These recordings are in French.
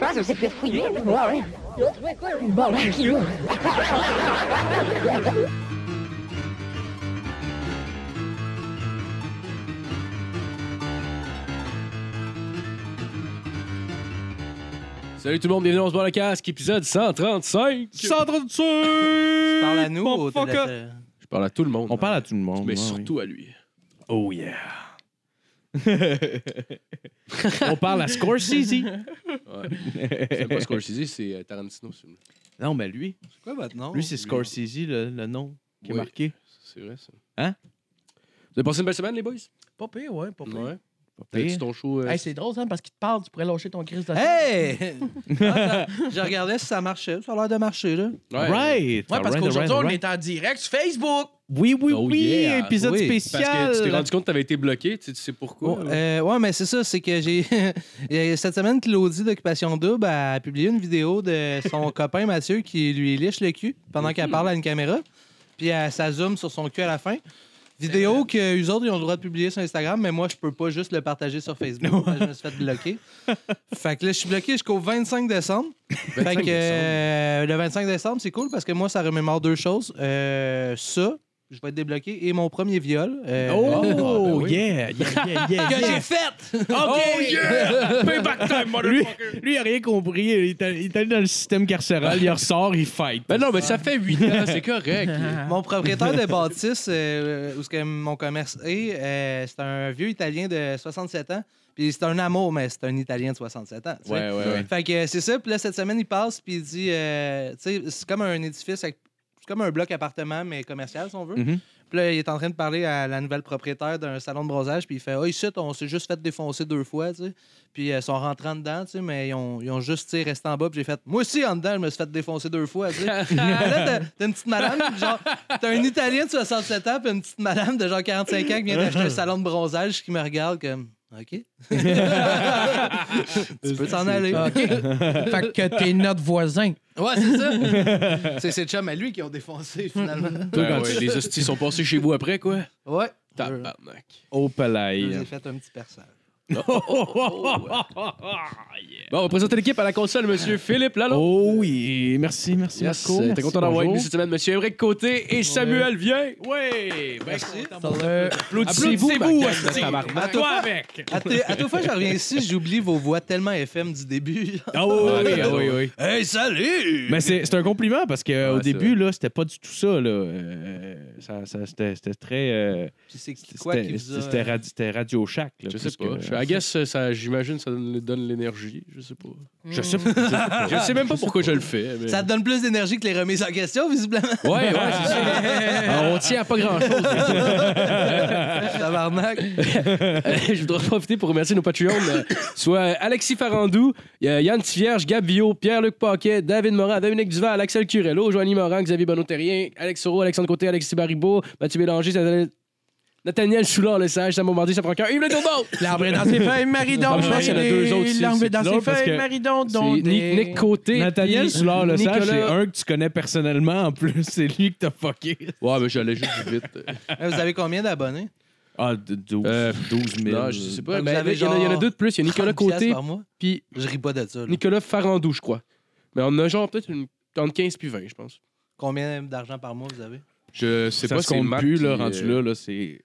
Mas você fez comigo, Lauren. Bom, aquilo. Salut tout le monde, bienvenue, on se boit la casque, épisode 135. 135! Tu parles à nous au téléphone. Je parle à tout le monde. On parle à tout le monde. Mais ouais, surtout à lui. Oh yeah. On parle à Scorsese. Ouais. c'est pas Scorsese, c'est euh, Tarantino. ce film. oui. Non, mais lui, C'est quoi votre nom? lui c'est Scorsese, le, le nom qui est Oui. marqué. C'est vrai, ça. Hein? Vous avez passé une belle semaine, les boys? Pas pire, ouais, pas Ouais. Pas T'as-tu pire. ton show? euh, Hey, c'est drôle, hein, parce qu'il te parle, tu pourrais lâcher ton crise de Hey! Ah, ça- je regardais si ça marchait. Ça a l'air de marcher, là. ouais. Right. Ouais, parce Alright, qu'aujourd'hui, alright, on alright. est en direct sur Facebook. Oui, oui, Oh, oui, yeah. épisode Oui, parce Parce spécial. que tu t'es rendu compte que t'avais été bloqué, tu sais, tu sais Oh, pourquoi. là? euh, ouais, mais c'est ça, c'est que j'ai. Cette semaine, Claudie d'Occupation Double a publié une vidéo de son copain Mathieu qui lui liche le cul pendant qu'elle parle à une caméra. Puis elle, ça zoome sur son cul à la fin. Vidéo que eux autres, ils ont le droit de publier sur Instagram, mais moi, je peux pas juste le partager sur Facebook. je me suis fait bloquer. fait que là, je suis bloqué jusqu'au 25 décembre. fait 25 que euh, le 25 décembre, c'est cool parce que moi, ça remémore deux choses. Euh, ça, je vais être débloqué et mon premier viol. euh, Oh, Ah, ben oui. yeah, yeah, yeah, yeah, que yeah. j'ai fait! OK. Oh, yeah! Payback time, Lui, lui, il a rien compris. Il est allé il est allé dans le système carcéral, il ressort, il fight. Ben non, mais ça fait 8 ans, c'est correct. Mon propriétaire de bâtisse, euh, où ce que mon commerce est, euh, c'est un vieux Italien de 67 ans. Puis c'est un amour, mais c'est un Italien de 67 ans. tu sais. Ouais, ouais, ouais. Fait que euh, c'est ça. Puis là, cette semaine, il passe, puis il dit, euh, tu sais, c'est comme un édifice, avec- c'est comme un bloc appartement, mais commercial, si on veut. Mm-hmm. Mhm. Puis là, il est en train de parler à la nouvelle propriétaire d'un salon de bronzage, puis il fait, oh, ici, on s'est juste fait défoncer deux fois, tu sais. Puis euh, ils sont rentrés dedans, tu sais, mais ils ont, ils ont juste, tu sais, resté en bas, puis j'ai fait, moi aussi, en dedans, je me suis fait défoncer deux fois, tu sais. Puis là, t'as- t'as une petite madame, genre, t'as un Italien de 67 ans, puis une petite madame de genre 45 ans qui vient d'acheter un salon de bronzage qui me regarde comme, OK. tu peux t'en aller. fait que t'es notre voisin. Ouais, c'est ça. c'est ces chums à lui qui ont défoncé, finalement. Toi, quand tu- les hosties sont passés chez vous après, quoi? Ouais. Tabarnak. Au Je palais. les ai fait un petit personnage. Bon, on va présenter l'équipe à la console, monsieur Philippe Lalo. Oh oui, merci, merci Yes, Marco. euh, merci, T'es content d'avoir été bonjour. cette semaine, monsieur Eric Côté et Samuel Vien. Ben, Ouais, Merci. Applaudissez-vous, ma Applaudissez-vous, gang de hostie. tabarnak. Toi avec. À t- à toute fois que je reviens ici, j'oublie vos voix tellement FM du début. Ah oui, oui, oui, Ah oui, oui, oui. oui. Hey, salut! Mais c'est c'est un compliment parce qu'au Ouais, au c'est début, là, c'était pas du tout ça. Là. Euh, ça, ça- c'était c'était très. euh, Puis c'est qui- quoi qui C'était vous a... c'était radi- c'était Radio Shack. Je là, plus sais pas. que- Je- I guess, euh, ça, j'imagine, ça donne, donne l'énergie. Je sais pas. Je sais pas. Je sais même pas pourquoi je le fais. mais- Ça te donne plus d'énergie que les remises en question, visiblement. Ouais, ouais, c'est ça. Alors, on tient à pas grand-chose. Tabarnak. Euh, je voudrais profiter pour remercier nos Patreons, euh, soit Alexis Farandou, euh, Yann Tivierge, Gab Bio, Pierre-Luc Paquet, David Morin, Dominique Duval, Axel Curello, Joanie Morin, Xavier Bonotérien, Alex Soro, Alexandre Côté, Alexis Baribeau, Mathieu Bélanger, Nathaniel- Nathaniel Soulard, Le Sage, Sam Bombardier, Sam Francaire, Yves Le Tourbeau. L'arbre est dans ses feuilles, Maridon. Je pense qu'il y en a deux autres ici, L'arbre c'est est dans ses drôle parce feuilles, que Maridon. C'est Donc, Nick, Nick Côté. Nathaniel puis soulard le sage c'est Nicolas- un que tu connais personnellement en plus. C'est lui que t'as fucké. Ouais, mais j'allais juste vite. Hey, Vous avez combien d'abonnés? Ah, d- 12, Euh, 12 000. Non, je sais pas. Vous mais avez il y en a- il y en a genre deux de plus. Il y a Nicolas 30 piastres Côté, par mois? puis Je ris pas de ça. là. Nicolas Farandou, je crois. Mais on a genre peut-être une... entre 15 puis 20, je pense. Combien d'argent par mois vous avez? Je sais C'est pas pas si ce c'est qu'on Matt plus, qui, là, euh, rendu là, là c'est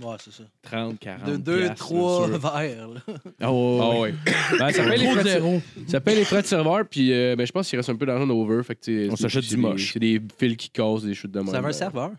Ouais, c'est ça. 30, 40. De deux, piastres, trois là, sûr. verres. là. Ah ouais, Ah ouais. ouais. Ben, ça, paye les frais de, euh, ça paye les frais de serveur, puis euh, ben, je pense qu'il reste un peu d'argent d'over. Fait que, tu sais, On c'est- s'achète c'est du des- moche. C'est des fils qui cassent, des chutes de merde. Vous avez un serveur?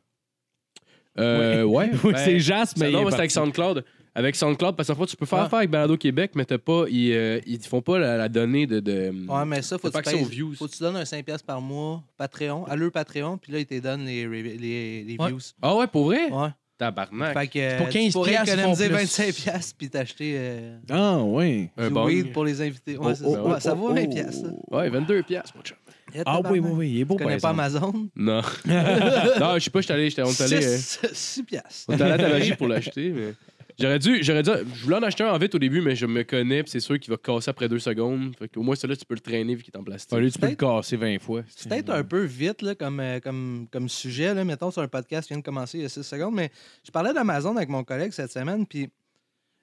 Euh, ouais. Oui, ben, c'est Jaspe, mais. ça, il non, est moi, c'est avec parti. SoundCloud. Avec SoundCloud, parce que parfois, tu peux faire Ah. affaire avec Balado Québec, mais t'as pas, ils, euh, ils font pas la, la donnée de. Mm. de- Ouais, mais ça, faut pas que tu accès aux payes- views. Faut que tu donnes un 5$ piastres par mois Patreon, à leur Patreon, puis là, ils te donnent les, les, les, les Ouais. views. Ah ouais, pour vrai? Ouais. Tabarnak. Fait que, euh, pour 15 tu pourrais piastres, ils font économiser plus. 25 piastres puis t'acheter euh, Ah, ouais. Un du bong. weed pour les invités. Ouais, Oh, c'est oh, ça. oh, Ouais, ça oh, vaut 20 oh. piastres. ça. Ouais, 22 piastres, mon chum. Et Ah, oui, oui, tabarnak. oui, il est beau. Tu connais pas par exemple. Amazon? Non. non, je sais pas, je suis allé, j'étais- on est allé. euh, hein. 6, 6 piastres. On est allé à ta magie pour l'acheter, mais. J'aurais dû, j'aurais dû. Je voulais en acheter un en vite au début, mais je me connais, puis c'est sûr qu'il va casser après deux secondes. Fait au moins, celui-là, tu peux le traîner vu qu'il est en plastique. Fallu, tu peux le casser 20 fois. C'est peut-être un peu vite là, comme, euh, comme, comme sujet. Là, mettons sur un podcast qui vient de commencer il y a 6 secondes, mais je parlais d'Amazon avec mon collègue cette semaine, puis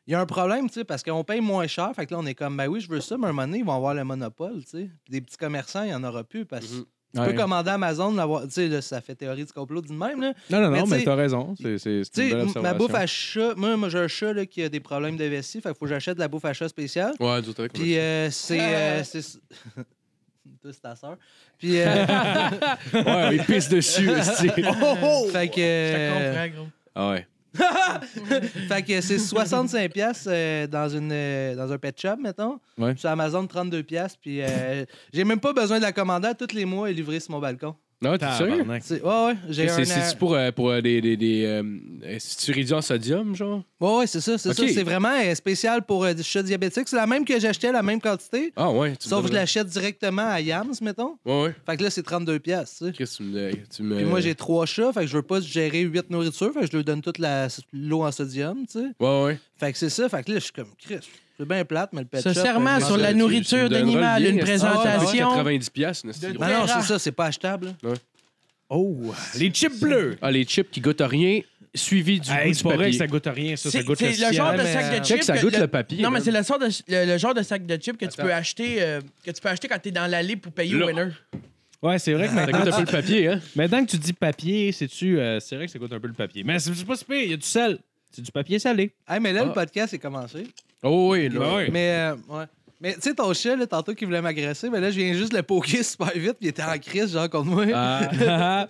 il y a un problème, tu sais, parce qu'on paye moins cher. Fait que là, on est comme, ben oui, je veux ça, mais un moment donné, ils vont avoir le monopole, tu sais. Puis Des petits commerçants, il n'y en aura plus parce Mm-hmm. que tu peux commander Amazon, l'avoir- tu sais, là, ça fait théorie du complot du même, là. Non, non, Mais non, tu mais sais- t'as hein, raison. C'est, c'est, c'est Tu une sais, m- belle ma observation. bouffe à chat, moi, moi j'ai un chat là, qui a des problèmes de vessie, fait que faut que j'achète de la bouffe à chat spéciale. Ouais, d'autres avec. Puis euh, c'est. euh, c'est- Toi, c'est ta soeur. Puis. euh, Ouais, il pisse dessus. esti. Oh! fait que. comprends, gros. Ah ouais. Fait que c'est 65 pièces dans une euh, dans un pet shop mettons. Ouais. Sur Amazon 32 pièces puis euh, j'ai même pas besoin de la commander à tous les mois et livrer sur mon balcon. Non, t'es sérieux? Tabarnak. C'est ouais ouais, j'ai un C'est- C'est-tu pour, euh, pour euh, des. des, des euh, tu réduis en sodium, genre? Ouais ouais, c'est ça, c'est Ok. ça, c'est vraiment euh, spécial pour euh, du chat diabétique, c'est la même que j'achetais la même quantité. Ah ouais. Tu me Sauf que je donnerais- l'achète directement à Yams mettons. Ouais, ouais. Fait que là c'est 32 pièces, tu sais. Chris, tu me. Tu me... Puis moi j'ai trois chats, fait que je veux pas gérer huit nourritures, fait que je leur donne toute la l'eau en sodium, tu sais. Ouais, ouais. Fait que c'est ça, fait que là je suis comme Chris, c'est bien plate mais le pet Ce shop serment euh, sur Ça, la tu- nourriture tu me donneras d'animal, le lien, une esti. Ah, présentation. 90 piastres, esti. De- Non, non, c'est ça, c'est pas achetable. là. Oh, les chips bleus. Ah, les chips qui goûtent à rien, suivi du goût Hey, du c'est pas vrai papier. que ça goûte à rien, ça. Ça C'est goûte c'est le ciel. genre de mais, sac de euh, chips. check, ça que goûte le papier, Non, là. mais c'est le, sort de- le, le genre de sac de chips que tu Attends. peux acheter euh, que tu peux acheter quand t'es dans l'allée pour payer Là. au winner. Ouais, c'est vrai que Ça goûte maintenant, un peu le papier, hein? maintenant que tu dis papier, c'est-tu, euh, c'est vrai que ça goûte un peu le papier. Mais c'est c'est pas si pire, il y a du sel. C'est du papier salé. Hey, mais là, Ah. le podcast est commencé. Oh oui, là. Ouais. Mais, euh, ouais. Mais tu sais, ton chien, là, tantôt, qui voulait m'agresser, mais là, je viens juste le poker super vite, puis il était en crise, genre, contre moi. Ah.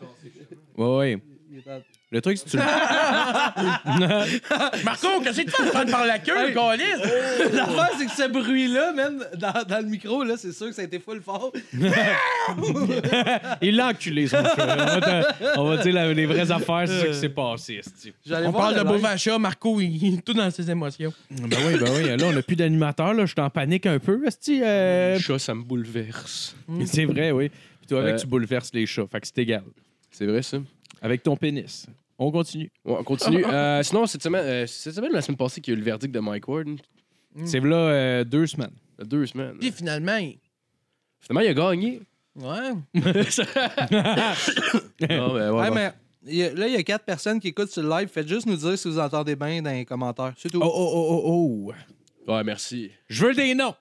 ouais, ouais. Il était en- Le truc, c'est que tu le- Marco, qu'est-ce que tu fais de prendre par la queue, câlisse? L'affaire, c'est que ce bruit-là, même, dans, dans le micro, là, c'est sûr que ça a été full fort. Il l'a enculé, son chat. On va, te- on va dire la- les vraies affaires, c'est ça qui s'est passé, esti. J'allais On voir parle le de live. beau achat, Marco, il il est tout dans ses émotions. Ben oui, ben oui. Là, on n'a plus d'animateur. Là, je suis en panique un peu. Esti, euh, Le chat, ça me bouleverse. Mm. C'est vrai, oui. Puis toi, avec, Euh. tu bouleverses les chats. Fait que c'est égal. C'est vrai, ça? Avec ton pénis. On continue. Ouais, on continue. Euh, sinon, cette semaine, euh, cette semaine, ou la semaine passée, qu'il y a eu le verdict de Mike Ward. hein? Mm. C'est là euh, deux semaines. Il y a Deux semaines. Puis finalement, il- Finalement, il a gagné. ouais. non, mais ouais, Ouais, bon. mais il y a- là, il y a quatre personnes qui écoutent sur le live. Faites juste nous dire si vous entendez bien dans les commentaires. C'est tout. Oh, oh, oh, oh, oh. Ouais, merci. Je veux des noms.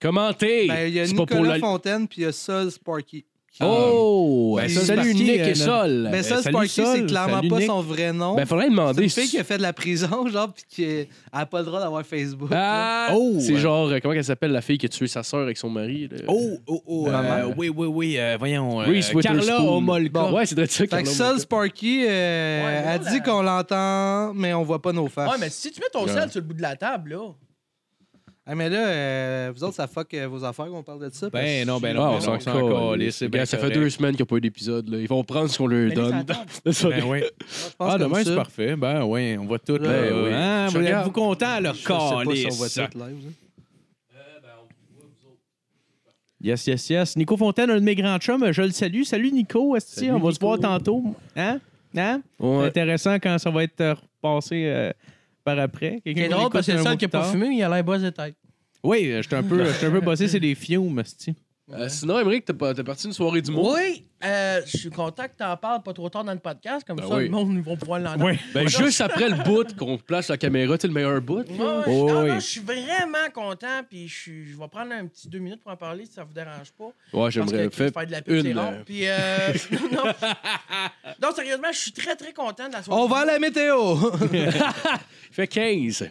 Commentez! Ben, il y a C'est pas pour Nicolas la- Fontaine, puis il y a Sol Sparky. Oh! Ben, Ben, ça, c'est salut parce qu'il, Nick euh, et notre- Sol! mais Sol salut, Sparky, Sol. c'est clairement Salut, pas Nick. son vrai nom. Ben, faudrait ben, c'est demander. une fille qui a fait de la prison, genre, puis qui est- elle a pas le droit d'avoir Facebook. Ah! Oh! C'est genre, euh, comment elle s'appelle la fille qui a tué sa sœur avec son mari? là? Oh, oh, oh. Maman. oui, oui, oui. euh, voyons. euh, Reese Carla Witherspoon. Homolka. Bon, ouais, c'est de ça Fait que Carla Sol Homolka. Sparky euh, a dit qu'on l'entend, mais on voit pas nos faces. Ouais, mais si tu mets ton Ouais. sel sur le bout de la table, là. Ah, mais là, euh, vous autres, ça fuck euh, vos affaires qu'on parle de ça. parce que- Ben non, ben Ah, non. on s'en encore calisse. Gars, Ça fait deux semaines qu'il n'y a pas eu d'épisode. là. Ils vont prendre ce qu'on leur Mais lui, ben, ça donne. attend. Ça, Ben oui. Je pense Ah, comme demain, ça. c'est parfait. Ben oui, on va tout. Ben euh, oui. hein, Je vous regarde. êtes-vous content, là? Je sais pas si on voit Calisse. tout live. là. Yes, yes, yes. Nico Fontaine, un de mes grands chums, je le salue. Salut, Nico. Esti, Salut, on va se Nico. voir tantôt. Hein? Hein? Ouais. C'est intéressant quand ça va être euh, repassé euh, par après. Quelqu'un C'est qui drôle l'écoute parce que c'est un le mois seul qui a plus tard. pas fumé, il a l'air bosse de tête. Oui, euh, j'étais un peu, j'étais un peu bossé, c'est des fumes, esti. Euh, sinon, Émeric, t'as pas- t'as parti une soirée du monde. Oui, euh, je suis content que t'en parles pas trop tard dans le podcast, comme Ben ça oui. le monde ils vont pouvoir l'entendre. Ben, juste après le bout qu'on place la caméra, c'est le meilleur bout. là. Moi, je- Oh non, oui. non, je suis vraiment content, puis je, suis- je vais prendre un petit deux minutes pour en parler si ça vous dérange pas. Ouais, Parce j'aimerais que faire faire de la pub, c'est une. long. euh, Puis, euh, non, non, sérieusement, je suis très très content de la soirée. On va à la météo! Fait 15.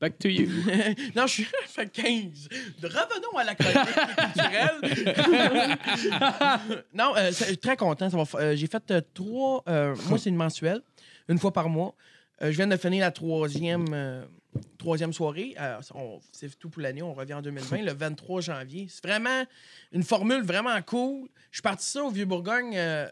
Back to you. Non, je suis fait 15. Revenons à la chronique culturelle. non, euh, c'est- je suis très content. Ça va fa- euh, J'ai fait euh, trois. euh, moi, c'est une mensuelle, une fois par mois. Euh, je viens de finir la troisième, euh, troisième soirée. Euh, on- c'est tout pour l'année. On revient en 2020, le 23 janvier. C'est vraiment une formule vraiment cool. Je suis parti ça au Vieux-Bourgogne. euh,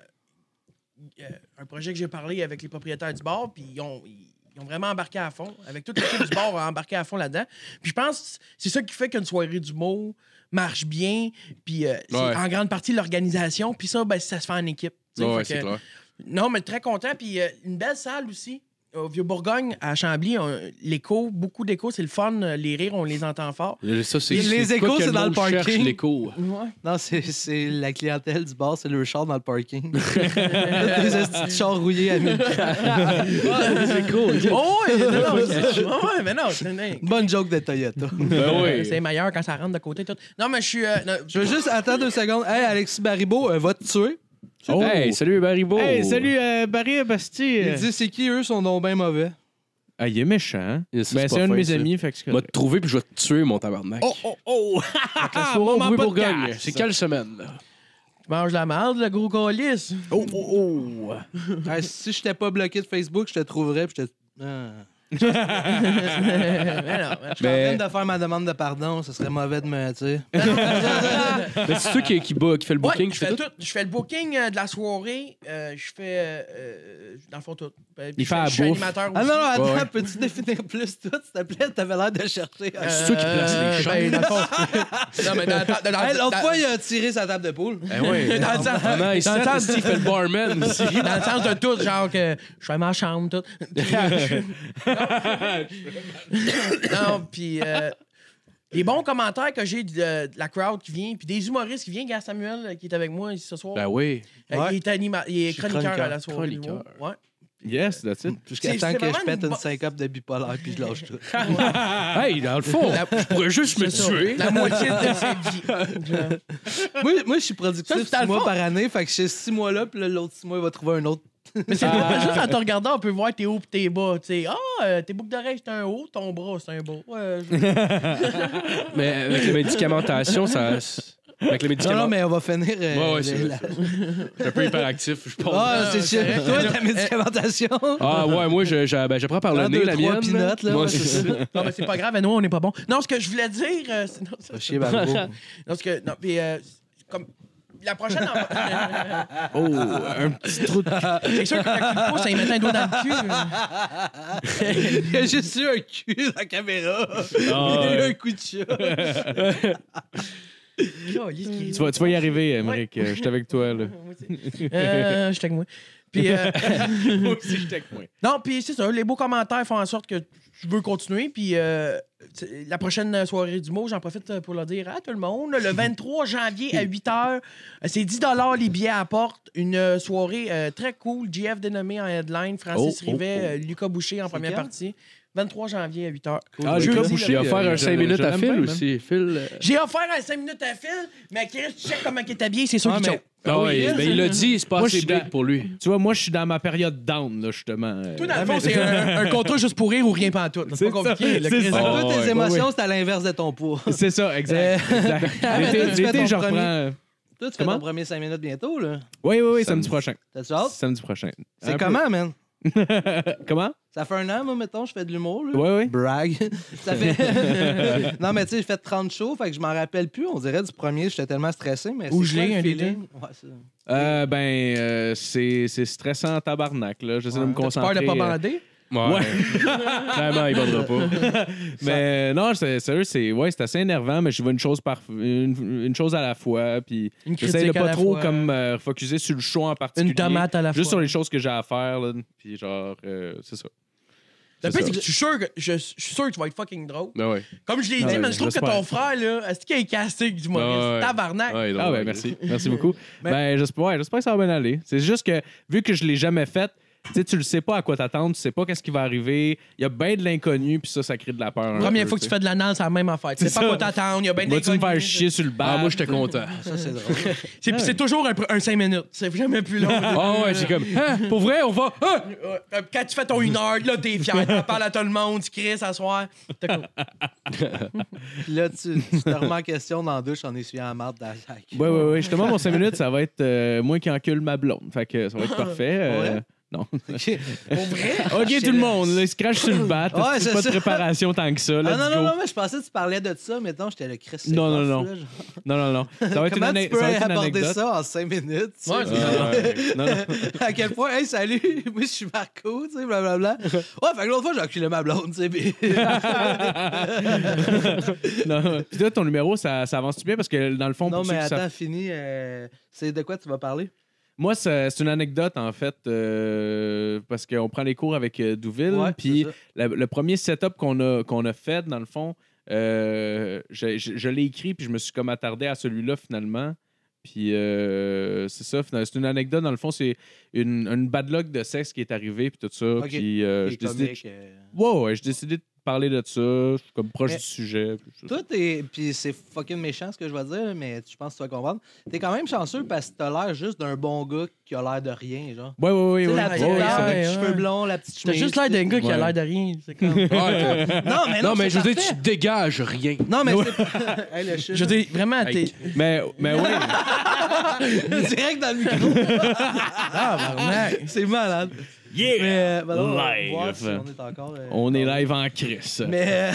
euh, un projet que j'ai parlé avec les propriétaires du bar, puis ils ont, ils, ils ont vraiment embarqué à fond. Avec toute l'équipe du bar, a embarqué à fond là-dedans. Puis je pense que c'est ça qui fait qu'une soirée d'humour marche bien, puis euh, c'est Ouais. en grande partie l'organisation, puis ça, ben, ça se fait en équipe. tu sais. Fait Ouais, que- c'est clair. non, mais très content, puis euh, une belle salle aussi. au Vieux-Bourgogne, à Chambly, on- l'écho, beaucoup d'écho, c'est le fun. euh, Les rires, on les entend fort. Ça, c'est- Les- les c'est quoi échos, que c'est dans le monde cherche, parking. l'écho? Non, c'est- c'est la clientèle du bar, c'est le char dans le parking. Des hosties de chars rouillés à mille C'est cool. Oh, ouais, non, non, c'est- oh, ouais, mais non, c'est- non, Bonne joke de Toyota. Ben oui. c'est meilleur quand ça rentre de côté. Tout. Non, mais je suis. euh, non, Je veux juste attendre deux secondes. Hey, Alexis Baribeau, euh, va te tuer. Oh. Hey, salut Baribo. Hey, salut, euh, Barry et Bastille. Il dit, c'est qui, eux, sont donc bien mauvais. Ah, il est méchant. hein? Yeah, Ben, ça, c'est c'est pas un de fin, mes ça. amis, fait que c'est M'a correct. te trouvé puis je vais te tuer, mon tabarnak. Oh, oh, oh! la moment soirée au podcast. Bourgogne. C'est quelle semaine? là? je mange la merde, le gros colis. Oh, oh, oh. Ah, si je t'ai pas bloqué de Facebook, je te trouverais. Puis je te... Ah. Mais non, mais- Je suis en train de faire ma demande de pardon, ce serait mauvais de me. Tu sais. Mais Ben, c'est toi qui, qui, bat- qui fait le Ouais, booking, je qui fais fait tout. Je fais le booking euh, de la soirée. euh, je fais. euh, euh, dans le fond, tout. Ben, puis Il je fait fais- la Je suis bouffe. animateur Ah aussi. non, non, attends, Ouais, ouais. peux-tu définir plus tout, s'il te plaît? T'avais l'air de chercher. Euh, C'est toi qui place les gens. ben, dans le fond- non, mais dans, dans, dans, dans, Hey, dans- L'autre fois, il a tiré sa table de poule. Eh ouais. dans le sens- Maman, il dans le sait sens- aussi, il fait le barman aussi. dans le sens de tout, genre que je suis à ma chambre, tout. non, puis euh, les bons commentaires que j'ai de, de la crowd qui vient, puis des humoristes qui viennent, Gare Samuel euh, qui est avec moi ici ce soir, Ben oui. euh, il, ouais. est anima- il est suis chroniqueur, à la chroniqueur, soirée. de chroniqueur. l'humour. Ouais. Yes, that's it. Jusqu'à C'est- temps c'est que je vraiment pète une une bo- syncope de bipolaire puis je lâche tout. Hey, dans le fond, je pourrais juste me Ça, tuer. La moitié de sa vie. moi, moi, je suis Ça, productif c'est dans six le mois fond. par année, fait que je suis six mois là, puis là, l'autre six mois, il va trouver un autre. Mais c'est Euh. pas juste en te regardant, on peut voir tes hauts pis tes bas. Tu sais, ah, euh, tes boucles d'oreilles, c'est un haut, ton bras, c'est un bas. Ouais, je- Mais avec la médicamentation, ça. Avec la Non, non, médicamentation. mais on va finir. euh, Ouais, ouais, le- c'est la- vrai. Je suis un peu hyperactif, je pense. Ah, c'est sûr. c'est Toi, ta médicamentation. Ah ouais, moi je, je, ben, j'apprends par le Un, nez deux, la trois mienne. pinottes, là, Moi, ouais, c'est ça. c'est Non, mais c'est pas grave, à nous, on n'est pas bon. Non, ce que je voulais dire. euh, c'est- non, ça- Va chier, Barbeau. non, ce que. Non, pis, euh, c'est comme. La prochaine. en- Oh, un petit trou de c'est sûr que quand tu le pousses, il met un doigt dans le euh. cul. euh. Il y a juste eu un cul dans la caméra. Ah, Il y a eu ouais. un coup de chat. Caliste qui- tu, vas, tu vas y arriver, Émeric. Euh, Je suis avec toi, là. Moi aussi. Euh, je tag moi. Puis. euh, Non, puis c'est ça, les beaux commentaires font en sorte que je veux continuer. Puis euh, tu- la prochaine soirée du mot, j'en profite euh, pour le dire à tout le monde. Le 23 janvier à 8 h, c'est 10 les billets à la porte. Une soirée euh, très cool. JF dénommé en headline, Francis Oh, oh, Rivet, euh, Lucas Boucher en première quand? partie. 23 janvier à 8 h. Ah, Lucas Jeudi, Boucher, le- il a offert je- un je- 5 je minutes à l'aime Phil bien, aussi. Phil. euh, J'ai offert un 5 minutes à fil, mais Chris, tu sais comment il est habillé, c'est sûr Ouais, qu'il mais- choque. Ah ouais, ben, il l'a dit, c'est pas Moi, assez je suis big dans- pour lui. Tu vois, moi, je suis dans ma période down, là, justement. Euh, Tout dans le fond, c'est un, un contrat juste pour rire ou rien pas tout. C'est pas ça, compliqué. le c'est Chris. ça. Toutes ouais, tes ouais, émotions, c'est à l'inverse de ton poids. Toi, Euh, C'est ça, exact. Euh. exact. mais toi, tu L'été, fais l'été, ton je premier- reprends. euh, tu fais Comment? ton premier 5 minutes bientôt, là. Oui, oui, oui, Samedi. samedi prochain. T'as-tu Oh. hâte? Samedi prochain. Un C'est peu. comment, man? Comment? Ça fait un an, moi, mettons, je fais de l'humour, là. Oui, oui. Brag. Ça fait... non, mais tu sais, j'ai fait 30 shows, fait que je m'en rappelle plus. On dirait du premier, j'étais tellement stressé. mais Ou c'est gelé, quoi le un feeling? Ouais, c'est- Euh, ben, euh, c'est c'est stressant en tabarnak, là. J'essaie de me T'as-tu concentrer. peur de pas euh, bander? Ouais. Clairement, il bandera pas. Mais euh, non, c'est sérieux, c'est ouais, c'est assez énervant, mais je vois une chose par une, une chose à la fois, puis Une j'essaie de critique à pas la trop fois. comme euh, focuser sur le show en particulier. Une tomate à la Juste fois. sur les choses que j'ai à faire, là, puis genre euh, c'est ça. Le C'est pire, ça. c'est que je suis sûr que, je, je suis sûr que tu vas être fucking drôle. Ben ouais. Comme je l'ai dit, Ah ouais, mais je trouve que j'espère. ton frère, là, est-ce qu'il est casté du Ah ouais. Maurice? Tabarnak. Ouais, il est Ah drôle. ben merci, merci beaucoup. ben j'espère ouais, j'espère que ça va bien aller. C'est juste que vu que je l'ai jamais fait, tu sais, tu le sais pas à quoi t'attendre, tu sais pas qu'est-ce qui va arriver, il y a bien de l'inconnu, puis ça ça crée de la peur. un Première peu, fois que sais. tu fais de l'anal, c'est la même affaire. Tu sais ça. pas quoi t'attendre, il y a bien des Vas-tu me faire inconnus. chier sur le bar? Ah, moi, j'étais content. Ça, c'est drôle. C'est puis c'est toujours un, un 5 minutes. C'est jamais plus long. Ah ouais, c'est comme. Ah, pour vrai, on va. Ah! Euh, euh, Quand tu fais ton 1 heure, là, t'es fier. T'en parles à tout le monde, tu cries, s'asseoir. T'as cool. Puis là, tu, tu te remets en question dans la douche en essuyant la marde dans la sac. Oui, oui, oui. Justement, mon 5 minutes, ça va être euh, moi qui encule ma blonde. Fait que ça va être parfait. euh, Ah, Ouais. Non. Pour vrai? OK, tout le monde, là, il se crache sur le bat. Ouais, c'est c'est pas de ça. préparation tant que ça. Let's Ah non, go. non, non, mais je pensais que tu parlais de ça, mettons, j'étais le Christ. c'est Non, non, rough, non. là, genre. non, non, non. Ça va être Ah une, Comment ané- tu ça peux va être une aborder anecdote. Ah, ça en 5 minutes? tu sais? Ouais, c'est- Ouais. non, non. à quel point, hey, salut, moi je suis Marco, tu sais, blablabla. Ouais, fait que l'autre fois, j'ai enculé ma blonde, tu sais. puis- non. Puis là, ton numéro, ça, ça avance-tu bien? Parce que dans le fond, non, pour mais ceux qui attends, savent- fini. euh, c'est de quoi tu vas parler? Moi, c'est c'est une anecdote, en fait, euh, parce qu'on prend les cours avec euh, Douville. Ouais, puis c'est ça. la- le premier setup qu'on a, qu'on a fait, dans le fond, euh, je, je- je l'ai écrit, puis je me suis comme attardé à celui-là, finalement. Puis euh, c'est ça, finalement, c'est une anecdote, dans le fond, c'est une, une bad luck de sexe qui est arrivée, puis tout ça. Ok. Puis euh, Les je décidais comiques, euh, Wow, ouais, j'ai décidé de parler de ça, je suis comme proche Mais- du sujet. puis je- Toi, t'es. Puis c'est fucking méchant ce que je vais dire, mais tu penses que tu vas comprendre. T'es quand même chanceux parce que t'as l'air juste d'un bon gars qui a l'air de rien, genre. Ouais, ouais, ouais. Tu sais, ouais. la Ouais, petite ouais, barbe, c'est le vrai. petit ouais. cheveu blond, la petite T'as chemise. juste l'air d'un gars qui a Ouais. l'air de rien. C'est comme. Non, mais non, Ah, Non, mais je c'est veux dire, parfait. tu dégages rien. Non, mais c'est. hey, le chien. Je veux dire, vraiment, t'es. Mais, mais oui. Direct dans le micro. Ah, vraiment. c'est malade. Yeah! Mais, euh, ben, on va Live. voir si on est encore. euh, On est live en crise. Mais,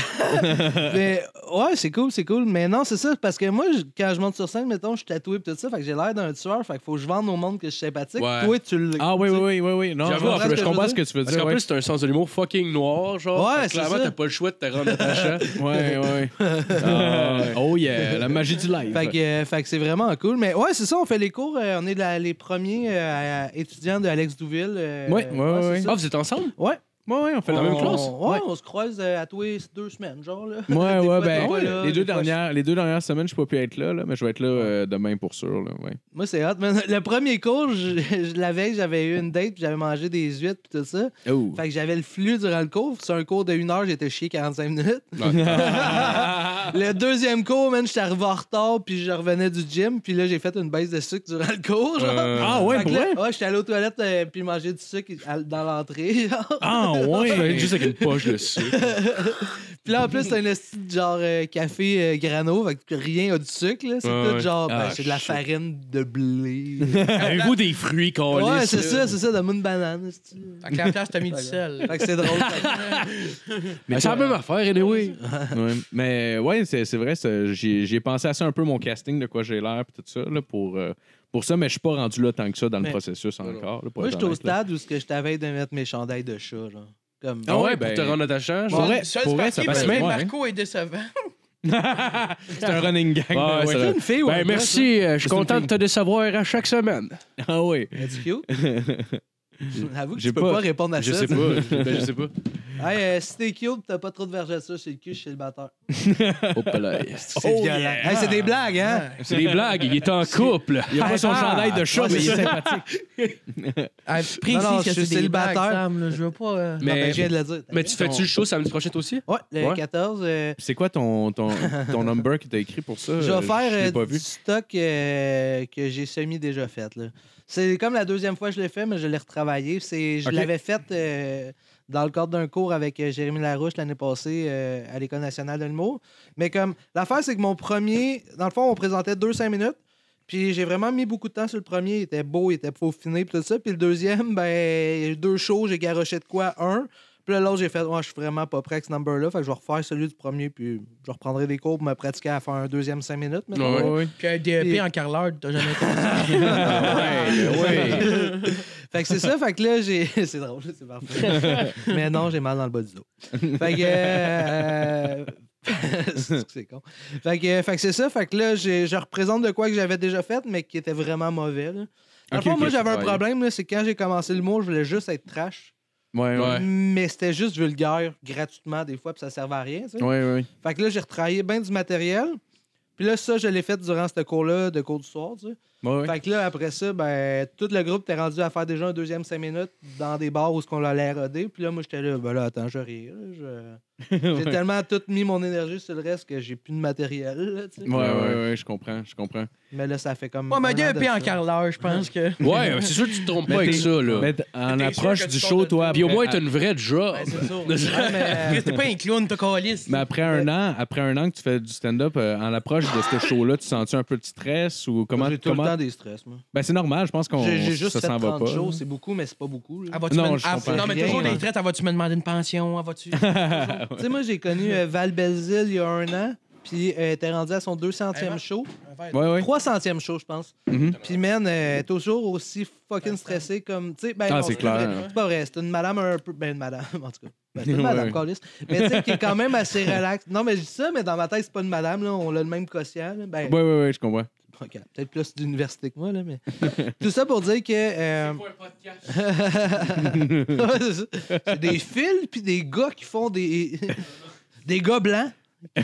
euh, mais ouais, c'est cool, c'est cool. Mais non, c'est ça, parce que moi, je- quand je monte sur scène, mettons, je suis tatoué et tout ça, fait que j'ai l'air d'un tueur, fait que faut que je vende au monde que je suis sympathique. Ouais. Toi, tu le. Ah oui, oui, oui, oui, oui. Non, J'avoue, non, en je, fait, je comprends ce que tu veux Parce dire. qu'en ouais. plus, t'as un sens de l'humour fucking noir, genre. Ouais, Fait que c'est Clairement, ça. t'as pas le choix de te rendre attachant. Ouais, ouais. Ah, ouais. oh yeah, la magie du live. Fait que, euh, fait que c'est vraiment cool. Mais ouais, c'est ça, on fait les cours. euh, on est la- les premiers euh, à- étudiants de Alex Douville. euh, Ouais, ouais, ouais, c'est ouais. ça. Ah, vous êtes ensemble? Ouais. Ouais, ouais, on fait la On- même classe. Ouais, Ouais. on se croise euh, à tous les deux semaines, genre. Là. Ouais, Des ouais, fois, ben, t'es pas là, les, deux des fois, je- dernières, les deux dernières semaines, je peux pas pu être là, là, mais je vais être là euh, demain pour sûr. Là, ouais. Moi, c'est hot. man. Le premier cours, je, je- la veille, j'avais eu une date, puis j'avais mangé des huîtres, puis tout ça. Oh. Fait que j'avais le flux durant le cours. Sur un cours de 1 heure, j'étais chié 45 minutes. le deuxième cours, man, j'étais arrivé en retard, puis je revenais du gym, puis là, j'ai fait une baisse de sucre durant le cours. genre. Euh. Ah ouais, Fait que pour là, vrai? ouais, j'étais allé aux toilettes, euh, puis manger du sucre à- dans l'entrée. genre. Ah ouais! Juste avec une poche de sucre. puis là, en plus, c'est un esti de genre euh, café euh, grano, fait que rien a du sucre, là. C'est Ouais, tout ouais. genre, ben, Ah, c'est de la shit. farine de blé. Avez-vous des fruits, qu'on ouais, c'est ça, c'est ça, donne-moi une banane, esti. Fait que la place, t'as mis du sel. Fait que c'est drôle. Mais c'est la même affaire, anyway. Ouais, Mais ouais, c'est c'est vrai, ça, j'ai j'ai pensé à ça un peu, mon casting, de quoi j'ai l'air, puis tout ça, là, pour, euh, pour ça, mais je suis pas rendu là tant que ça dans le Mais- processus encore. là, pour Moi, être j'étais au honnête, là. stade où ce que je t'avais de mettre mes chandails de chat, genre. Comme... Ah ouais, ben- pour te rendre attachant, Pour genre. vrai, Seul pour vrai, parti, ça parce passe que même. Marco est décevant. C'est un running gang. Ouais, là, ouais, ouais. ça- une fille ou un Ben, gars, merci, euh, je suis C'est une content de fille. te décevoir à chaque semaine. Ah oui. ça? Es-tu cute? Avoue que J'ai tu peux pas- pas répondre à ça. pas, ben, je sais pas. Hey, euh, si t'es cute, t'as pas trop de vergetures sur le cul, je suis le batteur. Oh, palais. C'est violent. yeah. Hey, c'est des blagues, hein? C'est des blagues, il est en couple. Ah, Il a pas son chandail de chat, Ouais, mais il c'est est ça. sympathique. Ah, précise Non, non, que je c'est suis des blagues, célibataire. Sam, là, je veux pas. euh, Non, Mais- ben, je viens de le dire. Mais tu fais-tu le show samedi prochain toi aussi? Ouais, le Ouais. 14. euh, C'est quoi ton, ton, ton number que t'as écrit pour ça? Je Euh, vais faire Je l'ai euh, pas du vu. stock euh, que j'ai semi déjà fait. là. C'est comme la deuxième fois que je l'ai fait, mais je l'ai retravaillé. C'est, je Ok. l'avais fait euh, dans le cadre d'un cours avec euh, Jérémy Larouche l'année passée euh, à l'École nationale de l'humour. Mais comme l'affaire, c'est que mon premier, dans le fond, on présentait deux cinq minutes. Puis j'ai vraiment mis beaucoup de temps sur le premier. Il était beau, il était peaufiné, puis tout ça. Puis le deuxième, ben, il y a eu deux shows, j'ai garoché de quoi un. Puis là, l'autre, j'ai fait, moi, je suis vraiment pas prêt avec ce number-là. Fait que je vais refaire celui du premier, puis je reprendrai des cours pour me pratiquer à faire un deuxième 5 minutes. mettons. Ouais, ouais. Puis un DEP Puis- en carleur, t'as jamais été. euh, ouais, ouais. Fait que c'est ça, fait que là, j'ai. C'est drôle, c'est parfait. Mais non, j'ai mal dans le bas du dos. Fait que. euh, c'est c'est con. Fait que, fait que c'est ça, fait que là, j'ai- je représente de quoi que j'avais déjà fait, mais qui était vraiment mauvais. Là. Dans le Ok, fond, ok, moi, j'avais un ouais. problème, là, c'est que quand j'ai commencé l'humour, je voulais juste être trash. Ouais, ouais. Mais c'était juste vulgaire, gratuitement, des fois, puis ça servait à rien, tu sais. Ouais, ouais. Fait que là, j'ai retravaillé bien du matériel. Puis là, ça, je l'ai fait durant ce cours-là, de cours du soir, tu sais. Ouais, ouais. Fait que là, après ça, ben, tout le groupe était rendu à faire déjà un deuxième 5 minutes dans des bars où ce qu'on l'allait roder. Puis là, moi, j'étais là, ben là, attends, je ris. là, je- J'ai tellement tout mis mon énergie sur le reste que j'ai plus de matériel. là, tu sais. Ouais, ouais, ouais, je comprends, je comprends. Mais là, ça fait comme. Moi, un mais an de DEP en ça. carleur, je pense que. Ouais, c'est sûr que tu te trompes pas avec ça, là. Mais t- en T'es sûr approche que du tu show, sors de toi. là? Puis au après- moins, t'as une vraie job. Ouais, c'est ça. Ouais, mais- Chris, T'es pas un clown, t'as calice. Mais après un an, après un an que tu fais du stand-up, euh, en approche de ce show-là, tu sens-tu un peu de stress ou comment J'ai tout comment le temps des stress, moi. Ben c'est normal, je pense qu'on J'ai j'ai juste ça fait s'en va 30 pas. shows, c'est beaucoup, mais c'est pas beaucoup. là. Elle va-tu Non, Ah, me- je elle- comprends non, mais rien, toujours hein. des traites, elle va-tu me demander une pension? ah, Elle va-tu. Tu sais, moi, j'ai connu euh, Val Belzile il y a un an, puis euh, elle était rendue à son 200e Hey, show. Ouais, ouais. 300e show, je pense. Mhm. Puis, man, euh, toujours aussi fucking stressée comme. Tu sais, ben, Ah, non, c'est pas clair. vrai. C'est pas vrai, c'est une madame un peu. Ben, une madame, en tout cas. Ben, c'est une Ouais. madame, câlisse. Mais tu sais, qui est quand même assez relax. Non, mais je dis ça, mais dans ma tête, c'est pas une madame, là. On a le même quotient, là. Ben, Ouais, ouais, ouais, je comprends. Ok, peut-être plus d'université que moi, là, mais. Tout ça pour dire que. euh, Ouais, c'est ça. C'est des fils puis des gars qui font des. des gars blancs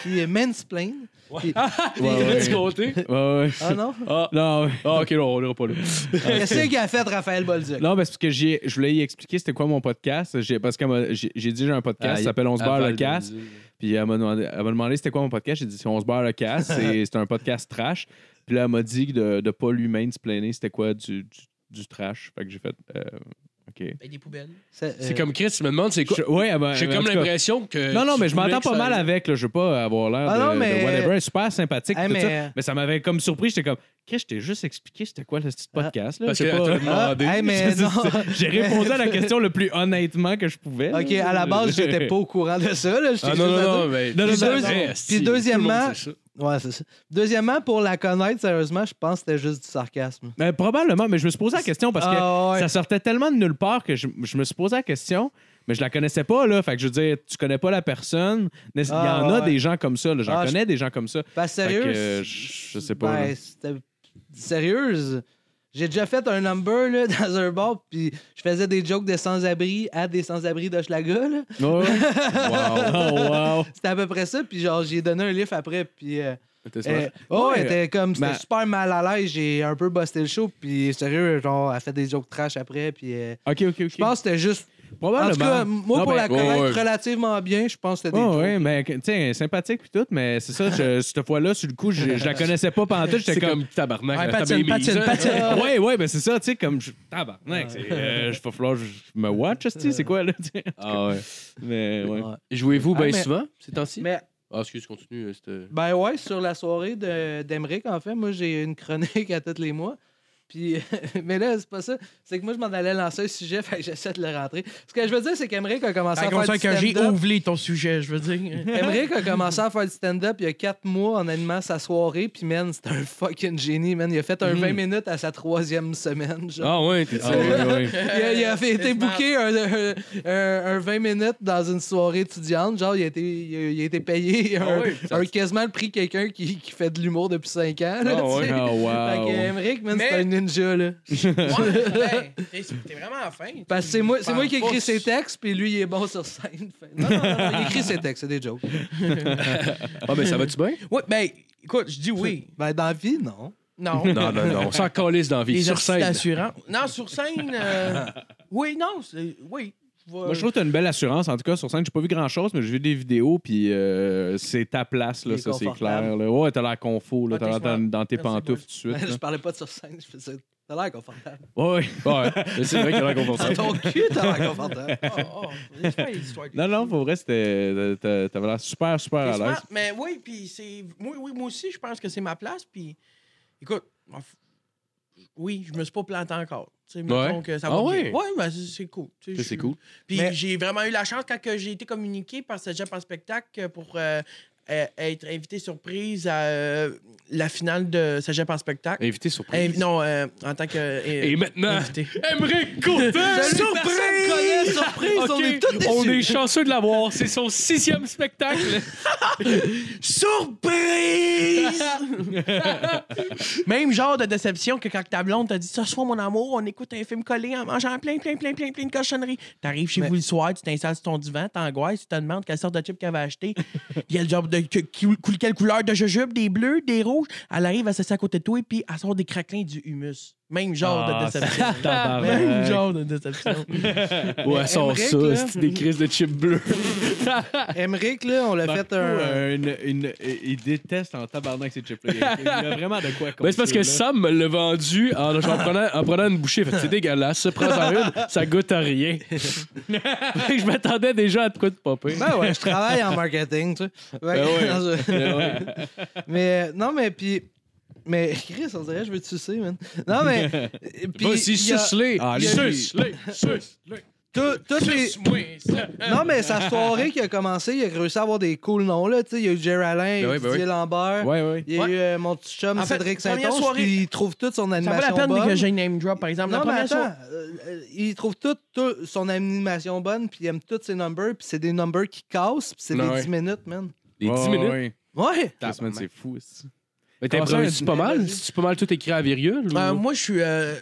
qui mansplainent. Tu comptais? Ouais, ouais. Ah non? Ah, Non, ah, ok, non, on ira pas là. Qu'est-ce qu'il a fait Raphaël Bolduc? non, mais c'est parce que j'ai, je voulais y expliquer c'était quoi mon podcast. J'ai, parce que j'ai, j'ai dit j'ai un podcast, ça s'appelle On se barre le casse. Puis elle m'a demandé, elle m'a demandé c'était quoi mon podcast. J'ai dit c'est On se barre le casse. C'est, c'est un podcast trash. Puis là, elle m'a dit de ne pas lui plainer c'était quoi du, du, du trash. Fait que j'ai fait euh, OK. Ben, des poubelles. euh, C'est comme Chris, tu me demandes c'est quoi? Je- ouais, elle m'a- J'ai en comme tout cas- l'impression que. Non, non, mais tu je m'entends voulais pas que ça- mal avec. Là. Je veux pas avoir l'air Ah de, non, de mais- whatever. Elle est super sympathique. Ah, tout mais- ça. mais... ça m'avait comme surpris. J'étais comme, qu'est-ce que je t'ai juste expliqué c'était quoi le petit podcast? Là? Parce Je sais que- pas. Ah, hey, mais non. J'ai répondu à la question le plus honnêtement que je pouvais. Ok, à la base, j'étais pas au courant de ça. Là. Je t'ai Ah non, juste non, à non, dire. mais. non, ça, non, c'est non. vrai, Puis c'est- tout le deuxièmement- monde sait ça. Ouais, c'est ça. Deuxièmement, pour la connaître, sérieusement, je pense que c'était juste du sarcasme. Ben, probablement, mais je me suis posé la question parce que Ah, ouais. ça sortait tellement de nulle part que je, je me suis posé la question, mais je la connaissais pas. Là, fait que je veux dire, tu connais pas la personne. Il y en Ah, a ouais. des gens comme ça. là. J'en Ah, je- connais des gens comme ça. Pas sérieux? Fait que, euh, je je sais pas. là. Ben, c'était sérieuse. J'ai déjà fait un number là, dans un bar, puis je faisais des jokes de sans-abri à des sans-abri d'Hochelaga. là. Ouais. Oh, wow. wow. C'était à peu près ça, puis genre, j'ai donné un livre après, puis. euh, euh, oh, Ouais. elle était comme, c'était Ben- super mal à l'aise, j'ai un peu busté le show, puis sérieux, genre, elle fait des jokes trash après, puis. euh, Ok, ok, ok. je pense que c'était juste. En Probablement. tout cas, moi, Non, pour ben, la ouais, connaître ouais. relativement bien, je pense que c'était des Ouais, jokes. ouais, mais tu sais, sympathique puis tout, mais c'est ça, je- cette fois-là, sur le coup, je, je la connaissais pas pendant tout, j'étais C'est comme. comme tabarnak. Ouais, la patine, table est patine, mise. patine. ouais, ouais, mais c'est ça, tu sais, comme. Je... Tabarnak, c'est, euh, je vais falloir que je me watch, tu sais, c'est quoi, là, tu sais. Ah ouais. Mais ouais. Ouais. Jouez-vous bien Ah, mais- souvent ces temps-ci? Mais Ah, excuse, continue. euh, c'était- Ben ouais, sur la soirée de- d'Emeric, en fait, moi, j'ai une chronique à tous les mois. Puis, mais là, c'est pas ça. C'est que moi, je m'en allais lancer un sujet, fait que j'essaie de le rentrer. Ce que je veux dire, c'est qu'Emeric a commencé Ben, Ça à faire fait du que j'ai stand-up. oublié ton sujet, je veux dire. Emeric a commencé à faire du stand-up il y a quatre mois en animant sa soirée. Puis, man, c'est un fucking génie, man. Il a fait un 20 minutes à sa troisième semaine, genre. Ah ouais, t'es Ah, ouais, ouais. Il a, il a fait- été C'est smart. booké un, un- un- un 20 minutes dans une soirée étudiante. Genre, il a été, il a, il a été payé un, oui, ça- un quasiment le prix de quelqu'un qui, qui fait de l'humour depuis 5 ans. là, Ah tu ouais, sais. Ah, Fait wow. que, Emmerich, man, Mais- c'est un ninja, là. Ouais, hey, t'es t'es vraiment à fin. Parce que c'est moi, c'est moi qui écris Pense- ses textes, puis lui, il est bon sur scène. Fait- Non, non, non, il écrit ses textes, c'est des jokes. Ah, ben ça va-tu bien? Ouais, ben, écoute, je dis oui. Ben, dans la vie, non. Non. Non, non, non. On s'en calisse dans la vie. Les Sur artistes scène. d'assurance. Non, sur scène. euh, Oui, non, c'est- oui. Moi, je trouve que t'as une belle assurance. En tout cas, sur scène, j'ai pas vu grand-chose, mais j'ai vu des vidéos, puis euh, c'est ta place, Il là, est ça, c'est confortable. clair. Là. Ouais, t'as l'air confo, là, Ah, t'as t'es l'air dans, smart. dans tes Merci, boys. pantoufles tout de suite. Ben, Je parlais pas de sur scène, je faisais. T'as l'air confortable. là. Ouais, ouais. Mais c'est vrai qu'il a l'air Dans confortable. ton cul, t'as l'air confortable. Oh, oh, laisse faire les histoires de Non, non, cul. pour vrai, c'était. t'as- T'avais l'air super, super T'es à l'aise. smart, Mais oui, puis c'est. Moi, oui, moi aussi, je pense que c'est ma place. Puis, écoute, m'en f- oui, je me suis pas planté encore. Tu sais, mettons Ouais. que ça Ah va bien. ouais? Ouais, ben, c'est c'est cool. tu sais, Ça, je C'est suis- cool. Puis Mais- j'ai vraiment eu la chance quand que j'ai été communiqué par ce en spectacle pour euh, euh, être invité surprise à euh, la finale de Cégep en spectacle. Invité Invi- surprise. non, euh, en tant que. euh, Et maintenant, invité. Aimerait Côté! Salut, personne connaît, surprise, on est tous déçus. on est chanceux de l'avoir. C'est son sixième spectacle. Surprise! Même genre de déception que quand ta blonde t'a dit ce soir, mon amour, on écoute un film collé en mangeant plein, plein, plein, plein, plein de cochonneries. T'arrives chez vous le soir, tu t'installes sur ton divan, t'angoisses, tu te demandes quelle sorte de chip qu'elle avait acheté. Il y a le genre de que- cou- cou- quelle couleur de jujube, des bleus, des rouges. Elle arrive à s'asseoir à côté de toi et puis elle sort des craquelins du humus. Même genre Ah, de déception. tabarnak. Même genre de déception. Ouais, sans Aimerait ça, que- c'est des crises de chips bleus. Emmerich, là, on l'a Marco, fait un. euh, une- une- il déteste en tabarnak ces chips-là. Il y a- il y a vraiment de quoi Ben, c'est parce que Sam me l'a vendu en, en prenant, en prenant une bouchée. Fait que c'est dégueulasse. Ça prend en une, ça goûte à rien. Fait que je m'attendais déjà à de quoi de popper. Ben ouais, je travaille en marketing, tu sais. Fait que- dans ce- mais euh, non, mais puis. Mais Chris, on dirait, je veux te sucer, man. Non, mais. euh, puis, Vas-y, il y a suce-les. Ah, lui. Suce-les. Suce-les. tout- toutes les- Suce-moi, ça. Non, mais sa soirée qui a commencé, il a réussi à avoir des cool noms, là. Tu sais, il y a eu Jerry Alain, Ben oui, ben Didier Lambert. Ouais, ouais. Il y a Ouais. eu euh, mon petit chum En fait, Cédric première Saint-Onge, soirée- puis il trouve toute son Ça vaut animation la peine bonne. que j'ai name drop, par exemple. Non, la mais première soirée- attends, euh, euh, il trouve toute tout- son animation bonne, puis il aime tous ses numbers, puis c'est des numbers qui cassent, puis c'est Ouais, des ouais. 10 minutes, man. Les Ouais, 10 minutes. ouais. Ouais! Tabarnak, c'est fou. c'est- Mais t'as Comment ça, improvisé une- pas mal. C'est pas mal tout écrit à virgule. ou- Euh, moi, je suis. euh,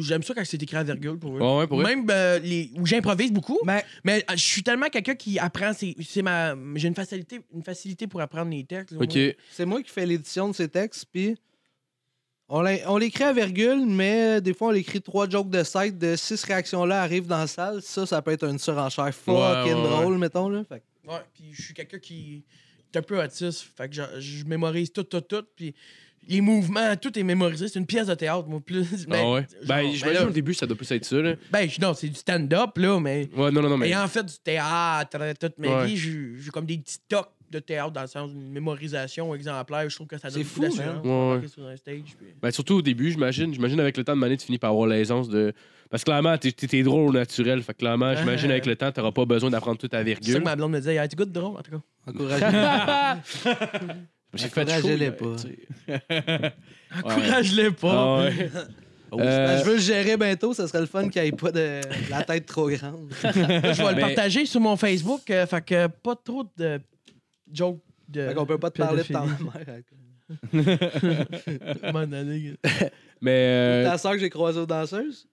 J'aime ça quand c'est écrit à virgule pour eux. Ouais, ouais, pour Ben. vrai. Même euh, les, où j'improvise beaucoup, Mais- mais, euh, je suis tellement quelqu'un qui apprend. C'est c'est ma, j'ai une facilité, une facilité pour apprendre les textes. là, Ok. moi. C'est moi qui fais l'édition de ces textes, puis on l'in- on l'écrit à virgule, mais des fois, on l'écrit trois jokes de site de six réactions-là arrivent dans la salle. Ça, ça peut être une surenchère ouais, fucking ouais. drôle, mettons. Là. Fait que- Ouais, puis je suis quelqu'un qui est un peu autiste. Fait que je, je mémorise tout, tout, tout. Puis les mouvements, tout est mémorisé. C'est une pièce de théâtre, moi, plus. Ah ouais. genre, Ben, j'imagine là, au début, ça doit plus être ça, là. ben, je- non, c'est du stand-up, là, mais. Ouais, non, non, non, mais. Ayant fait du théâtre euh, toute ma Ouais. vie, j'ai j'ai comme des petits tocs de théâtre dans le sens d'une mémorisation exemplaire. Je trouve que ça donne C'est beaucoup fou, d'assurance man. hein? Ouais, ouais. sur un stage. puis- Ben, surtout au début, j'imagine. J'imagine avec le temps de Mané, tu finis par avoir l'aisance de. Parce que clairement, t'es, t'es- t'es drôle au naturel. Fait que clairement, j'imagine avec le temps, t'auras pas besoin d'apprendre tout à C'est ça que virgule. ma blonde me disait, hey, tu goûtes drôle, en tout cas. Encouragez- J'ai fait chaud. Encouragez-les mais, pas. tu sais. Encourage-les pas. Ah ouais. Euh, Oh, ben, Je veux le gérer bientôt, ça serait le fun qu'il n'y ait pas de la tête trop grande. Là, je vais le Mais- partager sur mon Facebook. euh, fait que pas trop de jokes de. Fait qu'on peut pas te parler de ta mère. Mon année. Mais. euh, Ta soeur que j'ai croisée aux danseuses?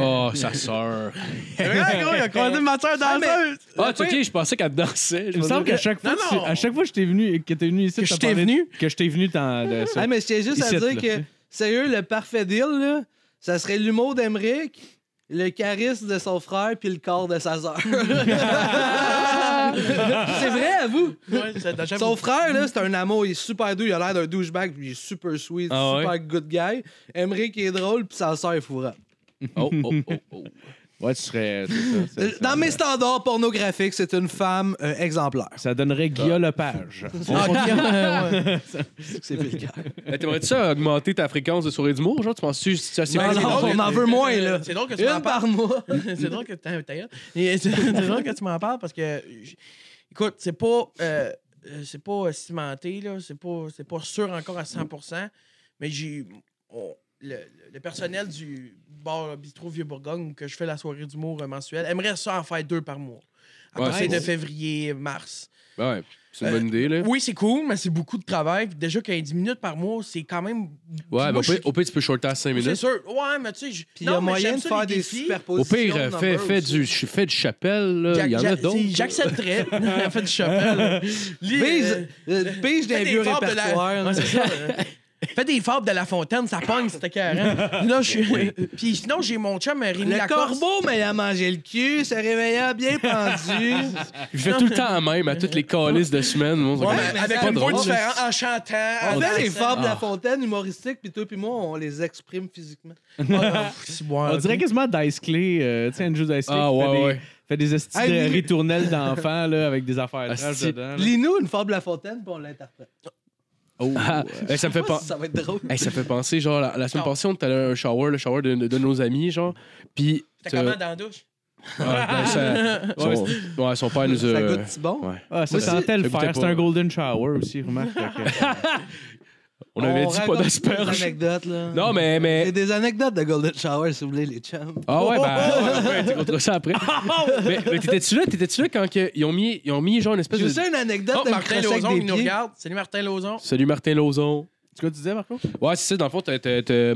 Oh, sa sœur. gros, il a croisé ma soeur Ah, mais- danseuse. Ah, tu sais, je pensais qu'elle dansait. Il me semble qu'à chaque fois, Non, que tu- non. à chaque fois que je t'ai venu, que t'es venu ici, Que t'as je t'ai parlé- venu. que je t'ai venu dans de ça. Ah, mais je tiens juste à Ici, dire là. que, sérieux, le parfait deal, là, ça serait l'humour d'Emeric, le charisme de son frère, puis le corps de sa sœur. c'est vrai, à vous. Ouais, ça t'achève. Son frère, là, c'est un amour, il est super doux, il a l'air d'un douchebag, puis il est super sweet, Ah ouais? super good guy. Emeric est drôle, puis sa sœur est fourrante. Oh, oh, oh, oh. Ouais, tu serais. c'est ça, c'est- ça, Dans mes standards pornographiques, c'est une femme euh, exemplaire. Ça donnerait Guillaume Lepage. Ah, Guillaume, euh, ouais. C'est vulgaire. Mais t'aimerais-tu ça augmenter ta fréquence de soirée d'humour? Genre, tu penses-tu que ça Non, suffirait? non, drôle on que- en veut moins, là. C'est drôle que tu m'en Une parles. par mois. c'est drôle que t'as- ta gueule. Et C'est c'est drôle que tu m'en parles parce que, j- écoute, c'est pas, euh, euh, c'est pas cimenté, là, c'est pas, c'est pas sûr encore à 100%, mais j'ai on- le, le personnel du bar Bistro Vieux-Bourgogne où que je fais la soirée d'humour euh, mensuelle aimerait ça en faire deux par mois. À Ouais, partir c'est de bon. février, mars. Ouais, c'est une bonne idée, là. Euh, Oui, c'est cool, mais c'est beaucoup de travail. Puis Déjà qu'un 10 minutes par mois, c'est quand même. Ouais, Moi, mais au je pire, suis- au pire, tu peux shorter à 5 C'est minutes. sûr. Ouais, mais tu sais, je- Puis il y a Non, mais moyen j'aime de ça, faire les des défis. Au superpositions. pire, de fais, numbers fais, aussi. du, je fais du chapelle, là. Jack- Il y en a Jack- d'autres. c'est- J'accepterais. en fait, du Chopin. Lis, euh, Bise, euh, bise fais d'un des vieux fables de la- répertoire. Ouais, c'est ça, euh. Fais des fables de la fontaine, ça pogne, c'était carré. Là, je suis. euh, Puis sinon, j'ai mon chum euh, Rémi Le Lacoste. corbeau, mais il a mangé le cul, se réveilla bien pendu. Je fais tout le temps la même à toutes les calices de semaine. Moi, c'est Ouais, comme- mais Avec c'est un pas mot drôle. différent, en chantant. en On fait les dansant. fables de Ah. la fontaine humoristiques, puis toi puis moi, on les exprime physiquement. Ah, pff, c'est bon, On ok. dirait quasiment Dice Clay, euh, tu sais, Andrew Dice Clay. Ah, qui fait ouais, des- ouais. Fait des estis Hey, de lui- ritournelles d'enfants, là, avec des affaires trash Asti. dedans. là. Lis-nous une fable de la fontaine, puis on l'interprète. Ah, eh, ça me fait Je sais pas. si Ça va être drôle. Hey, ça fait penser, genre, la, la semaine passée, on était allé à un shower, le shower de, de nos amis, genre. Puis. T'es comment dans la douche? Ah, ben, ça- son, ouais, son père nous a. Ça goûte si bon. ouais. Ah, ça Moi, si- sentait ça le goûtait fer. C'est pas. un Golden Shower aussi, remarque. Fait que- On avait dit pas raconte Des d'asperges. anecdotes, là. Non, mais. mais... C'est des anecdotes de Golden Shower, si vous voulez, les chums. Oh, Ah ouais, ben, ouais, ouais, tu compteras ça après. mais mais t'étais-tu là, t'étais-tu là quand que- ils, ont mis, ils ont mis genre une espèce Je de. sais une anecdote Oh, de Martin Martin Lauzon, des il nous pieds. regarde. Salut Martin Lauzon. Salut Martin Lauzon. C'est quoi tu disais, Marco? Ouais, c'est ça, dans le fond, t'as, t'as- t'as-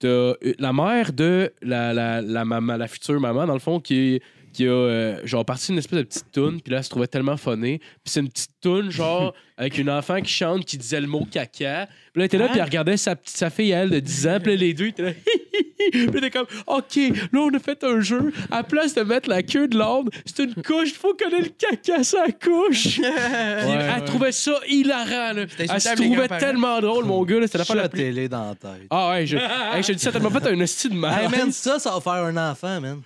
t'as, euh, la mère de la, la, la, maman, la future maman, dans le fond, qui, est- qui a euh, genre parti une espèce de petite toune, puis là, elle se trouvait tellement funnée. Puis c'est une petite toune, genre, avec une enfant qui chante, qui disait le mot caca. Puis là, elle était là, puis elle regardait sa, petite- sa fille, elle, de 10 ans, puis là, les deux, ils étaient là, hi, hi, hi. Puis elle était comme, OK, là, on a fait un jeu, à place de mettre la queue de l'ordre, c'est une couche, faut connaître le caca, sa couche. Puis elle trouvait ça hilarant, là. C'était Elle se insultable, les trouvait grands-parents. tellement drôle, mon gars, là, c'était la fin de la plus Shotez-les dans la tête. ah ouais, je, hey, je te dis ça tellement fait un hostie de Hey, mal. Ah man, ça, ça va faire un enfant, man.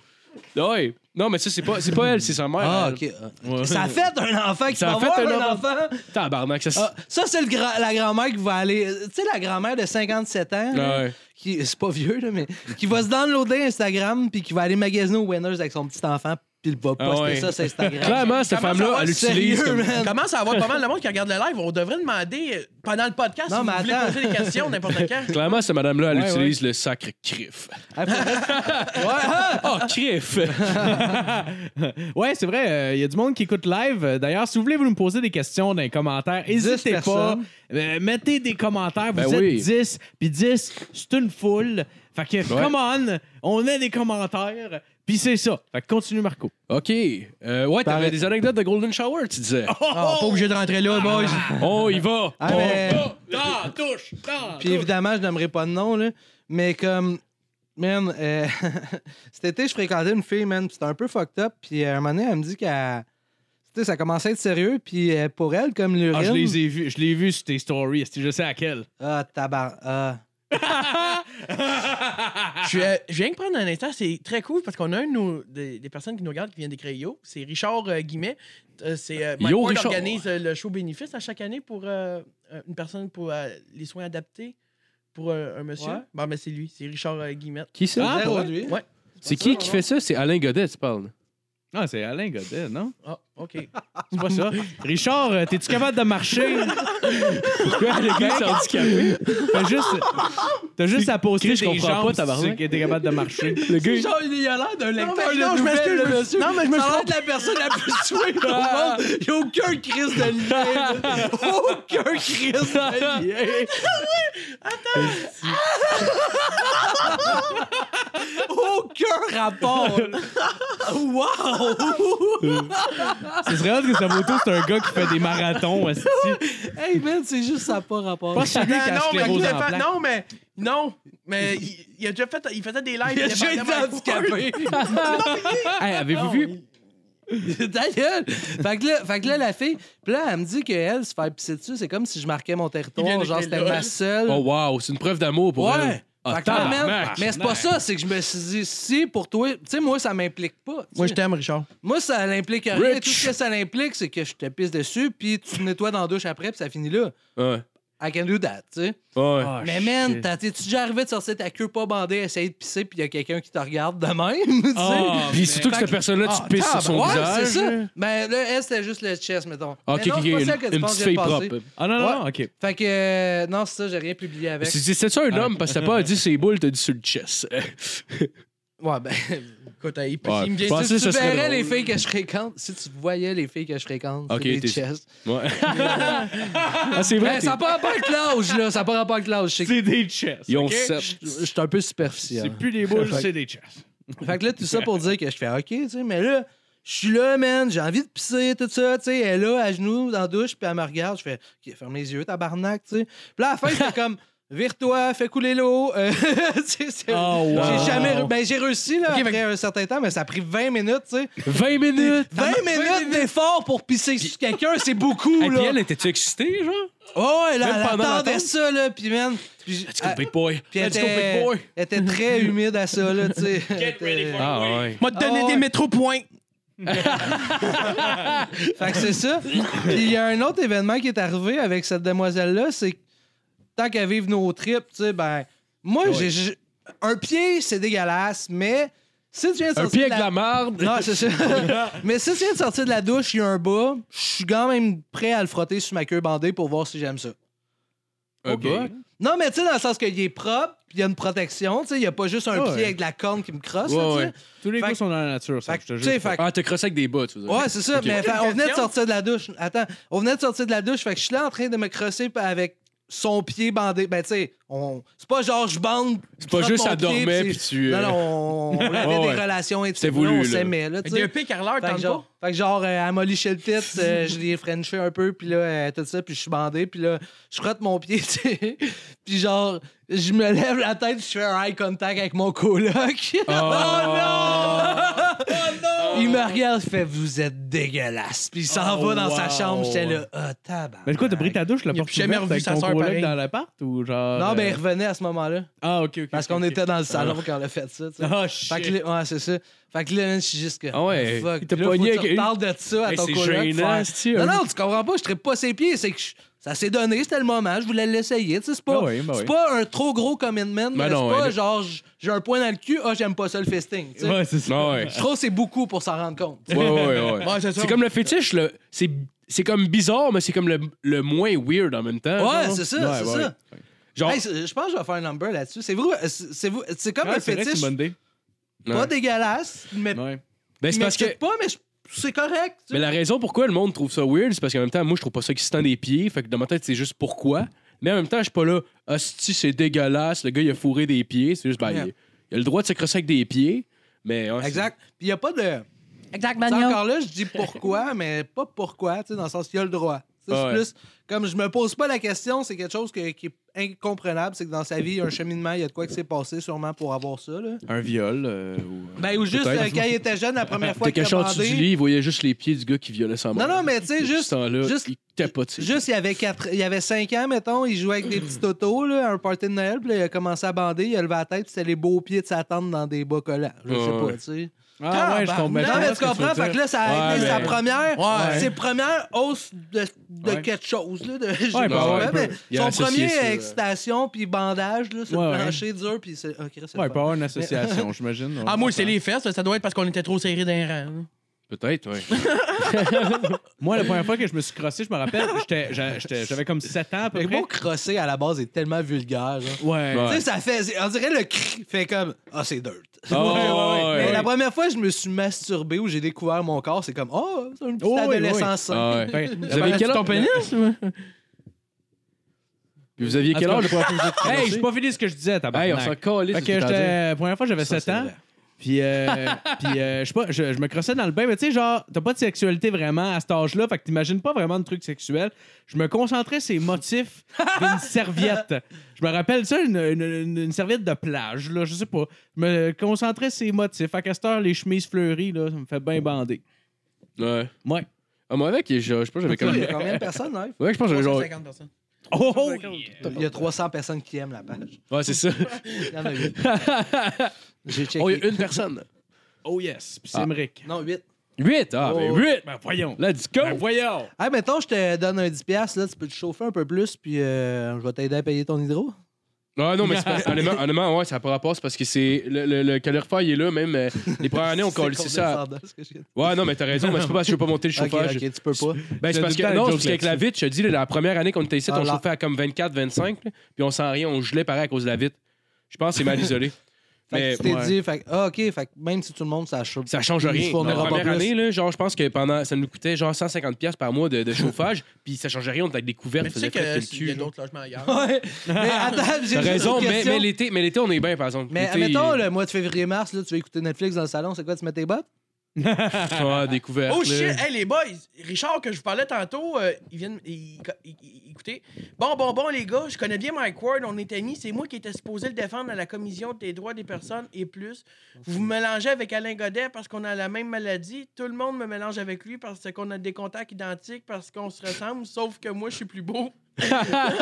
Ouais. Non, mais ça, c'est pas, c'est pas elle, c'est sa mère. Ah, elle. ok. Ça a fait un enfant qui Ça va a fait avoir un un enfant. enfant. Tabarnak, ça. c'est- Ah, ça, c'est le grand- la grand-mère qui va aller. Tu sais, la grand-mère de 57 ans, là, Ouais. qui c'est pas vieux, là, mais qui va se downloader Instagram puis qui va aller magasiner au Winners avec son petit enfant puis il va Ah poster ouais. ça sur Instagram. Clairement, cette Comment ça femme-là, va, elle utilise. sérieux, comme- man? Commence à avoir pas mal de monde qui regarde le live. On devrait demander euh, pendant le podcast Non, si vous mais voulez attends. poser des questions n'importe quand. Clairement, cette madame-là, elle Ouais, utilise le sacre crif. Ah, pour vrai? Oh, crif! Ouais, c'est vrai, euh, il y a du monde qui écoute live. Euh, D'ailleurs, si vous voulez vous nous poser des questions dans les commentaires, n'hésitez pas. personnes. Euh, mettez des commentaires, vous Ben êtes oui. 10, puis 10, c'est une foule. Fait que, Ouais. come on, on a des commentaires, puis c'est ça. Fait que continue, Marco. OK. Euh, ouais, t'avais Pareil. des anecdotes de Golden Shower, tu disais. Oh. Ah, pas obligé de rentrer là, boys. On y va! Ah, mais- Non, touche, non, Puis évidemment, je n'aimerais pas de nom, là. Mais comme, man, euh, cet été, je fréquentais une fille, man, puis c'était un peu fucked up. Puis à un moment donné, elle me dit qu'elle. Tu sais, ça commençait à être sérieux, puis euh, pour elle, comme l'urine. Ah, je les ai vus, je l'ai vu sur tes stories, est-ce que je sais à quelle. Ah, tabar. Ah. Je, suis, euh, je viens de prendre un instant, c'est très cool parce qu'on a une de nos- des, des personnes qui nous regardent qui vient d'écrire Yo. C'est Richard euh, Guimet. Euh, c'est euh, Mike Yo, Ward Richard. organise euh, le show bénéfice à chaque année pour euh, euh, une personne pour euh, les soins adaptés pour euh, un monsieur. Ouais. Bon, mais c'est lui, c'est Richard euh, Guimet. Qui c'est? Ah, Zéro ouais? lui. Ouais. c'est qui qui fait ça? C'est Alain Godet, tu parles. Non, c'est Alain Godet, Eh non? Ah, OK. C'est pas ça. Richard, euh, t'es-tu capable de marcher? Pourquoi le gars est handicapé? T'as juste, t'as juste à poster Chris, je tes comprends jambes pas, si tu tabarnak. sais que t'es capable de marcher. Le gars, il- Richard, il a l'air d'un lecteur lecteur. de Non, je nouvelles, le m'excuse. monsieur. Non, mais je me Ça a l'air trompe. de la personne la plus tuée au monde. Il n'y a aucun crise de lien. Aucun crise de lien. Aucun rapport. Wow! Ce serait hâte que ça vaut tout, c'est un gars qui fait des marathons. esti. hey man, c'est juste ça n'a pas rapport. Pas celui qui a la Non, mais, sclérose écoutez, en fa- plaques. non, mais, non, mais il, il a déjà fait, il faisait des lives. Il a déjà été dépendamment de- handicapé. Ah, Hey, avez-vous vu? Ta gueule! Fait que, là, fait que là, la fille, puis là, elle me dit qu'elle, se faire pisser dessus, c'est comme si je marquais mon Il vient territoire, de genre créer c'était le- ma seule. Oh, wow, c'est une preuve d'amour pour Ouais. elle. Ah, Fait que là, man, tabarnak. mais c'est pas ça, c'est que je me suis dit, si pour toi, tu sais, moi, ça m'implique pas. tu sais. Moi, je t'aime, Richard. Moi, ça l'implique rien. Rich. Tout ce que ça l'implique, c'est que je te pisse dessus, puis tu te nettoies dans la douche après, puis ça finit là. Ouais, I can do that, tu sais. ouais. Ah, Mais shit. man, t'as- t'es-tu déjà arrivé de sortir ta queue pas bandée, essayer de pisser, puis il y a quelqu'un qui te regarde de même, tu sais? Ah, Puis surtout que Fait cette personne-là, tu Ah, pisses sur son ouais, visage. c'est ça. Mais là, elle, c'était juste le chest, mettons. Ah, Mais Ok, non, ok, ok, c'est pas une celle que tu une penses petite que j'ai fille passée. propre. Ah non, non, ok. Fait que, euh, non, c'est ça, j'ai rien publié avec. C'est- C'est c'est ça un homme parce que t'as pas dit ses boules, t'as dit sur le chest. Ouais, ben, Écoute, il, Ouais. il me vient Pas- Pensez, si tu ça serait verrais drôle. les filles que je fréquente, si tu voyais les filles que je fréquente, Ok, c'est des t'es- chests. Ouais. Ah, c'est vrai. Ben, ça n'a t'es- pas rapport avec l'âge, là, ça n'a pas rapport avec l'âge. Je sais que C'est des chests. Ils ont ok? sept. je suis un peu C'est superficiel. plus des boules, c'est des chests. Fait que là, tout ça pour dire que je fais OK, tu sais, mais là, je suis là, man, j'ai envie de pisser, tout ça, tu sais. Elle est là, à genoux, dans la douche, puis elle me regarde, je fais OK, ferme les yeux, tabarnak, tu sais. Puis là, à la fin, c'est comme. Vire-toi, fais couler l'eau. Euh, tu sais, c'est- Ah, Oh, wow. J'ai jamais. re- Ben, j'ai réussi, là, après un certain temps, mais ça a pris 20 minutes, tu sais. 20 minutes. 20 minutes d'effort pour pisser sur quelqu'un, c'est beaucoup, Et puis elle, là. était-tu excitée, genre? Oh, elle, Même elle pendant attendait l'attente. ça, là, puis man. Puis, Let's elle- go, big boy. puis elle Let's go, était, big boy. elle était très humide à ça, là, tu sais. Ah, ouais. M'a donné Ah ouais. des métros points. Fait que c'est ça. Puis il y a un autre événement qui est arrivé avec cette demoiselle-là, c'est que tant qu'elle vive nos tripes, tu sais, ben, Ah moi, j'ai- j'ai. Un pied, c'est dégueulasse, mais si tu viens de Un sortir pied de avec de Ah, la marde. Non, c'est ça. Mais si tu viens de sortir de la douche, il y a un bas, je suis quand même prêt à le frotter sur ma queue bandée pour voir si j'aime ça. Un bas. Non, mais tu sais, dans le sens qu'il est propre, puis il y a une protection, tu sais, il n'y a pas juste un Ouais. pied avec de la corne qui me crosse, Ouais, là, tu ouais. sais. Tous les Fait gars que- sont dans la nature, ça. Fait je que, te tu jure. sais, fait que- Ah, t'as crossé avec des bas, tu veux dire. Ouais, c'est ça, Ok. mais fait- on venait de Question. sortir de la douche. Attends, on venait de sortir de la douche, fait que je suis là en train de me crosser pa- avec son pied bandé. Ben, tu sais, on... c'est pas genre je bande. C'est pas juste elle dormait, puis tu. euh, Non, non, on, on avait Ouais, ouais. des relations C'était intimes, là, voulu, on là. s'aimait, là, tu D'un sais. pic à l'heure, Fait que t'en genre, pas? fait que genre euh, elle m'a liché le tits, euh, je l'ai frenché un peu, puis là, euh, tout ça, puis je suis bandé, puis là, je frotte mon pied, tu sais. Puis genre, je me lève la tête, je fais un eye contact avec mon coloc. Oh, non! il me regarde, il fait « Vous êtes dégueulasse », puis il s'en Oh, va dans sa wow. chambre, j'étais là « Ah, tabac ». Mais quoi, t'as pris ta douche, la Il a porte plus jamais ouverte revu avec sa ton sœur coloc pareil. dans l'appart ou genre. Non, ben euh, il revenait à ce moment-là, Ah, ok, ok. parce ok, qu'on ok. était dans le salon quand on a fait ça, tu sais. Ah, shit. Fait que là, ouais, c'est ça. Fait que là, man, je suis juste que. Ah ouais, fuck. il t'a Puis là, pogné faut que avec- tu parles de ça à Hey, ton c'est coloc. gênant, faire- c'est-tu, Non, un- non, tu comprends pas, je traite pas ses pieds, c'est que je- Ça s'est donné, c'était le moment, je voulais l'essayer. Tu sais, C'est pas, Ben oui, ben c'est oui. pas un trop gros commitment. mais non, c'est pas elle- genre j- j'ai un point dans le cul, ah, j'aime pas ça le festing. tu sais. Ouais, c'est ça. ouais. Je trouve que c'est beaucoup pour s'en rendre compte. Ah, Ouais, ouais, ouais, ouais. Ouais, c'est ça. C'est comme le fétiche, là. C'est, c'est comme bizarre, mais c'est comme le, le moins weird en même temps. Ouais, genre. c'est ça, Ouais, c'est ouais, ça. Genre, Hey, c'est- je pense que je vais faire un number là-dessus. C'est vous, c'est c'est vous, Ah, c'est comme Ouais, le Ah, c'est vrai que fétiche, c'est une bonne idée. pas Ouais. dégueulasse, mais Ouais. ben, c'est mais parce que. pas, mais je- c'est correct. tu Mais la raison pourquoi le monde trouve ça weird, c'est parce qu'en même temps, moi, je trouve pas ça excitant des pieds. Fait que dans ma tête, c'est juste pourquoi. Mais en même temps, je suis pas là. Hostie, c'est dégueulasse. Le gars, il a fourré des pieds. C'est juste, ben, Ouais. il, il a le droit de se crosser avec des pieds. Mais. ouais, sais. c'est- Exact. Puis il n'y a pas de. Exact, Tu sais, Magnon. encore là, je dis pourquoi, mais pas pourquoi, tu sais, dans le sens qu'il y a le droit. Tu sais, Ah ouais. C'est plus, comme je me pose pas la question, c'est quelque chose que- qui est incompréhensible, c'est que dans sa vie, il y a un cheminement, il y a de quoi qui s'est passé sûrement pour avoir ça. Là. Un viol euh, ou. Ben, ou juste Peut-être. euh, quand il était jeune, la première fois T'es qu'il a caché en dessous du bandé. lit, il voyait juste les pieds du gars qui violait sa mère. Non, non, mais tu sais, Depuis juste, ce temps-là, juste- il capotait. Juste, il avait, quatre, il avait 5 ans, mettons, il jouait avec des petits autos, là, à un party de Noël, puis là, il a commencé à bander, il a levé la tête, puis c'était les beaux pieds de sa tante dans des bas collants. Je sais Ouais, pas, ouais. tu sais. Ah ouais, je comprends. Non, mais tu comprends, fait que là, ça a Ouais, été mais- sa première, Ouais. ses premières hausses de, de Ouais. quelque chose, là, de, je sais Ouais, pas bah comment, ouais, mais il a son associé premier ça, euh. excitation, puis bandage, là, sur Ouais, le ouais. plancher dur, puis c'est... Ah, Chris, c'est Ouais, fun. pas avoir une association, j'imagine. Ah, moi, c'est les fesses. Ça doit être parce qu'on était trop serrés d'un rang. hein. Peut-être, ouais. Moi, la première fois que je me suis crossé, je me rappelle, j'étais- j'a- j'étais- j'avais comme 7 ans à peu Le près. mot crosser, à la base, est tellement hein. vulgaire, genre. Ouais. Tu sais, ça fait... c'est- On dirait le cri fait comme... Ah, c'est dirt. Ah, ouais, ouais, Mais ouais. la première fois que je me suis masturbé où j'ai découvert mon corps, c'est comme oh, c'est une petite Oh, oui, oui, adolescence. saine. Ah ouais. Ben, Vous avez quel ton âge? pénis? Puis Vous aviez En quel tout âge? hey, j'ai pas fini ce que je disais, Hey, on tabarnak. s'en calisse. Fait c'est que ce que t'as à dire. j'étais. La première fois, j'avais Ça, 7 c'est ans. vrai. Puis, euh, puis euh, je, sais pas, je, je me crossais dans le bain, mais tu sais, genre, t'as pas de sexualité vraiment à cet âge-là, fait que t'imagines pas vraiment de trucs sexuels. Je me concentrais sur les motifs d'une serviette. Je me rappelle ça, une, une- une- une serviette de plage, là, je sais pas. Je me concentrais sur les motifs. Fait qu'à cette heure, les chemises fleuries, là, ça me fait bien bander. Ouais. Ouais. Ah, moi, avec, je je sais pas, j'avais Il comme. y a combien de personnes, hein? Ouais, je pense que j'avais genre. 50 personnes. Oh! oh, Il y a 300 personnes qui aiment la page. Ouais, c'est ça. Il y en a 8. J'ai checké. Oh, il y a une personne. oh yes! Puis c'est Ah. Emmerich. Non, 8. Huit! Ah, ben Oh. huit! Ben voyons! Let's go! Ben voyons! Hey, mettons, je te donne un 10$, là, tu peux te chauffer un peu plus, puis euh, je vais t'aider à payer ton hydro. Ah non, mais c'est parce- honnêtement, honnêtement, ouais, ça n'a pas rapport, c'est parce que c'est le, le, le calorifère, il est là, même euh, les premières années, on C'est colle ça. condescendant, ce que je viens de Ouais, non, mais t'as raison, mais c'est pas parce que je veux pas monter le dire. Ok, chauffage. ok, tu peux pas. Ben, c'est C'est parce tout que, le temps non, un c'est joke parce qu'avec la là-dessus. vitre, je te dis, là, la première année qu'on était ici, Ah, on là. chauffait à comme 24, 25, là, puis on sent rien, on gelait pareil à cause de la vitre. Je pense que c'est mal isolé. Fait mais que tu t'es ouais. dit, fait que, ah, ok, fait que même si tout le monde, ça chauffe. ça change Il se rien. La fournira pas première plus. année, là, genre, je pense que pendant, ça nous coûtait genre 150$ piastres par mois de, de chauffage, puis ça changeait rien, on était avec des couvertes, Mais on tu sais faisait frais que le qu'il y cul. a genre. d'autres logements ailleurs. Ouais. Mais attends, j'ai T'as juste raison, une mais, question. mais l'été, mais l'été, on est bien, par exemple. Mais L'été, admettons, il- le mois de février-mars, là, tu vas écouter Netflix dans le salon, c'est quoi, tu mets tes bottes? Ah, des couvertes. Oh là. shit, hey les boys, Richard que je vous parlais tantôt, euh, ils viennent, ils- ils- ils- écoutez, bon bon bon les gars, je connais bien Mike Ward, on est amis, c'est moi qui étais supposé le défendre à la commission des droits des personnes et plus. Vous vous mélangez avec Alain Godet parce qu'on a la même maladie, tout le monde me mélange avec lui parce qu'on a des contacts identiques, parce qu'on se ressemble, sauf que moi je suis plus beau.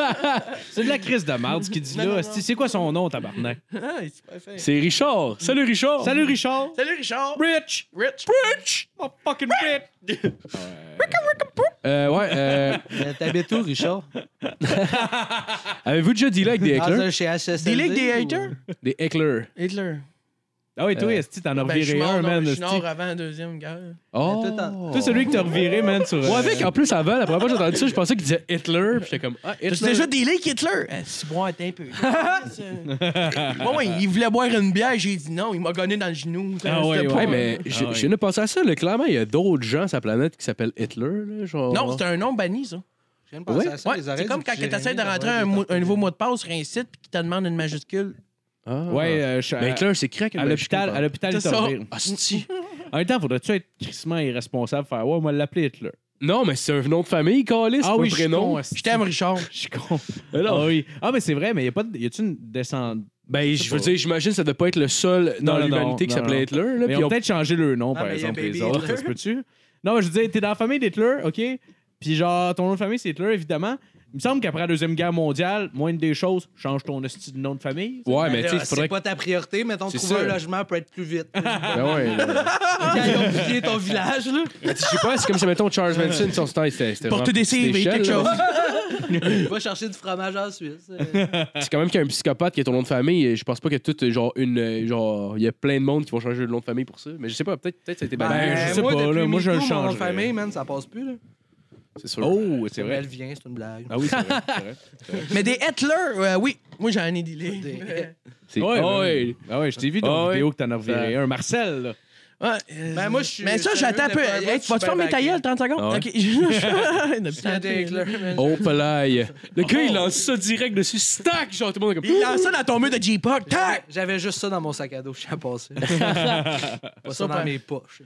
C'est de la crise de merde, ce qu'il dit Non, là. non, non. Esti, C'est quoi son nom, tabarnak? Ah, il se fait faire. C'est Richard. Salut Richard. Salut Richard! Salut Richard, Rich! Oh. Rich. Rich! My fucking rich! Euh, ouais. euh, Euh, T'habites où, Richard? Avez-vous déjà dealé avec des Dans un hecklers? chez HSLD? Des ligues des ou- euh, haters? Des hecklers. Hitler. Ah oui, toi, Euh, Esti, t'en as Ben, je suis reviré mort, un, non, euh, man. je Esti. suis mort avant la deuxième guerre. Oh. Mais tout en- Toi, celui que t'as reviré, man, sur. Ouais, euh, avec, en plus, avant, la première fois que j'ai entendu ça, je pensais qu'il disait Hitler, puis j'étais comme, ah, Hitler. T'as déjà dealé avec Hitler? Eh, si bon, attends un peu. bon, ouais, il voulait boire une bière, j'ai dit non, il m'a gonné dans le genou. Ah ouais, C'était ouais. pas- Hey, mais Ah j'ai ouais. j'ai pensé à ça, là. clairement, il y a d'autres gens sur la planète qui s'appellent Hitler, là, genre. Non, c'est un nom banni, ça. Je viens de penser à ça, Ouais, les c'est oreilles comme du quand tu petit essaies de Jérémy, rentrer t'as un, vraiment mot- des un nouveau mot de passe sur un site puis qu'il te demande une majuscule. Ah. Ouais, euh, Eh ben, je- Mais Hitler, c'est crack, à l'hôpital, à l'hôpital, il C'est t'a ça. reviré. Hostie. En même temps, faudrait-tu être crissement irresponsable, faire ouais, on va l'appeler Hitler? Non, mais c'est un nom de famille, Calis, c'est pas un Ah je suis prénom. con, Esti. Je t'aime, Richard. Je suis con. Ah oui. Ah, mais c'est vrai, mais y a pas de- y a-tu une descente? Ben, je veux dire, j'imagine que ça doit pas être le seul Non, dans non, l'humanité qui non, non. s'appelait Hitler, là. Mais puis ils ont on- peut-être changé leur nom, par Ah, mais y a exemple, Baby les autres. Hitler. Ça se peut-tu? Non, mais je veux dire, t'es dans la famille d'Hitler, OK? Puis genre, ton nom de famille, c'est Hitler, évidemment. Il me semble qu'après la Deuxième Guerre mondiale, moindre des choses, change ton esti de nom de famille. Ouais, mais tu sais, Ben là, il C'est faudrait. pas ta priorité, mettons, C'est trouver sûr. un logement peut être plus vite. Quand Ben ouais, là. ils ont pillé ton village, là. Je sais pas, c'est comme si, mettons, Charles Manson, son temps, il était. Porter des CV, quelque chose. Va chercher du fromage en Suisse. Ben, Euh, C'est quand même qu'il y a un psychopathe qui est ton nom de famille. et Je pense pas que tout, euh, genre, une. euh, Genre, il y a plein de monde qui vont changer le nom de famille pour ça. Mais je sais pas, peut-être peut ça a été ben, banni. je sais moi, pas, depuis là, moi, je MeToo, le mon nom de changerais. famille, man, ça passe plus. Là. C'est sûr. Oh, c'est Elle vrai. vient, c'est une blague. Ah oui, c'est vrai. c'est vrai. Mais des Hitler, euh, oui. Moi, j'en ai dealé. Des- Euh, C'est Ouais, Ah ouais. ouais. Ah ouais, je t'ai vu dans Ah la ouais. vidéo que t'en as reviré un. Marcel, là. Ouais, euh, Ben, moi, je suis- Mais ça, je suis j'attends un peu. sérieux, de Hey, tu vas-tu faire fermer ta backer. gueule 30 secondes? Ah ouais. Ok. Il a plus Tiens, tenté. Derek Lur, man. Oh, pelaille. Le gars, Oh. il lance ça direct dessus. Stack! Genre, tout le monde est Il comme. lance ça dans ton mur de J-Pop. Tac! J'avais juste ça dans mon sac à dos, je suis passé. Pas ça Super. dans mes poches.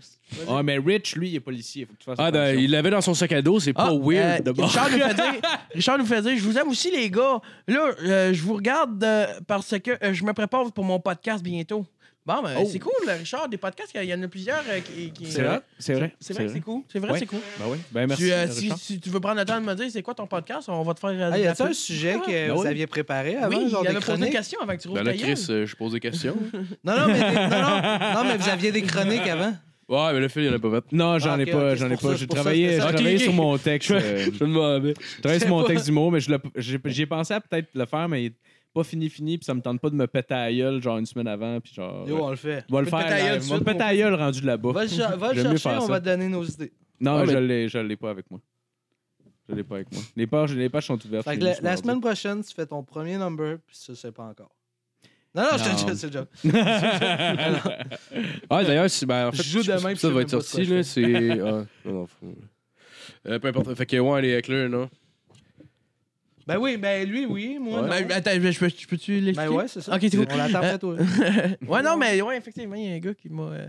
Ah, mais Rich, lui, il est policier. Faut que tu fasses Ah, ben, attention. il l'avait dans son sac à dos, c'est pas Ah, weird euh, de bord. Richard nous, fait dire, Richard nous fait dire, je vous aime aussi, les gars. Là, euh, je vous regarde euh, parce que euh, je me prépare pour mon podcast bientôt. Bon, ben, c'est cool, là, Richard, des podcasts, il y en a plusieurs euh, qui. qui- C'est vrai. C'est vrai. C'est vrai que c'est cool. C'est vrai que Ouais. c'est cool. Ben oui. Ben merci. Tu, euh, si, Richard. si tu veux prendre le temps de me dire c'est quoi ton podcast, on va te faire. euh, Ah, de y la a-t-il pub. un sujet que Ah, vous oui. aviez préparé avant, Oui, genre il des avait posé des chroniques? questions avant que tu roules Ben ta là, gueule. Chris, euh, je pose des questions. Non, non, mais, non, non, non, mais vous aviez des chroniques avant. Ouais, mais le film, il y en a pas fait. Non, j'en Ah, ai ok, pas, ok, j'en c'est ai pour ça, pas. c'est J'ai pour ça, travaillé, c'est ça. j'ai Ok, travaillé ok. sur mon texte. euh, Je me demandais. Je travaillais sur C'est mon pas- texte d'humour, mais je l'ai- j'ai j'y ai pensé à peut-être le faire, mais il est pas fini, fini, puis ça me tente pas de me péter à la gueule, genre une semaine avant, puis genre. Yo, euh, on le fait. je vais le Tu peux te péter la faire. gueule live. tout de Je vais me suite, péter à la gueule rendu là-bas. mon- Va le, cher- va le J'aime mieux chercher, faire on ça. va te donner nos idées. Non, Ouais, je mais- l'ai, je l'ai pas avec moi. Je l'ai pas avec moi. Les pages, les pages sont ouvertes. Fait je que l'ai la, mis la sur semaine prochaine, tu fais ton premier number, puis ça, c'est pas encore. Non, non, je Non. te c'est déjà. Ah, d'ailleurs, c'est- ben, en fait, Je joue je sais demain, pas puis si ça je va sais être même pas sorti, ce que là. je C'est. Ah, non, non, faut- Euh, peu importe. Fait que, ouais, les éclairs, non? Ben oui, ben lui, oui, moi. non. Ben, attends, je peux- je peux-tu l'expliquer? Ben ouais, c'est ça. Ok, Euh, c'est cool. On l'attend après toi. ouais, non, mais ouais, effectivement, il y a un gars qui m'a. euh,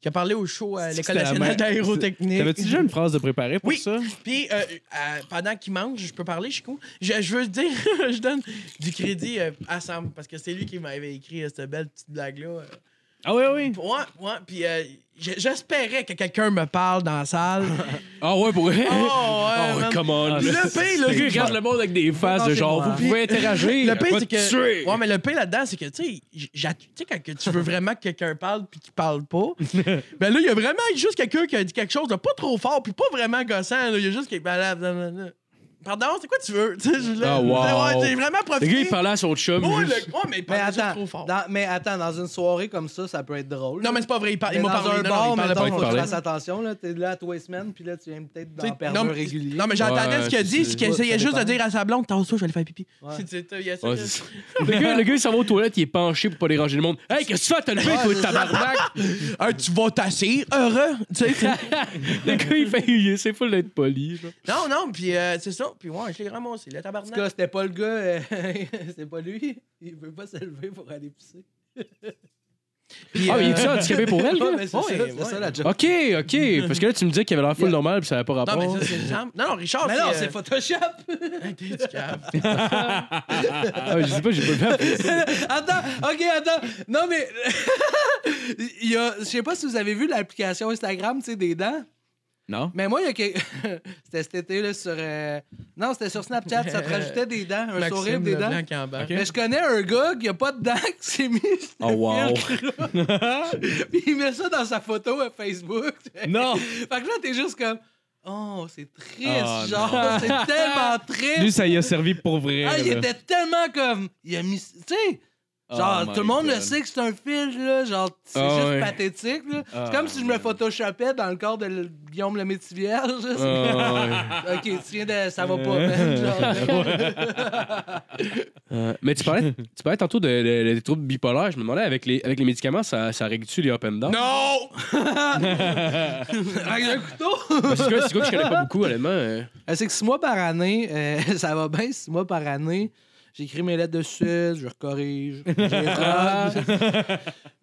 qui a parlé au show à l'École C'est que c'était la nationale même- d'aérotechnique. T'avais-tu déjà une phrase de préparer pour Oui. ça? Puis, euh, euh, pendant qu'il mange, je peux parler, Chico. Je, je veux dire, je donne du crédit euh, à Sam, parce que c'est lui qui m'avait écrit euh, cette belle petite blague-là. euh. Ah oui, oui. Ouais, ouais. Puis, euh, j- j'espérais que quelqu'un me parle dans la salle. Ah, ouais, pour vrai? oh, ouais, Oh, man. come on. Le pire, là, Le gars, il c'est- regarde le monde avec des faces de Non, genre, c'est moi. vous pouvez interagir. Le pire, va c'est te que. tuer. Ouais, mais le pire là-dedans, c'est que, tu sais, j- j'att- tu sais, quand que tu veux vraiment que quelqu'un parle puis qu'il parle pas, ben là, il y a vraiment juste quelqu'un qui a dit quelque chose de pas trop fort puis pas vraiment gossant. là. Il y a juste. qui- blablabla. Pardon, c'est quoi tu veux? Tu sais, je Ah, wow. Ouais, j'ai vraiment Le profité. gars, il parlait à son chum. Ouais, juste. le- ouais, mais il Mais parlait juste attends, Ah, trop fort. dans, mais attends, dans une soirée comme ça, ça peut être drôle. Non, mais c'est pas vrai, il, par- il Mais m'a dans parlé. un non, bar, non, il parlait mettons, pas faut trop que tu parler. fasses attention, là, t'es là à tous les semaines, puis là, tu viens peut-être Tu sais, d'en perdre non, mais- un régulier. Non, mais j'entendais Ouais, ce qu'il a dit, c'est- ce qu'il Ouais, essayait ça juste de dépend. dire à sa blonde, t'as ça, je vais aller faire pipi. Ouais. C'est- c'est- il y a ça, Ouais, il y a c'est ça. ça. le, gars, le gars, il s'en va aux toilettes, il est penché pour pas déranger le monde. Hey, qu'est-ce que tu fais? T'as le Ouais, toi, c'est ça. tabarnak? Hey, tu vas t'asseoir, heureux. Tu sais, c'est- le gars, il fait, il c'est full d'être poli. genre. non, non, puis euh, c'est ça. Puis ouais, je l'ai ramassé, le En tabarnak. tout cas, c'était pas le gars, euh, c'est pas lui. Il veut pas se lever pour aller pisser. Puis, Ah, mais il euh, est-tu handicapé pour elle, Ouais, là? mais c'est Ouais, ça, c'est ouais. ça la job. Ok, ok. Parce que là, tu me disais qu'il avait l'air full normal, puis ça n'avait pas Non, rapport. mais ça, c'est le Sam. Non, non, Richard, Mais non, c'est euh, Photoshop! t'es du cave. Ah, je sais pas, j'ai pas le fait. attends, ok, attends. Non, mais. il y a- Je sais pas si vous avez vu l'application Instagram, tu sais, des dents. Non. Mais moi, il y a quelque. c'était cet été, là, sur. euh, Non, c'était sur Snapchat, ça te rajoutait des dents, un Maxime sourire, des dents. Leblanc qui embarque. Mais je connais un gars qui a pas de dents, qui s'est mis. Oh, wow. Puis il met ça dans sa photo à Facebook. Non! fait que là, t'es juste comme. Oh, c'est triste, Oh, genre, non. c'est tellement triste. Lui, ça y a servi pour vrai. Ah, il là. était tellement comme. Il a mis. Tu sais, Oh genre, my tout le monde le God. sait que c'est un film, là. Genre, c'est Ah juste ouais. pathétique, là. Ah c'est comme si je me man. photoshopais dans le corps de le- Guillaume le Métivierge. Ah, ok, tu viens de. Ça va pas, Euh. man. Genre, ouais. Euh, mais tu parlais, tu parlais tantôt de- de- des troubles bipolaires. Je me demandais, avec les, avec les médicaments, ça, ça règle-tu les up and down? Non! avec un couteau. Parce que c'est quoi que je connais pas beaucoup, honnêtement. euh. Euh, C'est que six mois par année, euh, ça va bien, six mois par année. J'écris mes lettres de suite, je corrige, j'érode.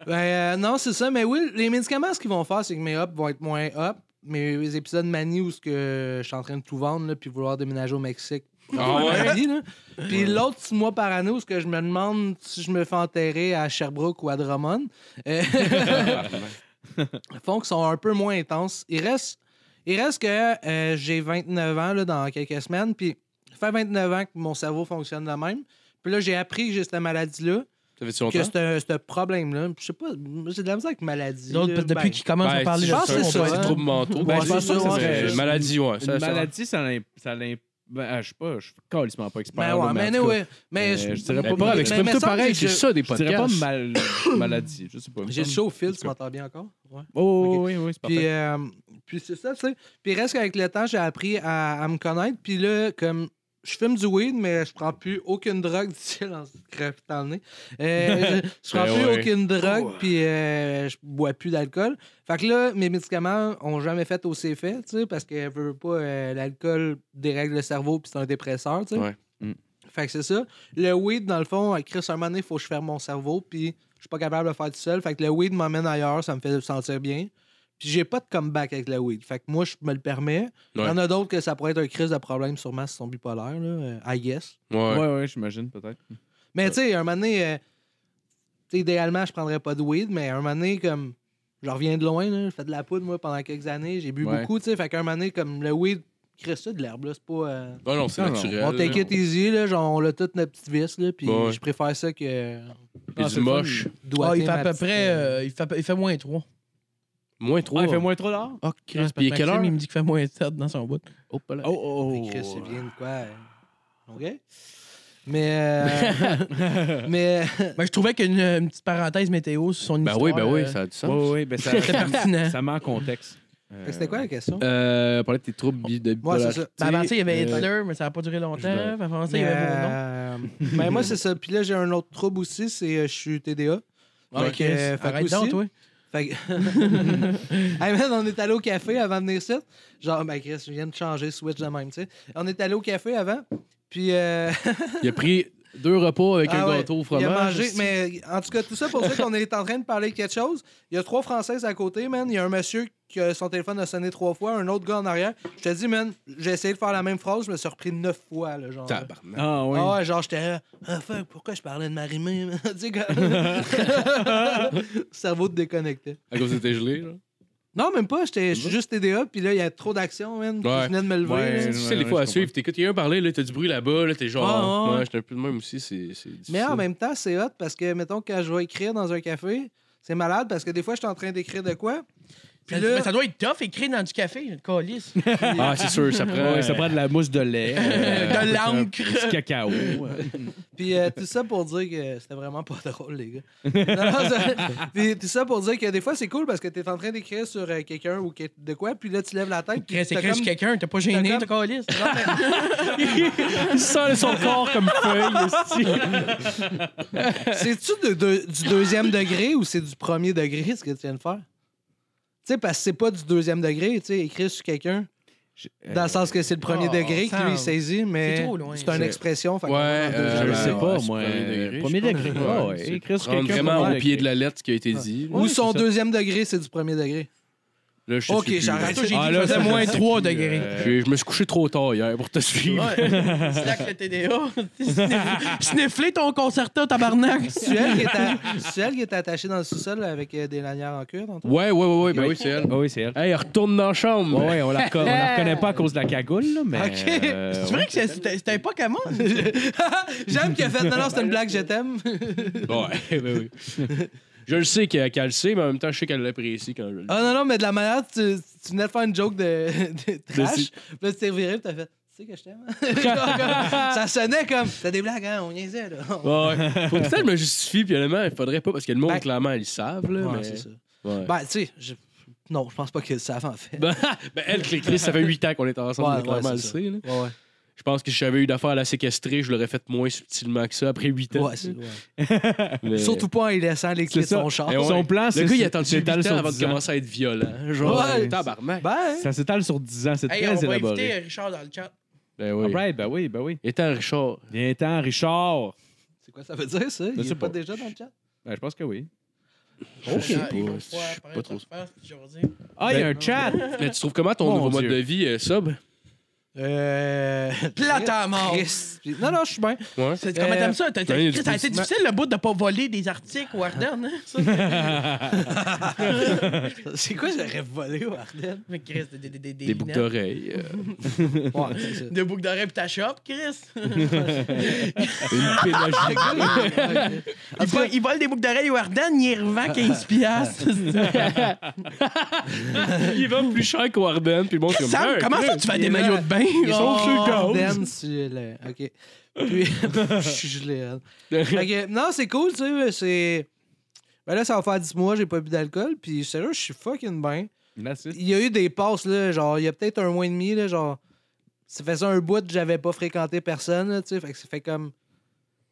ben, euh, non, c'est ça. Mais oui, les médicaments, ce qu'ils vont faire, c'est que mes ups vont être moins up. Mes épisodes manie où ce que je suis en train de tout vendre, là, puis vouloir déménager au Mexique. Ah ouais? Manie, là. Puis l'autre six mois par année où ce que je me demande si je me fais enterrer à Sherbrooke ou à Drummond. Euh, font qu'ils sont un peu moins intenses. Il reste, il reste que euh, j'ai 29 ans là, dans quelques semaines, puis ça fait 29 ans que mon cerveau fonctionne de même. Puis là, j'ai appris que j'ai cette maladie-là, Ça fait-tu que longtemps? c'est un- c'est un problème-là. Puis Je sais pas, moi, j'ai de la misère avec maladie. L'autre, là, parce que ben, depuis qu'il commence à Ben, parler tu- je pense que c'est c'est ça, des hein. troubles mentaux. Ouais, Ben, je pense c'est pas que ça, ça serait- ouais. Ben, Maladie, ouais. Une ça- ça- maladie, ça l'im- ça l'im- Ben, ah, je sais pas, je suis calissement pas expert. Mais là, ben ouais, mais en tout cas, anyway, mais euh, je Mais dirais pas Ben, pas avec mais- Exprime-toi mais semble pareil, que c'est je- ça des Je dirais pas podcasts. mal, maladie, je sais pas. J'ai le chaud. show au fil, En tout tu cas. m'entends bien encore? Ouais. Oh, Ok. oui, oui, c'est Puis, parfait. euh, puis c'est ça, tu sais. Puis reste qu'avec le temps, j'ai appris à, à me connaître. Puis là, comme je fume du weed, mais je prends plus aucune drogue, dit-il en se crevetant le nez. Euh, je, je prends Ben plus ouais. aucune drogue, puis euh, je bois plus d'alcool. Fait que là, mes médicaments ont jamais fait aussi effet, tu sais, parce que veux, veux pas, euh, l'alcool dérègle le cerveau, puis c'est un dépresseur, tu sais. Ouais. Mm. Fait que c'est ça. Le weed, dans le fond, à Chris, un moment donné, il faut que je ferme mon cerveau, puis je suis pas capable de le faire tout seul. Fait que le weed m'emmène ailleurs, ça me fait sentir bien. Puis j'ai pas de comeback avec le weed. Fait que moi, je me le permets. Il y en a d'autres que ça pourrait être un crise de problème, sûrement, s'ils sont bipolaires, là, euh, I guess. Ouais, Ouais. ouais, j'imagine, peut-être. Mais tu sais, un moment donné, euh, tu sais, idéalement, je prendrais pas de weed, mais un moment donné, comme, je reviens de loin, là, j'ai fait de la poudre, moi, pendant quelques années, j'ai bu Ouais. beaucoup, tu sais. Fait qu'un moment donné, comme le weed, crée ça de l'herbe, là, c'est pas. euh, Ben Non, non, c'est Non, non, naturel. on t'inquiète easy, là, genre, on a toute notre petite vis, là, puis Ouais. je préfère ça que. Il Ah, est c'est du le fun. moche. doigter Ah, il fait à ma peu petite, près. euh, euh, il, fait, il fait moins Hein, 3. Moins 3. Ah, il fait moins 3 dollars? Oh, Chris, puis il est quelle heure? Il me dit qu'il fait moins 7 dans son bout. Oh, pas là. Oh, oh, Mais Chris, oh. c'est bien de quoi. euh, OK? Mais. euh, mais. Ben, je trouvais qu'une euh, une petite parenthèse météo sur son Ben histoire. oui, ben oui, euh, ça a du Ouais, sens. ouais, ouais, ben ça, C'était pertinent. ça met en contexte. Euh, C'était quoi la question? Euh, parler de tes troubles bi- de Moi, c'est ça. Ben, avant ça, il y avait Euh, Hitler, mais ça n'a pas duré longtemps. Ben, Avant ça, il y Mais, avait vos noms. euh, ben, moi, c'est ça. Puis là, j'ai un autre trouble aussi, c'est euh, je suis TDA. Ah, Ouais, Fait que, Chris, euh, fait arrête aussi- donc, toi. Fait que... Hey, man, on est allé au café avant de venir ici. Genre, ben Chris, je viens de changer, switch de même, tu sais. On est allé au café avant, puis... euh, Il a pris deux repas avec Ah un ouais. gâteau au Il fromage. a mangé, mais en tout cas, tout ça pour dire qu'on est en train de parler de quelque chose. Il y a trois Françaises à côté, man. Il y a un monsieur que son téléphone a sonné trois fois, un autre gars en arrière. Je te dis, man, j'ai essayé de faire la même phrase, je me suis repris neuf fois, là, genre. Tabarnak. Ah, oui. Ah ouais, genre, j'étais là, ah, fuck, pourquoi je parlais de Marimé? man? tu sais, comme... Cerveau te déconnecté. À cause des gelé, là. Non, même pas, j'étais je suis juste TDA, puis là, il y a trop d'action, man. puis Ouais. Je venais de me lever. Ouais, là. Tu sais, ouais, les fois je à suivre, t'écoutes quelqu'un parler, là, t'as du bruit là-bas, là, t'es genre. Ouais, ouais, ouais. Ouais, j'étais un peu de même aussi, c'est. c'est difficile. Mais en même temps, c'est hot parce que, mettons, quand je vais écrire dans un café, c'est malade parce que des fois, je suis en train d'écrire de quoi. Puis Ça, là, ben, ça doit être tough écrire dans du café, une calice. Ah, c'est sûr, ça prend. Ouais, ça prend de la mousse de lait. euh, de l'encre. Du cacao. puis euh, tout ça pour dire que c'était vraiment pas drôle, les gars. Non, non, ça- puis tout ça pour dire que des fois, c'est cool parce que t'es en train d'écrire sur euh, quelqu'un ou que- de quoi, puis là, tu lèves la tête. puis Chris, t'as écris comme- sur quelqu'un, t'es pas gêné, t'as t'es calice. Il sort son corps comme feuille. C'est-tu de- de- du deuxième degré ou c'est du premier degré, ce que tu viens de faire? Tu sais, parce que c'est pas du deuxième degré, tu sais, écrire sur quelqu'un, euh, dans le sens que c'est le premier Euh, oh, degré qui ça, lui saisit, mais c'est trop loin. c'est une C'est- expression. fait Ouais, qu'on est dans euh, le deuxième Je ben, degré. sais pas, ouais, moi, euh, c'est premier degré, premier je pense. degré, Ah, Ouais, ouais, c'est écrire sur prendre quelqu'un, vraiment premier au pied degré. de la lettre ce qui a été dit. là. Ou Ouais, son c'est ça. deuxième degré, c'est du premier degré. Là, je sais Ok, plus. j'arrête. J'ai dit Ah, qu'il là, faisait ça, je moins sais 3 plus, degrés. euh, J'ai- Je me suis couché trop tard hier pour te suivre. Ouais, slack le TDA. Sniffler ton concerto, tabarnak. C'est elle qui est, à- c'est elle qui est attachée dans le sous-sol avec euh, des lanières en cuir. dans ton- Ouais, ouais, ouais, ouais, ben oui, c'est elle. Ah oui, c'est elle. Hey, retourne dans la chambre. Ouais, ouais, on la, reco- on la reconnaît pas à cause de la cagoule, là, mais. Ok. euh, C'est ouais. vrai que c'est- c'était c'était pas Camon. J'aime qu'elle a fait. Non, non, c'est une blague, je t'aime. Ouais, ben oui. Je le sais qu'elle qu'elle le sait, mais en même temps, je sais qu'elle l'apprécie quand je le dis. Ah non, non, mais de la manière, tu, tu venais de faire une joke de, de De trash. si- Puis là, tu t'es reviré, puis t'as fait. Tu sais que je t'aime. Genre comme- ça sonnait comme. C'est des blagues, hein, on niaisait, là. Ouais. Faut peut-être me justifier, puis honnêtement, il faudrait pas, parce que le monde, Ben- clairement, ils le savent, là. Ouais, mais... c'est ça. Ouais. Ben, tu sais, je- non, je pense pas qu'ils le savent, en fait. Ben, ben, elle, Chris, Chris, ça fait 8 ans qu'on est ensemble, Ouais, mais clairement, ouais, elle le c'est sait, là. Ouais, ouais. Je pense que si j'avais eu d'affaires à la séquestrer, je l'aurais faite moins subtilement que ça après 8 ans. Ouais, c'est- ouais. Mais- Surtout pas en y laissant les clés de C'est ça. son char. Eh ouais. Son plan, Le c'est. gars, il c'est- attend 8 j'évite ans sur avant 10 de ans. commencer à être violent. hein, Genre, euh, Ouais. tabarnak. Ben, Ça s'étale sur 10 ans, c'est Hey, très on va élaboré. inviter euh, Richard dans le chat. Ben Ah, oui. right, ben oui, ben oui. Étant Richard. Viens-t'en, Richard. c'est quoi ça veut dire, ça? Il sais est pas pas. déjà dans le chat? Ben, je pense que oui. Je sais pas. Je Je sais pas trop. Ah, il y a un chat. Mais tu trouves comment ton Mon nouveau mode Dieu. de vie euh, sobre? Euh. Plate à mort. Chris. Puis- Non, non, je suis bien. Ouais. C'est- Comment Euh, t'aimes ça? T'as- t'as- ben, Chris, Ça a été difficile le bout de pas voler des articles au Ardennes. hein? Ça, C'est quoi, j'aurais volé au Ardennes? Mais Chris, des, des, des, des, Des boucles lunettes. d'oreilles. euh, Ouais, c'est ça. Des boucles d'oreilles pis ta shop, Chris. une pédagogie. Il, vole, il vole des boucles d'oreilles au Ardennes, il revend 15 piastres. il va plus cher qu'au Arden, puis bon, c'est comme. Sam, Hey, comment ça tu fais des maillots de bain? Ils sont Oh. dense, le- OK. Puis, je suis gelé. hein. Fait que, non, c'est cool, tu sais. C'est. Ben là, ça va faire 10 mois, j'ai pas bu d'alcool. Puis, sérieux, je suis fucking bien. Il y a eu des passes, là, genre, il y a peut-être un mois et demi, là, genre. Ça faisait un bout que j'avais pas fréquenté personne, là, tu sais. Fait que ça fait comme.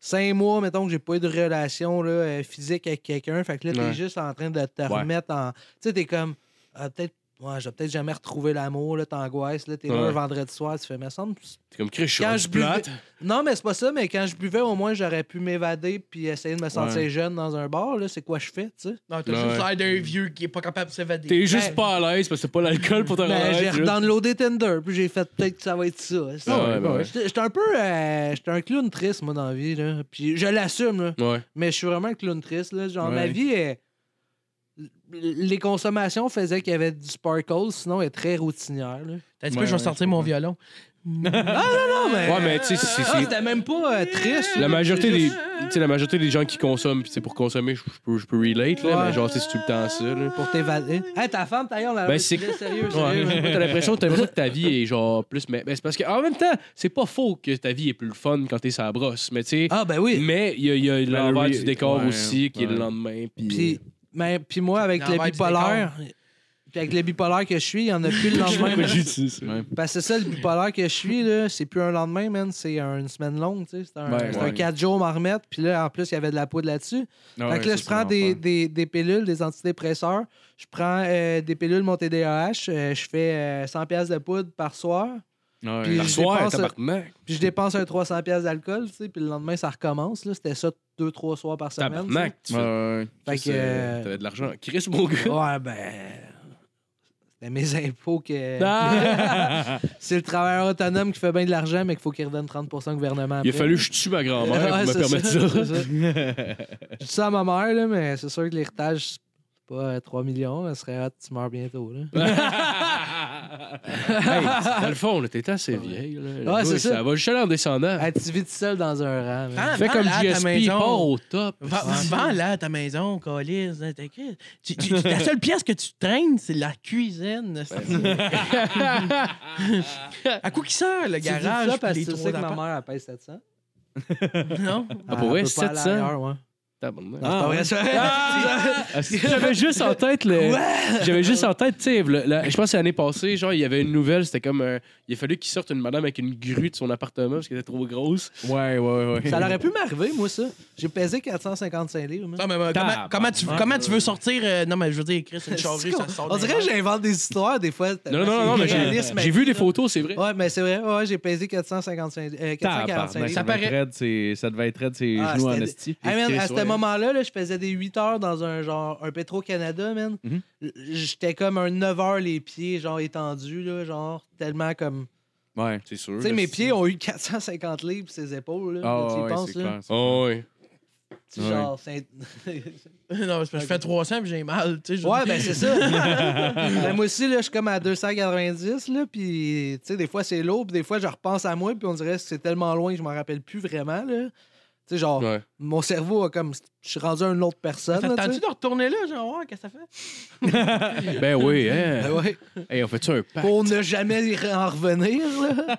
5 mois, mettons, que j'ai pas eu de relation là, euh, physique avec quelqu'un. Fait que là, t'es Ouais. juste en train de te Ouais. remettre en. Tu sais, t'es comme. Ah, peut-être. Ouais, j'ai peut-être jamais retrouvé l'amour, là, t'angoisses, là, t'es là Ouais. un vendredi soir, tu fais, mais semble, C'est comme Chris, je suis Quand rendu je buvais- plate. non, mais c'est pas ça, mais quand je buvais, au moins, j'aurais pu m'évader puis essayer de me sentir jeune dans un bar. Là, c'est quoi je fais, tu sais? Non, t'as juste l'air d'un vieux qui est pas capable de s'évader. T'es juste pas à l'aise parce que c'est pas l'alcool pour te rendre à Ben, j'ai l'aise. là. redownloadé Tinder, puis j'ai fait peut-être que ça va être ça. Ah ouais, ben ouais. J'étais j'étais un peu. euh, J'étais un clown triste, moi, dans la vie. Là. Puis je l'assume, là. Ouais. Mais je suis vraiment un clown triste, là. Genre, Ouais. ma vie est. Les consommations faisaient qu'il y avait du sparkle, sinon elle est très routinière. Là. T'as dit que je vais sortir mon violon. Non, mais, Ouais, mais tu sais, c'est- Ah, c'est. c'était même pas euh, triste. La là. majorité C'est des, juste- tu sais, la majorité des gens qui consomment, pis c'est pour consommer, je je peux, je peux relate là, Ouais. mais genre tu sais, c'est tout le temps ça. Là. Pour t'évader. Hey, ta femme, d'ailleurs, la Ben, c'est- sérieux, Ouais. sérieux. hein. Ouais, T'as l'impression, t'as l'impression que ta vie est genre plus, mais ben, c'est parce que en même temps, c'est pas faux que ta vie est plus le fun quand t'es sur la brosse, mais tu sais, Ah, ben oui. mais il y a, il y a l'envers du décor ouais, aussi qui est ouais. le lendemain, puis euh, Puis, mais- puis moi, avec L'envers le du bipolaire, puis avec le bipolaire que je suis, il n'y en a plus le lendemain. Parce que Ben, c'est ça, le bipolaire que je suis, là, c'est plus un lendemain, man, c'est une semaine longue. tu sais. C'est un, Ouais, c'est ouais. Ah un 4 jours m'en remettre, puis là, en plus, il y avait de la poudre là-dessus. fait que là, je prends des, des, des pilules, des antidépresseurs, je prends euh, des pilules, mon TDAH, euh, je fais euh, 100$ piastres de poudre par soir. Puis par je soir, dépense- tabarnak, Puis je dépense un 300$ piastres d'alcool, tu sais, puis le lendemain, ça recommence. là. C'était ça deux, trois soirs par semaine. tu sais. tabarnak, tu fais- Fait que, c'est- euh, t'avais de l'argent, Chris mon gars. Ouais, ben. C'était mes impôts que. Ah! c'est le travailleur autonome qui fait bien de l'argent, mais qu'il faut qu'il revienne 30 au gouvernement. Il a après. fallu que je tue ma grand-mère Ouais, pour c'est me permettre ça. c'est Je dis ça à ma mère, là, mais c'est sûr que l'héritage, c'est pas euh, 3 millions. Elle serait hot, tu meurs bientôt. Là. Hey, dans le fond, là, t'es assez vieille. Là. Ouais, c'est Oui, ça. va juste aller en descendant. Elle tu vis tout seul dans un rang. man. Vends- Fais comme vends-la à ta GSP, maison. part au top. Vends- Vends-la à ta maison, hein, Colis. La seule pièce que tu traînes, c'est la cuisine. à quoi qui sert le Tu dis garage? ça parce puis que les tu sais que trois ma apparts? mère, elle paye 700. Non? Ah, Ah, pour vrai, elle peut pas aller 700? ailleurs, ouais. Ah, Tabarnak. Ah, Non, c'est pas vrai, ça. J'avais juste en tête le. J'avais juste en tête, tu sais, le- la- je pense que c'est l'année passée, genre, il y avait une nouvelle, c'était comme. euh, un- il a fallu qu'il sorte une madame avec une grue de son appartement parce qu'elle était trop grosse. Ouais, ouais, ouais. Ça aurait pu m'arriver, moi, ça. J'ai pesé 455 livres. man. Non, mais euh, comment, comment tu, comment tu veux sortir? euh, non, mais je veux dire, Chris, une charrue, ça sort. On des dirait que airs. j'invente des histoires des fois. Non, non, non, non, mais j'ai Réalisme, j'ai vu des photos, c'est vrai. Ouais, mais c'est vrai. Ouais, j'ai pesé 455, euh, 445 livres. Tabarnak, ça, devait être raide, ses- ça devait être raide ses Ah, genoux en c'était- esti. Hey, man, à Chris, ce ouais. moment-là, là, je faisais des 8 heures dans un genre un Petro-Canada, man. Mhm. J'étais comme un 9 heures les pieds, genre étendus, là, genre tellement comme. Ouais. C'est sûr. Tu sais, là, mes c'est- pieds ont eu 450 livres pis ses épaules, là. Ah, tu y ouais, penses, c'est là. clair. c'est Oh, ouais. Tu Ouais. genre, c'est- non, c'est parce que je fais 300 puis j'ai mal. Tu sais, je- ouais, ben c'est ça. Ben, moi aussi, là, je suis comme à 290, là, puis tu sais, des fois c'est lourd, puis des fois je repense à moi, puis on dirait que c'est tellement loin que je m'en rappelle plus vraiment, là. Tu sais, genre, Ouais. mon cerveau a comme. Je suis rendu à une autre personne. Ça là, te tu tente-tu sais. de retourner là, genre, voir qu'est-ce que ça fait? Ben oui, hein. Ben ouais. Hey, on fait-tu un pack? pour ne jamais y re- en revenir. Là.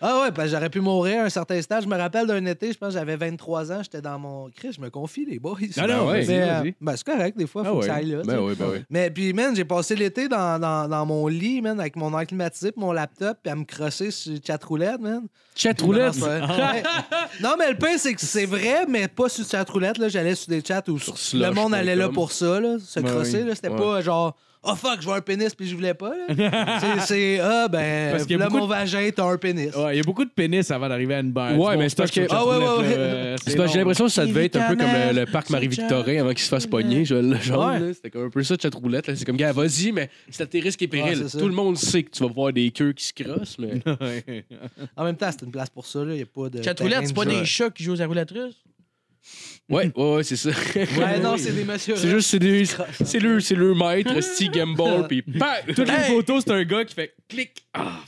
ah ouais, parce que j'aurais pu mourir à un certain stade. Je me rappelle d'un été, je pense que j'avais 23 ans, j'étais dans mon. Chris, je me confie, les boys. Ah non, Mais, vas-y, euh, vas-y. ben, c'est correct, des fois, faut Ah que ouais. ça aille là. tu sais. Ben oui, ben oui. Mais puis, man, j'ai passé l'été dans, dans, dans mon lit, man, avec mon air climatisé, puis mon laptop, puis à me crosser sur chatroulette, man. Chatroulette. Non, c'est pas- Ouais. Non, mais le pire, c'est que c'est vrai, mais pas sur chatroulette. Là, j'allais sur des chats où le slush.com. monde allait là pour ça, là, se crosser. là. C'était Ouais. pas genre. Oh fuck, je vois un pénis puis je voulais pas. là. C'est- C'est ah ben Parce qu'il y a là beaucoup mon vagin t'as un pénis. Ouais, il y a beaucoup de pénis avant d'arriver à une barre. Ouais, mais c'est parce que- Ah, ouais, ouais, ouais. euh, C'est parce que j'ai l'impression que ça devait être un peu comme le, le parc Marie-Victorin avant qu'il se fasse pogner. Je, le genre, Ouais. là, c'était comme un peu ça, cette roulette. là. C'est comme, gars, vas-y, mais c'est à tes risques et périls. Ouais, c'est ça. Tout le monde sait que tu vas voir des queues qui se crossent, mais. l'impression. En même temps, c'est une place pour ça, là. Y a pas de. Chatroulette, c'est pas terrain de des jeu. chats qui jouent à la roulette russe? ouais, ouais, ouais, c'est ça. Ouais, non, c'est des messieurs. C'est juste, c'est des- c'est le, c'est le maître, Steve Gamble, puis pam! Toutes Une photo, c'est un gars qui fait clic. Ah,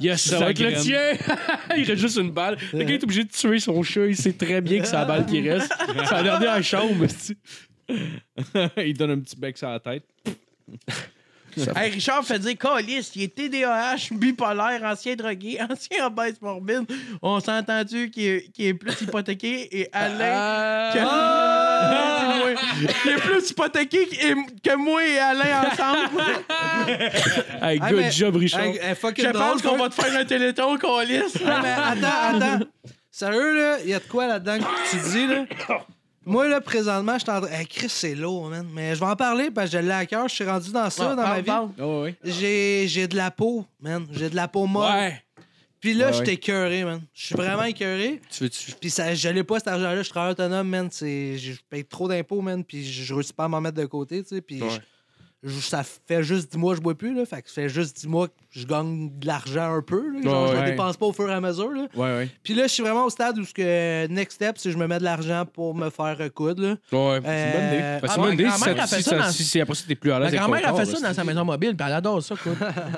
Yes, ça Ça va être le graine. tien! il reste juste une balle. Le gars est obligé de tuer son chat, il sait très bien que c'est la balle qui reste. C'est la dernière chambre, mais c'est- il donne un petit bec sur la tête. Hey, Richard fait dire Colis, il est TDAH, bipolaire, ancien drogué, ancien obèse morbide. On s'est entendu qu'il est, qu'il est plus hypothéqué et Alain. que- Ah! Dis-moi. Euh, Il est plus hypothéqué que et- que moi et Alain ensemble. Hey, Ah, good mais- job, Richard. Hey, hey, fucking Je pense drôle, qu'on va te faire un téléthon, Colis. Ah, mais attends, attends. Sérieux, là, il y a de quoi là-dedans que tu dis, là? Moi, là, présentement, je suis en train. Hey, Chris, c'est lourd, man. Mais je vais en parler parce que je l'ai à cœur. Je suis rendu dans ça, dans ma vie. Ah, J'ai j'ai de la peau, man. J'ai de la peau molle. Ouais. Puis là, j'étais écœuré, man. Je suis vraiment écœuré. Tu veux-tu. Puis ça, je l'ai pas, cet argent-là. Je suis travailleur autonome, man. C'est- Je paye trop d'impôts, man. Puis je je réussis pas à m'en mettre de côté, tu sais. Puis je- je- ça fait juste 10 mois que je bois plus, là. Fait que ça fait juste 10 mois que je gagne de l'argent un peu. là. Genre, je le ouais. dépense pas au fur et à mesure, là. Ouais, ouais. Puis là, je suis vraiment au stade où ce que next step, c'est que je me mets de l'argent pour me faire recoudre. Là. Ouais. c'est une bonne idée. Parce que Ah, moi, ma une idée, si grand-mère, ça- elle fait si ça ça- dans- si- si après ça, t'es plus à Ma l'aise. avec ton grand-mère a corps, fait là, ça c'est- dans sa maison mobile, puis elle adore ça, quoi.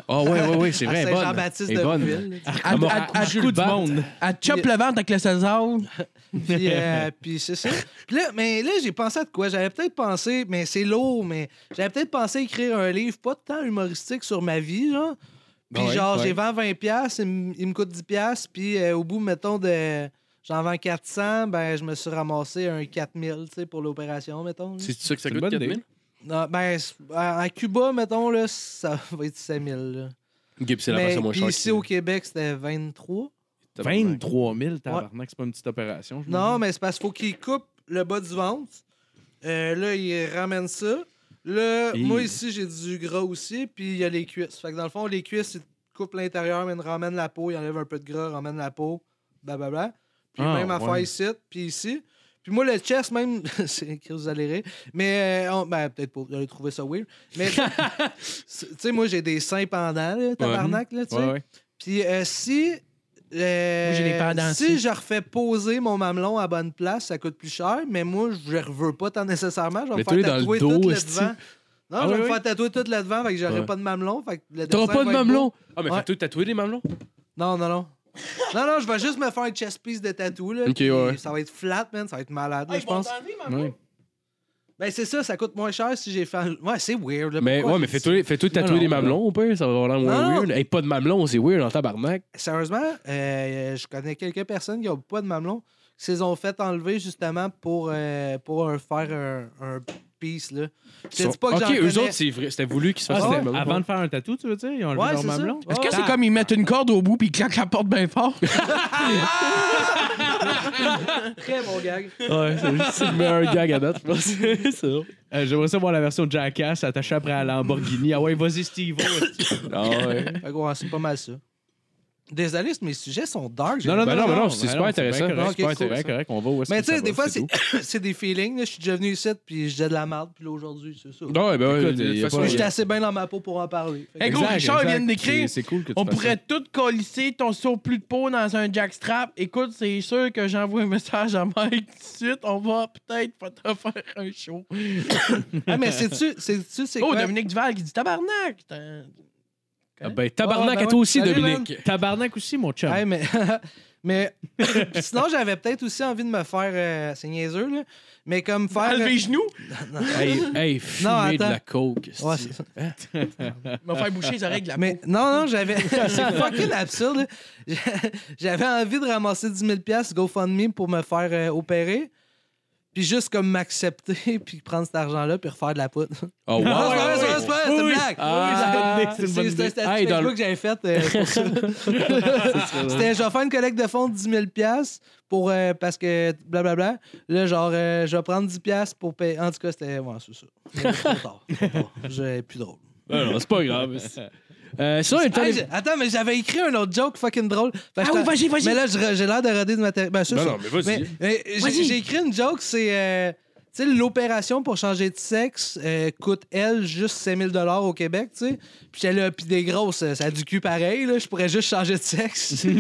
Ah, ouais, ouais, ouais, c'est À vrai. elle est bonne. Saint-Jean-Baptiste Elle est de bonne. Ville. Elle, Elle m'a elle- elle- recousu elle- le ventre. elle chope le ventre avec le César. Puis, euh, puis c'est ça. Puis là, mais là, j'ai pensé à de quoi? J'avais peut-être pensé, mais c'est lourd, mais j'avais peut-être pensé écrire un livre pas tant humoristique sur ma vie, genre. Puis Ouais, genre, ouais. j'ai vend 20$, piastres, il me- il me coûte 10$, piastres, puis euh, au bout, mettons, de j'en vends 400, ben je me suis ramassé un 4000, tu sais, pour l'opération, mettons. là. C'est ça que ça C'est une coûte bonne idée. 4000? Non, ben, c'est- à à Cuba, mettons, là, ça va être 5000, là. Gib, c'est la Mais- façon moins puis chère. ici au Québec, c'était 23. T'as 23 000, tabarnak, c'est pas une petite opération. je Non, mais c'est parce qu'il faut qu'il coupe le bas du ventre. Euh, là, il ramène ça. Là, Et- moi ici, j'ai du gras aussi, puis il y a les cuisses. Fait que dans le fond, les cuisses, il coupe l'intérieur, mais il ramène la peau, il enlève un peu de gras, ramène la peau, blablabla. Puis Ah, même affaire ouais. ici, puis ici. Puis moi, le chest, même, c'est que vous allez rire. Mais, euh, on- ben, peut-être pas, vous allez trouver ça weird. Mais, tu sais, moi, j'ai des seins pendants, là, tabarnak, là, tu sais. Ouais, ouais. Puis euh, si. euh, Moi, j'ai les pendants, si si. je refais poser mon mamelon à bonne place, ça coûte plus cher, mais moi, je ne veux pas tant nécessairement. Je vais me Mets-toi-les faire dans le tatouer dos, tout le esti. devant. Non, je vais oui, me oui. faire tatouer tout le devant, fait que j'aurai Ah Ouais. pas de mamelon. Fait que le T'auras dessin pas de va être mamelon? beau. Ah, mais Ouais. fais-toi tatouer les mamelons? Non, non, non. Non, non, je vais juste me faire un chest piece de tatou. Là, Ok, puis ouais. Ça va être flat, man. Ça va être malade, là, je pense. Ouais. Ben, c'est ça, ça coûte moins cher si j'ai fait. un- Ouais, c'est weird. Là, Mais Pourquoi ouais, mais j'ai dit fais-toi fais-toi tatouer non, les mamelons, au pire, ça va avoir l'air Non, moins non. weird. Hey, pas de mamelons, c'est weird en tabarnak. Sérieusement, euh, je connais quelques personnes qui n'ont pas de mamelon, qui se les ont fait enlever justement pour, euh, pour un- faire un, un piece. Là. Je te dis pas que ok, j'en eux connais. autres, c'est vrai, c'était voulu qu'ils se Ah, fassent ouais? des mamelons. Avant de faire un tatou, tu veux dire? Ils ont enlevé Ouais, leur c'est ça. mamelon? Ouais. Est-ce que c'est comme ils mettent une corde au bout puis ils claquent la porte bien fort? Très bon gag. Ouais, c'est- c'est le meilleur gag à date, je pense. C'est drôle. Euh, J'aimerais ça voir la version Jackass attachée après à la Lamborghini. Ah ouais, vas-y, Steve. Ah ouais. Fait que ouais, c'est pas mal ça. Désolé, mais mes sujets sont dark. j'ai- non, non, non, c'est super bien intéressant. correct, Ok, super cool, intéressent, ça. correct. On va où est-ce Mais que tu ça sais, va, des fois, tout. c'est c'est des feelings. là. Je suis déjà venu ici, puis j'ai de la merde, puis là, aujourd'hui, c'est ça. Non, ouais, ben ouais, Écoute, de toute y a façon, pas- il Mais y j'étais a- assez bien dans ma peau pour en parler. Fait que- Hey, gros, Exact, Richard il exact. vient de décrire. C'est- C'est cool que tu On fasses ça. pourrait tout colisser ton surplus de peau dans un jackstrap. Écoute, c'est sûr que j'envoie un message à Mike tout de suite. On va peut-être pas te faire un show. Ah, mais sais-tu, sais-tu, c'est Oh, quoi? Dominique Duval qui dit tabarnak. T'as- Ah ben, tabarnak Ah, à ben toi ouais. aussi, Salut, Dominique. Tabarnak aussi, mon chum. Hey, mais, mais Puis sinon, j'avais peut-être aussi envie de me faire. euh, c'est niaiseux, là. Mais comme faire. Enlever les genoux, Hey, hey, fumer de attends. la coke. esti. Ouais, c'est ça. m'a faire boucher les oreilles de la Mais non, non, j'avais. c'est fucking absurde. là. J'a- J'avais envie de ramasser 10 000$ GoFundMe pour me faire euh, opérer. Puis juste comme m'accepter, puis prendre cet argent-là, puis refaire de la poutre. Oh, wow. Non, Ah c'est pas vrai, c'est vrai, c'est pas vrai, c'est une Oui. blague. Ah, C'est- c'est- C'était c'était Hey, un dans le- Facebook que j'avais fait euh, pour ça. C'était je vais faire une collecte de fonds de 10 000 pour, euh, parce que blablabla. Là, genre, euh, je vais prendre 10 pour payer. En tout cas, c'était. Ouais, c'est ça. Mais Trop tard. trop tard. J'ai plus drôle. Ah non, c'est pas grave. esti. Euh, sinon, il y a le temps Hey, des- j'ai- attends, mais j'avais écrit un autre joke fucking drôle. Fait que Ah oui, vas-y, j'étais- vas-y. Mais là, je re- j'ai l'air de rader de matériel. Ben, ça, Non, ça. non, mais vas-y. Mais- mais j'ai- Vas-y. j'ai écrit une joke, c'est. euh, tu sais, l'opération pour changer de sexe euh, coûte, elle, juste 5000 au Québec, tu sais. Puis j'étais là, puis des grosses, euh, ça a du cul pareil, là. Je pourrais juste changer de sexe.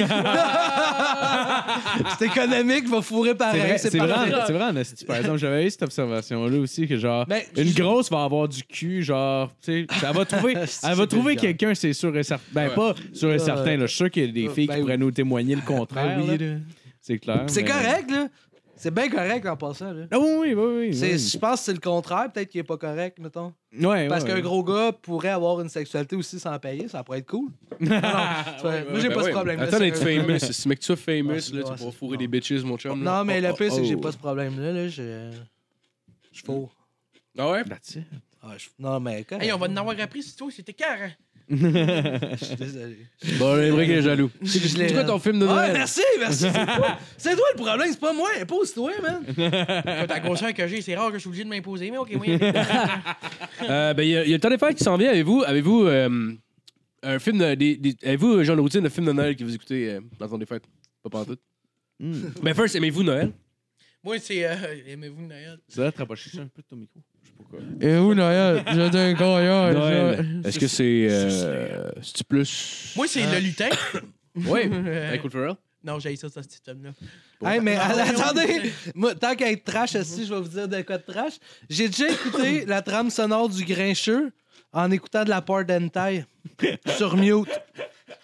c'est économique, va fourrer C'est pareil. vrai, c'est pas vrai, en- c'est vrai, en esti, par exemple, j'avais eu cette observation-là aussi que genre, Ben, une je- grosse va avoir du cul, genre, tu sais, ça va trouver, C'est elle va trouver délicat. quelqu'un, c'est sûr et certain. Ben, pas sûr et certain, là. Je suis sûr qu'il y a des Ouais, filles ben qui oui. pourraient nous témoigner le contraire. Ben oui, là. C'est clair. C'est mais- correct, là. C'est bien correct en passant. là. Ah oui, oui, oui. oui, C'est- oui. Je pense que c'est le contraire, peut-être qu'il est pas correct, mettons. Ouais, Parce ouais. qu'un gros gars pourrait avoir une sexualité aussi sans payer, ça pourrait être cool. Non, non, tu vois, moi, j'ai Ben pas ouais. ce problème-là. Attends c'est d'être un- famous. Si mec, tu sois famous, Ouais, là, c'est- tu ouais, vas c'est- fourrer non. des bitches, mon chum. là. Non, mais le pire, c'est que j'ai oh. pas ce problème-là. Là, je... je fous. Ah ouais? That's it. Ah, je- Non, mais correct. Hey, on va en avoir appris si toi, c'était carré. Je suis désolé. Bon, les vrai qu'il est jaloux. Je- je l'ai- C'est quoi ton film de Ah, Noël? merci, merci. C'est toi, c'est toi le problème, c'est pas moi. Pose-toi, man. Écoute, la grosseur que j'ai, c'est rare que je suis obligé de m'imposer, mais OK, oui. Euh, ben, il y, a- il y a le temps des fêtes qui s'en vient. Avez-vous avez-vous euh, un film de, des, des- avez-vous euh, genre de routine de film de Noël que vous écoutez euh, dans le temps des fêtes? Pas pantoute. Hmm. Mais first, aimez-vous Noël? Moi, c'est... euh, Aimez-vous Noël? Ça va te rapprocher ça un peu de ton micro. Je sais pas pourquoi. Et où Noël? Je dis un gros Est-ce que c'est euh, c'est-tu plus Moi, c'est le lutin. Ouais. Euh, Michael Ferrell? non, j'ai ça, ça, ce système-là. Hey, mais Ah, ouais, attendez, ouais. moi, tant qu'à être trash, aussi, je vais vous dire de quoi de trash. J'ai déjà écouté la trame sonore du Grincheux en écoutant de la part d'Hentai sur mute.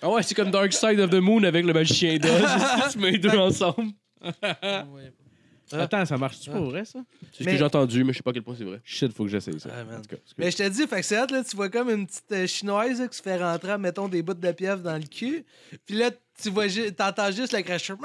Ah ouais, c'est comme Dark Side of the Moon avec le magicien d'Oz. tu mets les deux ensemble. Ouais. Ah. Attends, ça marche-tu pas au vrai, ça? C'est ce Mais- que j'ai entendu, mais je sais pas à quel point c'est vrai. Shit, faut que j'essaye ça. Ah, man. En tout cas, parce que- Mais je te dis, fait que c'est hot, là, tu vois comme une petite euh, chinoise là, qui se fait rentrer, mettons, des bouts de pieuvre dans le cul. Puis là, tu vois, ju- t'entends juste le cracheur.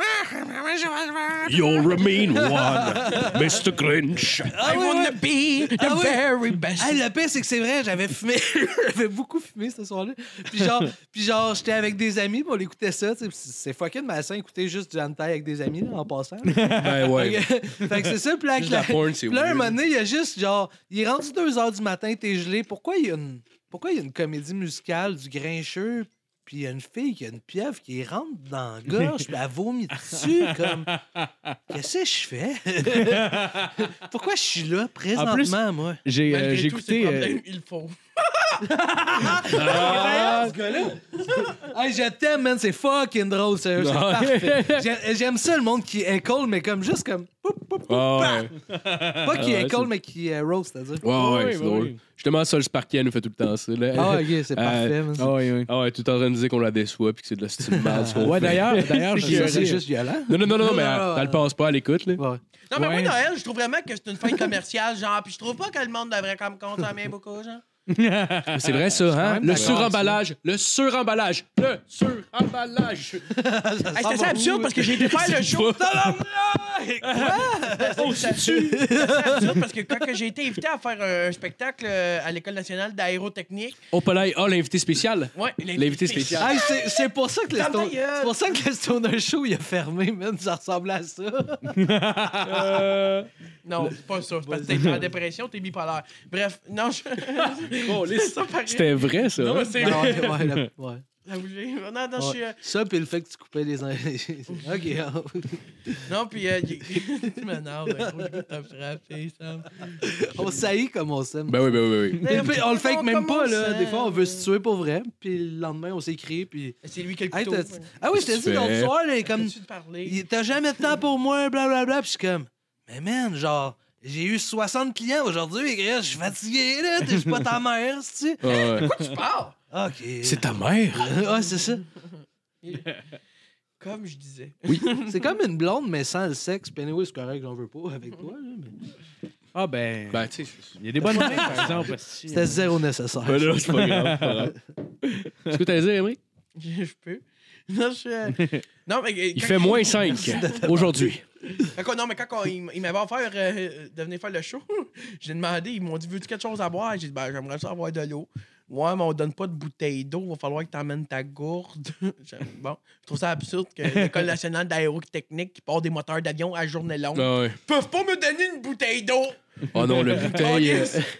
You'll remain one, Mr. Grinch. Ah I oui, wanna oui. be the Ah oui. very best. Hey, le pire, c'est que c'est vrai, j'avais fumé. j'avais beaucoup fumé ce soir-là. Puis genre, puis genre j'étais avec des amis, puis on écoutait ça. tu sais, puis C'est fucking malsain écouter juste du hentai avec des amis, là, en passant. là. Ben ouais. Fait que- fait que c'est ça, puis là, avec Juste la la- porn, c'est puis là, un weird. moment donné, il y a juste genre, il est rendu 2 h du matin, t'es gelé. Pourquoi il y a une. Pourquoi il y a une comédie musicale du grincheux, puis il y a une fille qui a une pieuvre qui rentre dans la gorge, puis elle vomit dessus, comme. Qu'est-ce que je fais? Pourquoi je suis là présentement, moi? J'ai euh, Malgré j'ai tous ces écouté. euh, problèmes, il faut. Ah, ce gars-là! hey, je t'aime, man, c'est fucking drôle, sérieux, c'est parfait. J'ai- J'aime ça le monde qui école, mais comme juste comme. poup, poup, poup, Ah ouais. Pas qui ouais, école, mais qui euh, roast, c'est-à-dire. Ouais, ouais, oui, c'est oui, drôle. oui. Justement, ça, le Sparky, elle nous fait tout le temps ça. là. Ah, ok, c'est parfait, man. Ah oui, oui. Ah ouais, tout en train de dire qu'on la déçoit puis que c'est de la style mal. Euh, ce qu'on Ouais, fait. d'ailleurs, d'ailleurs, Ça, j'ai- c'est juste violent. Non, non, non, non, Non, mais non, elle, non, elle le non. pense pas, elle écoute, là. Ouais. Non, mais Ouais. moi, Noël, je trouve vraiment que c'est une fête commerciale, genre, puis je trouve pas que le monde devrait comme consommer beaucoup, genre. Mais C'est vrai, ça, hein? même Le d'accord, suremballage, le suremballage, le suremballage. Hey, C'était ça absurde parce que j'ai été faire le show. On se tue! C'était assez absurde parce que quand que j'ai été invité à faire un- un spectacle euh, à l'École nationale d'aérotechnique, Opelay a l'invité spécial. ouais, L'invité spécial. Hey, c'est- c'est pour ça euh. que le Ferme ta Stone- gueule. c'est pour ça que le Stoner Show il a fermé, man. Ça ressemblait à ça. Non, c'est pas ça. C'est parce que t'es en dépression, t'es bipolaire. Bref, non, je. c'est ça pareil. Oh, C'était vrai, ça. Non, hein? mais c'est. Ouais, ouais, ouais, la- ouais. Ça bougeait. Non, non, je suis. euh, Ouais. Ça, puis le fait que tu coupais les. ok. oh. Non, puis. euh, y- tu m'énerves, ben, gros, je t'ai frappé, Sam. on saillit comme on s'aime. Ben oui, ben oui, ben oui. Et puis, on le fake même pas, Comment là. ça? Des fois, on veut se tuer pour vrai, puis le lendemain, on s'écrit, puis. C'est lui qui a le Hey, couteau. t'as- ouais. ah oui, je t'ai dit fais? l'autre soir, là, comme. T'as-tu de parler? il- T'as jamais de temps pour moi, blablabla, puis je suis comme. Mais man, genre, j'ai eu 60 clients aujourd'hui, et je suis fatigué, là, je suis pas ta mère, tu sais. Ah ouais. Tu pars! Ok. C'est ta mère. ah, c'est ça. Comme je disais. C'est comme une blonde, mais sans le sexe. Puis anyway, c'est correct, j'en veux pas avec toi. là, mais- Ah ben. Ben, tu sais, c'est- Il y a des bonnes mains, par exemple. esti. C'était zéro nécessaire. ben là, c'est pas grave. c'est pas grave. Qu'est-ce que t'allais dire, Emery? Je peux. Non, je suis. euh, Non, mais. euh, Il quand- fait moins 5 aujourd'hui. Quand- non, mais quand on- ils ils m'avaient offert euh, de venir faire le show, j'ai demandé, ils m'ont dit Veux-tu quelque chose à boire J'ai dit ben, J'aimerais ça avoir de l'eau. Ouais, mais on donne pas de bouteille d'eau, va falloir que tu emmènes ta gourde. J'ai- bon, je trouve ça absurde que l'École nationale d'aérotechnique qui part des moteurs d'avion à journée longue Ah ouais. peuvent pas me donner une bouteille d'eau. Oh non, le bouteille. euh,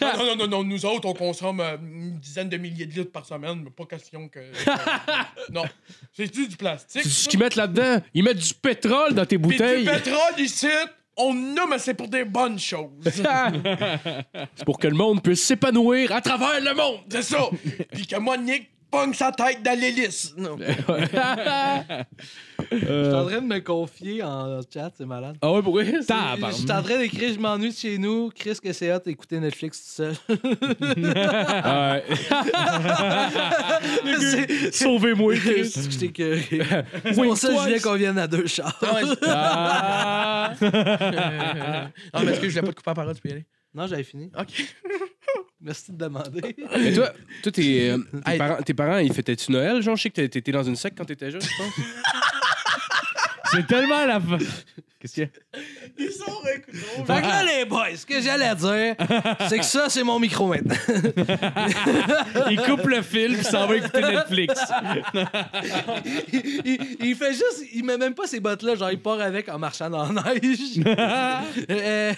Ah, non, non, non, non, nous autres, on consomme euh, une dizaine de milliers de litres par semaine, mais pas question que. euh, non, c'est-tu du plastique C'est ce ça? qu'ils mettent là-dedans. Ils mettent du pétrole dans tes Puis du bouteilles. pétrole ici, on en a, mais c'est pour des bonnes choses. C'est pour que le monde puisse s'épanouir à travers le monde. C'est ça. Puis que moi, Nick, pogne sa tête dans l'hélice. Non. Je euh, suis en train de me confier en chat, c'est malade. Ah ouais, pourquoi? Je suis en train d'écrire, je m'ennuie de chez nous. Chris, que c'est hot, écouter Netflix tout seul. Ah ouais. Ah, C'est- Sauvez-moi, Chris, Chris. je t'ai curé. C'est pour ça que je voulais qu'on vienne à deux chars. Ah, ouais, c'est- Euh, Ah. non, mais est-ce que je voulais pas te couper la parole, tu peux y aller. Non, j'avais fini. OK. Merci de demander. Mais toi, toi tes, euh, tes Hey. parents, tes parents, ils fêtaient-tu Noël? Genre, je sais que t'é- t'étais dans une sec quand t'étais jeune, je pense. C'est tellement la. fa- Qu'est-ce qu'il y a? Ils sont reconnus. Fait que là, les boys, ce que j'allais dire, c'est que ça, c'est mon micro maintenant. Il coupe le fil puis s'en va écouter Netflix. il, il- il fait juste. Il met même pas ces bottes-là, genre, il part avec en marchant dans la neige. Euh,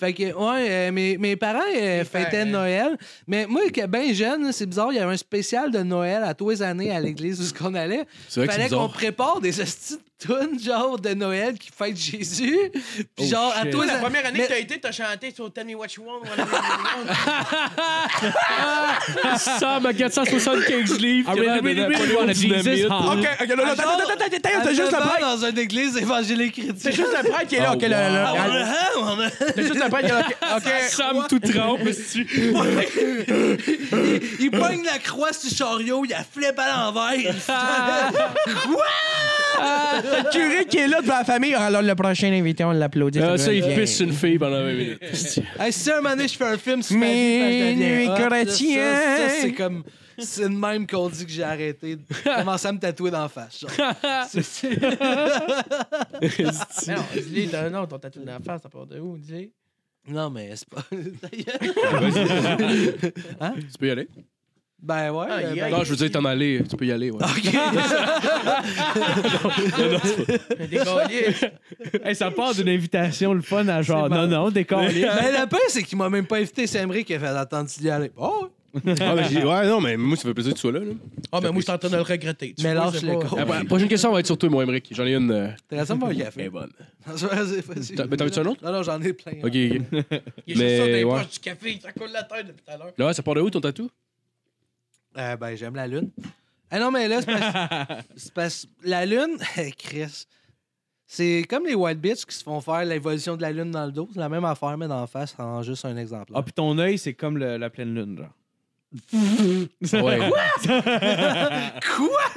fait que, ouais, euh, mes, mes parents euh, fêtaient parents. Noël. Mais moi, que bien jeune, c'est bizarre, il y avait un spécial de Noël à tous les années à l'église où ce qu'on allait. C'est vrai que c'est fallait qu'on bizarre. prépare des hosties de tunes, genre, de Noël qui fête Jésus. Puis, genre, à tous Oh, Toi, les la années. première année Mais- que t'as été, t'as chanté sur Tell Me What You Want. What I Really Want. Ça, ma 475 Ah livres. que l'air de la- OK, OK, là, là, attends, attends, attends, attends, t'as juste le prêtre. dans une église évangélique C'est chrétienne. juste le prêtre qui est là. OK, là, là, Ah, là. ouais, ouais, ouais. C'est juste le prêtre qui est là. OK, OK. Sam tout trempe, Il pogne la croix sur le chariot, il la flippe à l'envers. Le curé qui est là devant la famille. Alors, le prochain invité, on l'applaudit. Ah, va ça, il bien. pisse une fille pendant 20 minutes. Hey, si un moment donné, je fais un film sur Mais ma vie, ben, je deviens nuit hot, chrétienne. là, Ça, ça, c'est comme... C'est de même qu'on dit que j'ai arrêté de commencer à me tatouer dans la face. genre. C'est- c'est- Mais Non, dis-le, t'as- non, ton tatou dans la face, ça part de où, dis-le? Non, mais c'est pas... Hein? Tu peux y aller? ben ouais. Ah, ben, yeah. Non, je veux dire, t'en aller. Tu peux y aller, ouais. Des gauliers. Hey, ça part d'une invitation, le fun, à genre, C'est non, bon. non, décoller. Ben, le pire, c'est qu'il m'a même pas invité. C'est Emery qui a fait attendre d'y aller. Oh, Ah, ben, j'ai- ouais, non, mais moi, ça fait plaisir que tu sois là. là. Ah, mais moi, je suis en train de le regretter. Tu Mais vois, lâche c'est le pas- gros. La pro- prochaine question va être sur toi, moi, Emmerich. J'en ai une. euh, t'as raison de boire un café. bonne. Non, c'est vrai, c'est facile. T'as- mais t'en veux-tu un autre? Non, non, j'en ai plein. Ok, ok. Il est juste Mais, ça dans ouais. les poches du café, ça coule la tête depuis tout à l'heure. Là, ça part de où ton tatou? Euh, ben, j'aime la lune. Ah non, mais là, c'est parce... c'est parce... La lune, Chris, c'est comme les Wild Bitches qui se font faire l'évolution de la lune dans le dos. C'est la même affaire, mais dans la face, en juste un exemple. Ah, puis ton œil, c'est comme le- la pleine lune, genre. Ouais. Ça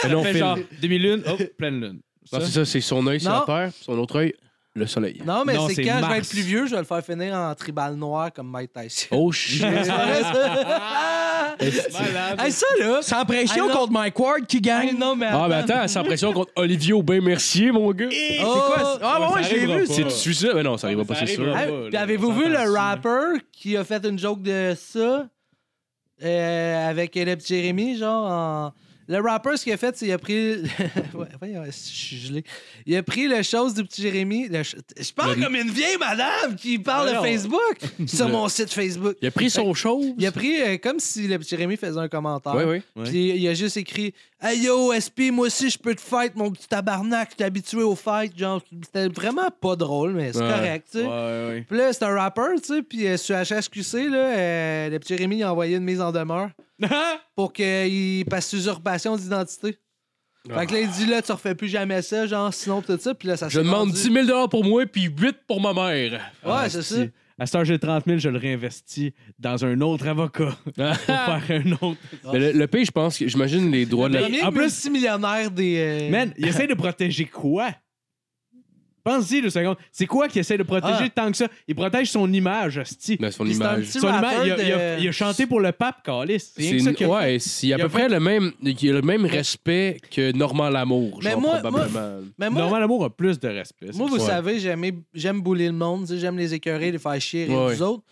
non, fait Phil. genre demi-lune, hop, pleine lune. Non, c'est ça, c'est son œil, c'est Non. la terre. Son autre œil, le soleil. Non, mais Non, c'est c'est quand je vais Mars. être plus vieux, je vais le faire finir en tribal noir comme Mike Tyson. Oh shit! C'est vrai, ça? Hey, ça, là! Sans pression Ah, non. contre Mike Ward qui Hey, gagne. non, mais Ah, mais ben attends. attends, sans pression contre Olivier Aubin Mercier, mon gars! C'est Oh. quoi? ça? Ah, ouais, ouais, ça je l'ai arrivera vu. pas. c'est- C'est tu ça? Mais non, ça arrivera Ça pas, c'est sûr. arrivera Hey, pas, là, puis avez-vous vu s'entend-tu? le rapper qui a fait une joke de ça euh, avec le petit Jérémy, genre en- Le rapper, ce qu'il a fait, c'est qu'il a pris. le- ouais, voyons, je suis gelé. Il a pris le chose du petit Jérémy. le ch- Je parle comme une vieille madame qui parle de Voyons. Facebook sur Le- mon site Facebook. Il a pris son chose. Il a pris euh, comme si le petit Jérémy faisait un commentaire. Ouais, ouais. Ouais. Puis il a juste écrit Hey yo, SP, moi aussi je peux te fight, mon petit tabarnak, je suis habitué au fight. Genre, c'était vraiment pas drôle, mais c'est Ouais. correct, tu sais. Ouais, ouais. Puis là, c'est un rapper, tu sais. Puis euh, sur HSQC, là, euh, le petit Rémi il a envoyé une mise en demeure pour qu'il passe usurpation d'identité. Fait que là, il dit là, tu refais plus jamais ça, genre, sinon, tout ça. Puis là, ça Je demande 10 000 pour moi, puis 8 pour ma mère. Ouais, c'est ça. À cette heure, j'ai 30 000, je le réinvestis dans un autre avocat pour Ah. faire un autre. Mais le, le pays, je pense que j'imagine les droits de la. Premier en plus- multimillionnaire des. euh, Man, il essaie de protéger quoi? Pense-y deux secondes. C'est quoi qu'il essaie de protéger Ah. tant que ça? Il protège son image, hostie. Mais son Puis c'est un image. petit Son rapper image, il a, il a- de- il a chanté pour le pape, Calis. C'est rien C'est que ça une- qu'il a fait. ouais, c'est à Il peu a près le même, il a le même respect que Normand Lamour. Mais genre, moi- probablement. Mais moi, Normal Amour a plus de respect. Moi, Ouais. vous savez, j'aimais- j'aime bouler le monde, tu sais, j'aime les écœurer, les faire chier, les Ouais. autres.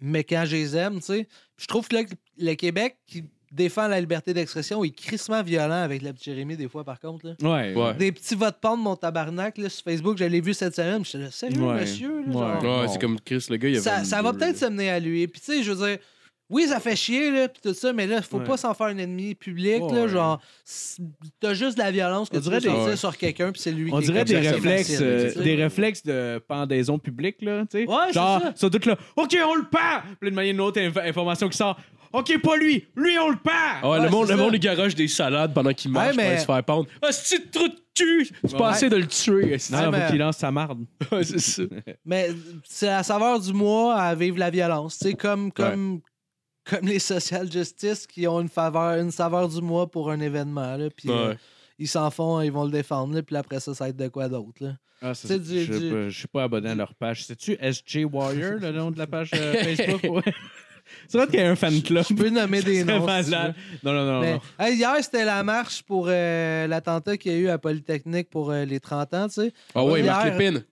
Mais quand je les aime, tu sais, je trouve que là, le Québec qui défend la liberté d'expression est crissement violent avec la petite Jérémy des fois, par contre. là. Ouais. Ouais. Des petits votes pentes de mon tabarnak là, sur Facebook, je l'ai vu cette semaine. Je suis là, sérieux, Ouais. monsieur? là, Ouais. genre? Ouais, Bon. c'est comme Chris, le gars, il a ça, 22, ça va peut-être là. se mener à lui. Puis tu sais, je veux dire, oui, ça fait chier, là, puis tout ça, mais là, faut Ouais. pas s'en faire un ennemi public, Ouais, là, ouais. genre, c'est- t'as juste de la violence que On tu dirait peux des- sortir Ouais. sur quelqu'un, puis c'est lui On qui est dirait comme des ça, c'est réflexes, facile, euh, tu sais. des réflexes de pendaison publique, là, tu sais. Ouais, c'est Genre, ça. ils sont tous là, OK, on le perd! Puis là, de manière ou d'une autre, inf- information qui sort, OK, pas lui. Lui, on le perd. Ah ouais, le Ouais, monde, c'est le ça. monde, il garoche des salades pendant qu'il marche mais- pour aller se faire pendre. Ah, c'est de trou de cul! C'est pas assez de le tuer. esti. Ouais, Non, mais- faut qu'il lance sa marde. Ouais, c'est ça. Mais c'est la saveur du mois à vivre la violence. Tu sais, comme, comme, comme les social justice qui ont une, faveur, une saveur du mois pour un événement. Là, puis euh, Ouais. ils s'en font, ils vont le défendre. Là, puis après ça, ça va être de quoi d'autre. là. Ah, ça, C'est du- je, du- je- je suis pas abonné à leur page. C'est-tu SJ Warrior, le nom de la page euh, Facebook? Ouais. C'est vrai qu'il y a un fan club. Je peux nommer des noms. si tu veux. malade. Non, non, non. Mais, non. hey, hier, c'était la marche pour euh, l'attentat qu'il y a eu à Polytechnique pour euh, les 30 ans. tu sais. Ah ouais, Marc Hier- Lépine.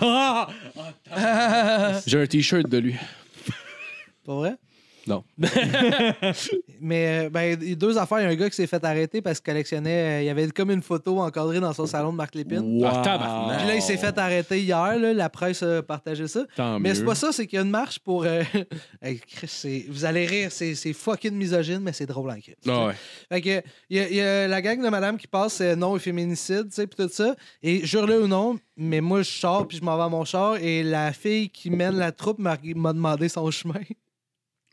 Ah! Ah! J'ai un t-shirt de lui. Pas vrai? Non. Mais euh, ben, il y a deux affaires. Il y a un gars qui s'est fait arrêter parce qu'il collectionnait. euh, il y avait comme une photo encadrée dans son salon de Marc Lépine. Ah, tabarnak. Puis là, il s'est fait arrêter hier. là. la presse a partagé ça. Tant mais mieux. c'est pas ça, c'est qu'il y a une marche pour. euh, hey, Chris, c'est- vous allez rire, c'est c'est fucking misogyne, mais c'est drôle en crise. Ah ouais. Fait que, il y, a- il y a la gang de madame qui passe euh, non au féminicide, tu sais, puis tout ça. Et jure-le ou non, mais moi, je sors, puis je m'en vais à mon char, et la fille qui mène la troupe m'a m'a demandé son chemin.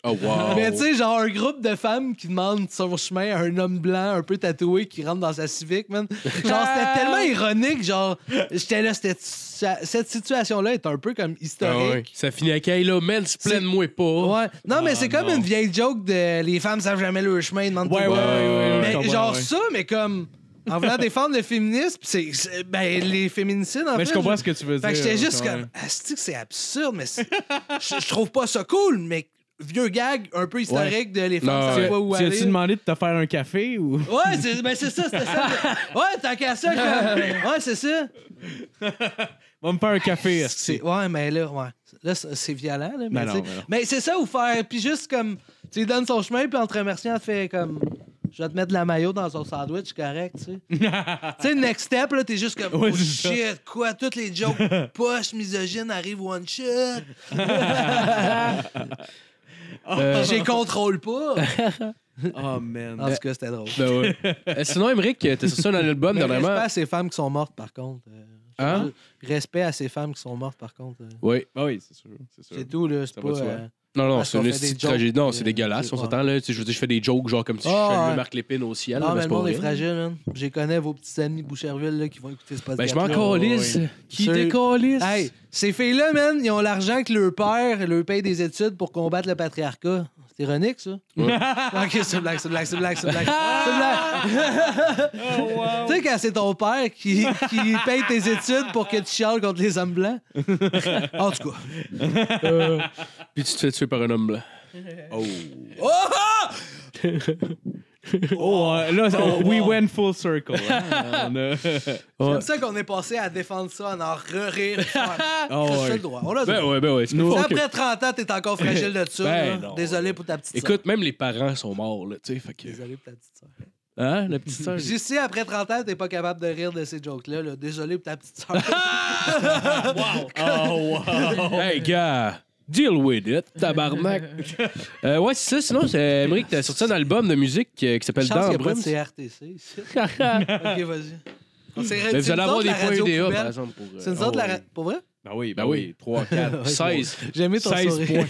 Oh, wow. Mais tu sais, genre un groupe de femmes qui demandent son chemin à un homme blanc un peu tatoué qui rentre dans sa civique, man. Genre, Ah. c'était tellement ironique, genre, j'étais là, c'était- cette situation-là est un peu comme Ah ouais. historique. Ça finit avec Hey là, man, se plaint de moi Ah pas. Ouais. Non, Ah, mais c'est comme non. une vieille joke de les femmes savent jamais leur chemin, ils demandent Ouais, ouais, tout ouais, le temps. ouais, ouais, je Mais comprends, genre ouais. ça, mais comme en voulant défendre le féminisme, pis c'est, c'est- ben les féminicides en Mais fait. je comprends ce que tu veux dire. Fait que j'étais juste ouais. comme Asti que c'est absurde, mais c'est- je je trouve pas ça cool, mais vieux gag un peu historique de les femmes Non, savent ouais. pas où Tu as-tu aller. demandé de te faire un café ou. Ouais, c'est, ben c'est ça, c'était ça. Ouais, tant qu'à ça, je- ouais, c'est ça. Va me faire un café. C'est- ouais, mais là, ouais. Là, c'est c'est violent, là, mais, non, tu sais. mais non. mais c'est ça, ou faire. Puis juste comme. Tu lui donnes son chemin, puis en te remerciant, elle fait comme. Je vais te mettre de la mayo dans son sandwich, correct, tu sais. tu sais, next step, là, t'es juste comme. Ouais, oh c'est ça. shit, quoi, toutes les jokes poches misogynes arrivent one shot. J'ai Euh, contrôle pas. Oh, man. En tout cas, c'était drôle. Ben ouais. Euh, sinon, Emmerich, t'es sur ça dans l'album Mais respect dernièrement. à ces femmes qui sont mortes, par contre. Euh, Hein? Respect à ces femmes qui sont mortes, par contre. Euh, Oui. Ah oui, c'est sûr. C'est sûr. C'est tout, là. C'est Ça pas. va de soi. euh, Non, non, Parce c'est qu'on une fait des petite jokes, tragédie. Non, euh, c'est dégueulasse, on ouais. s'entend. Là, Tu sais, je veux dire, je fais des jokes, genre comme si je Ah, salue ouais. Marc Lépine au ciel. Non, mais mais c'est le pas monde est vrai. fragile, man. J'ai connais vos petits amis Boucherville là, qui vont écouter ce Ben, podcast. je m'en calisse. Qui Ceux- décalisse? Hey, ces filles-là, man, ils ont l'argent que leur père leur paye des études pour combattre le patriarcat. C'est ironique, ça? ok, c'est blague, c'est blague, c'est blague, c'est blague. C'est blague. tu sais, quand c'est ton père qui, qui paye tes études pour que tu chiales contre les hommes blancs. en tout cas. Euh, Puis tu te fais tuer par un homme blanc. Oh, euh, là, on- we went full circle. hein. On a- C'est comme ça qu'on est passé à défendre ça, en en rire. Ah, On a ouais. le droit. On a le droit. Ben ouais, ben ouais. c'est Si pas ok. après 30 ans, t'es encore fragile de ça. Ben là, non. Désolé pour ta petite sœur. Écoute, même les parents sont morts, là, tu sais. Fait que. Désolé pour ta petite sœur. Hein, la petite sœur? J'ai- Si après 30 ans, t'es pas capable de rire de ces jokes-là, là, désolé pour ta petite sœur. Ah, Hey, gars! Deal with it, tabarnak. Euh, ouais, c'est ça. Sinon, c'est Emmerich, t'as sorti un album de musique euh, qui s'appelle Chance Dans qu'il y a pas de Brume. CRTC ici. Mais ok, vas-y. On s'est Ben, vous allez avoir des points UDA, par exemple. Pour, euh, C'est nous autres la ra- Pour vrai? Ben oui, Ben ben oui. oui. 3, 4. Ouais, 16. J'aimais ton 16 sourire.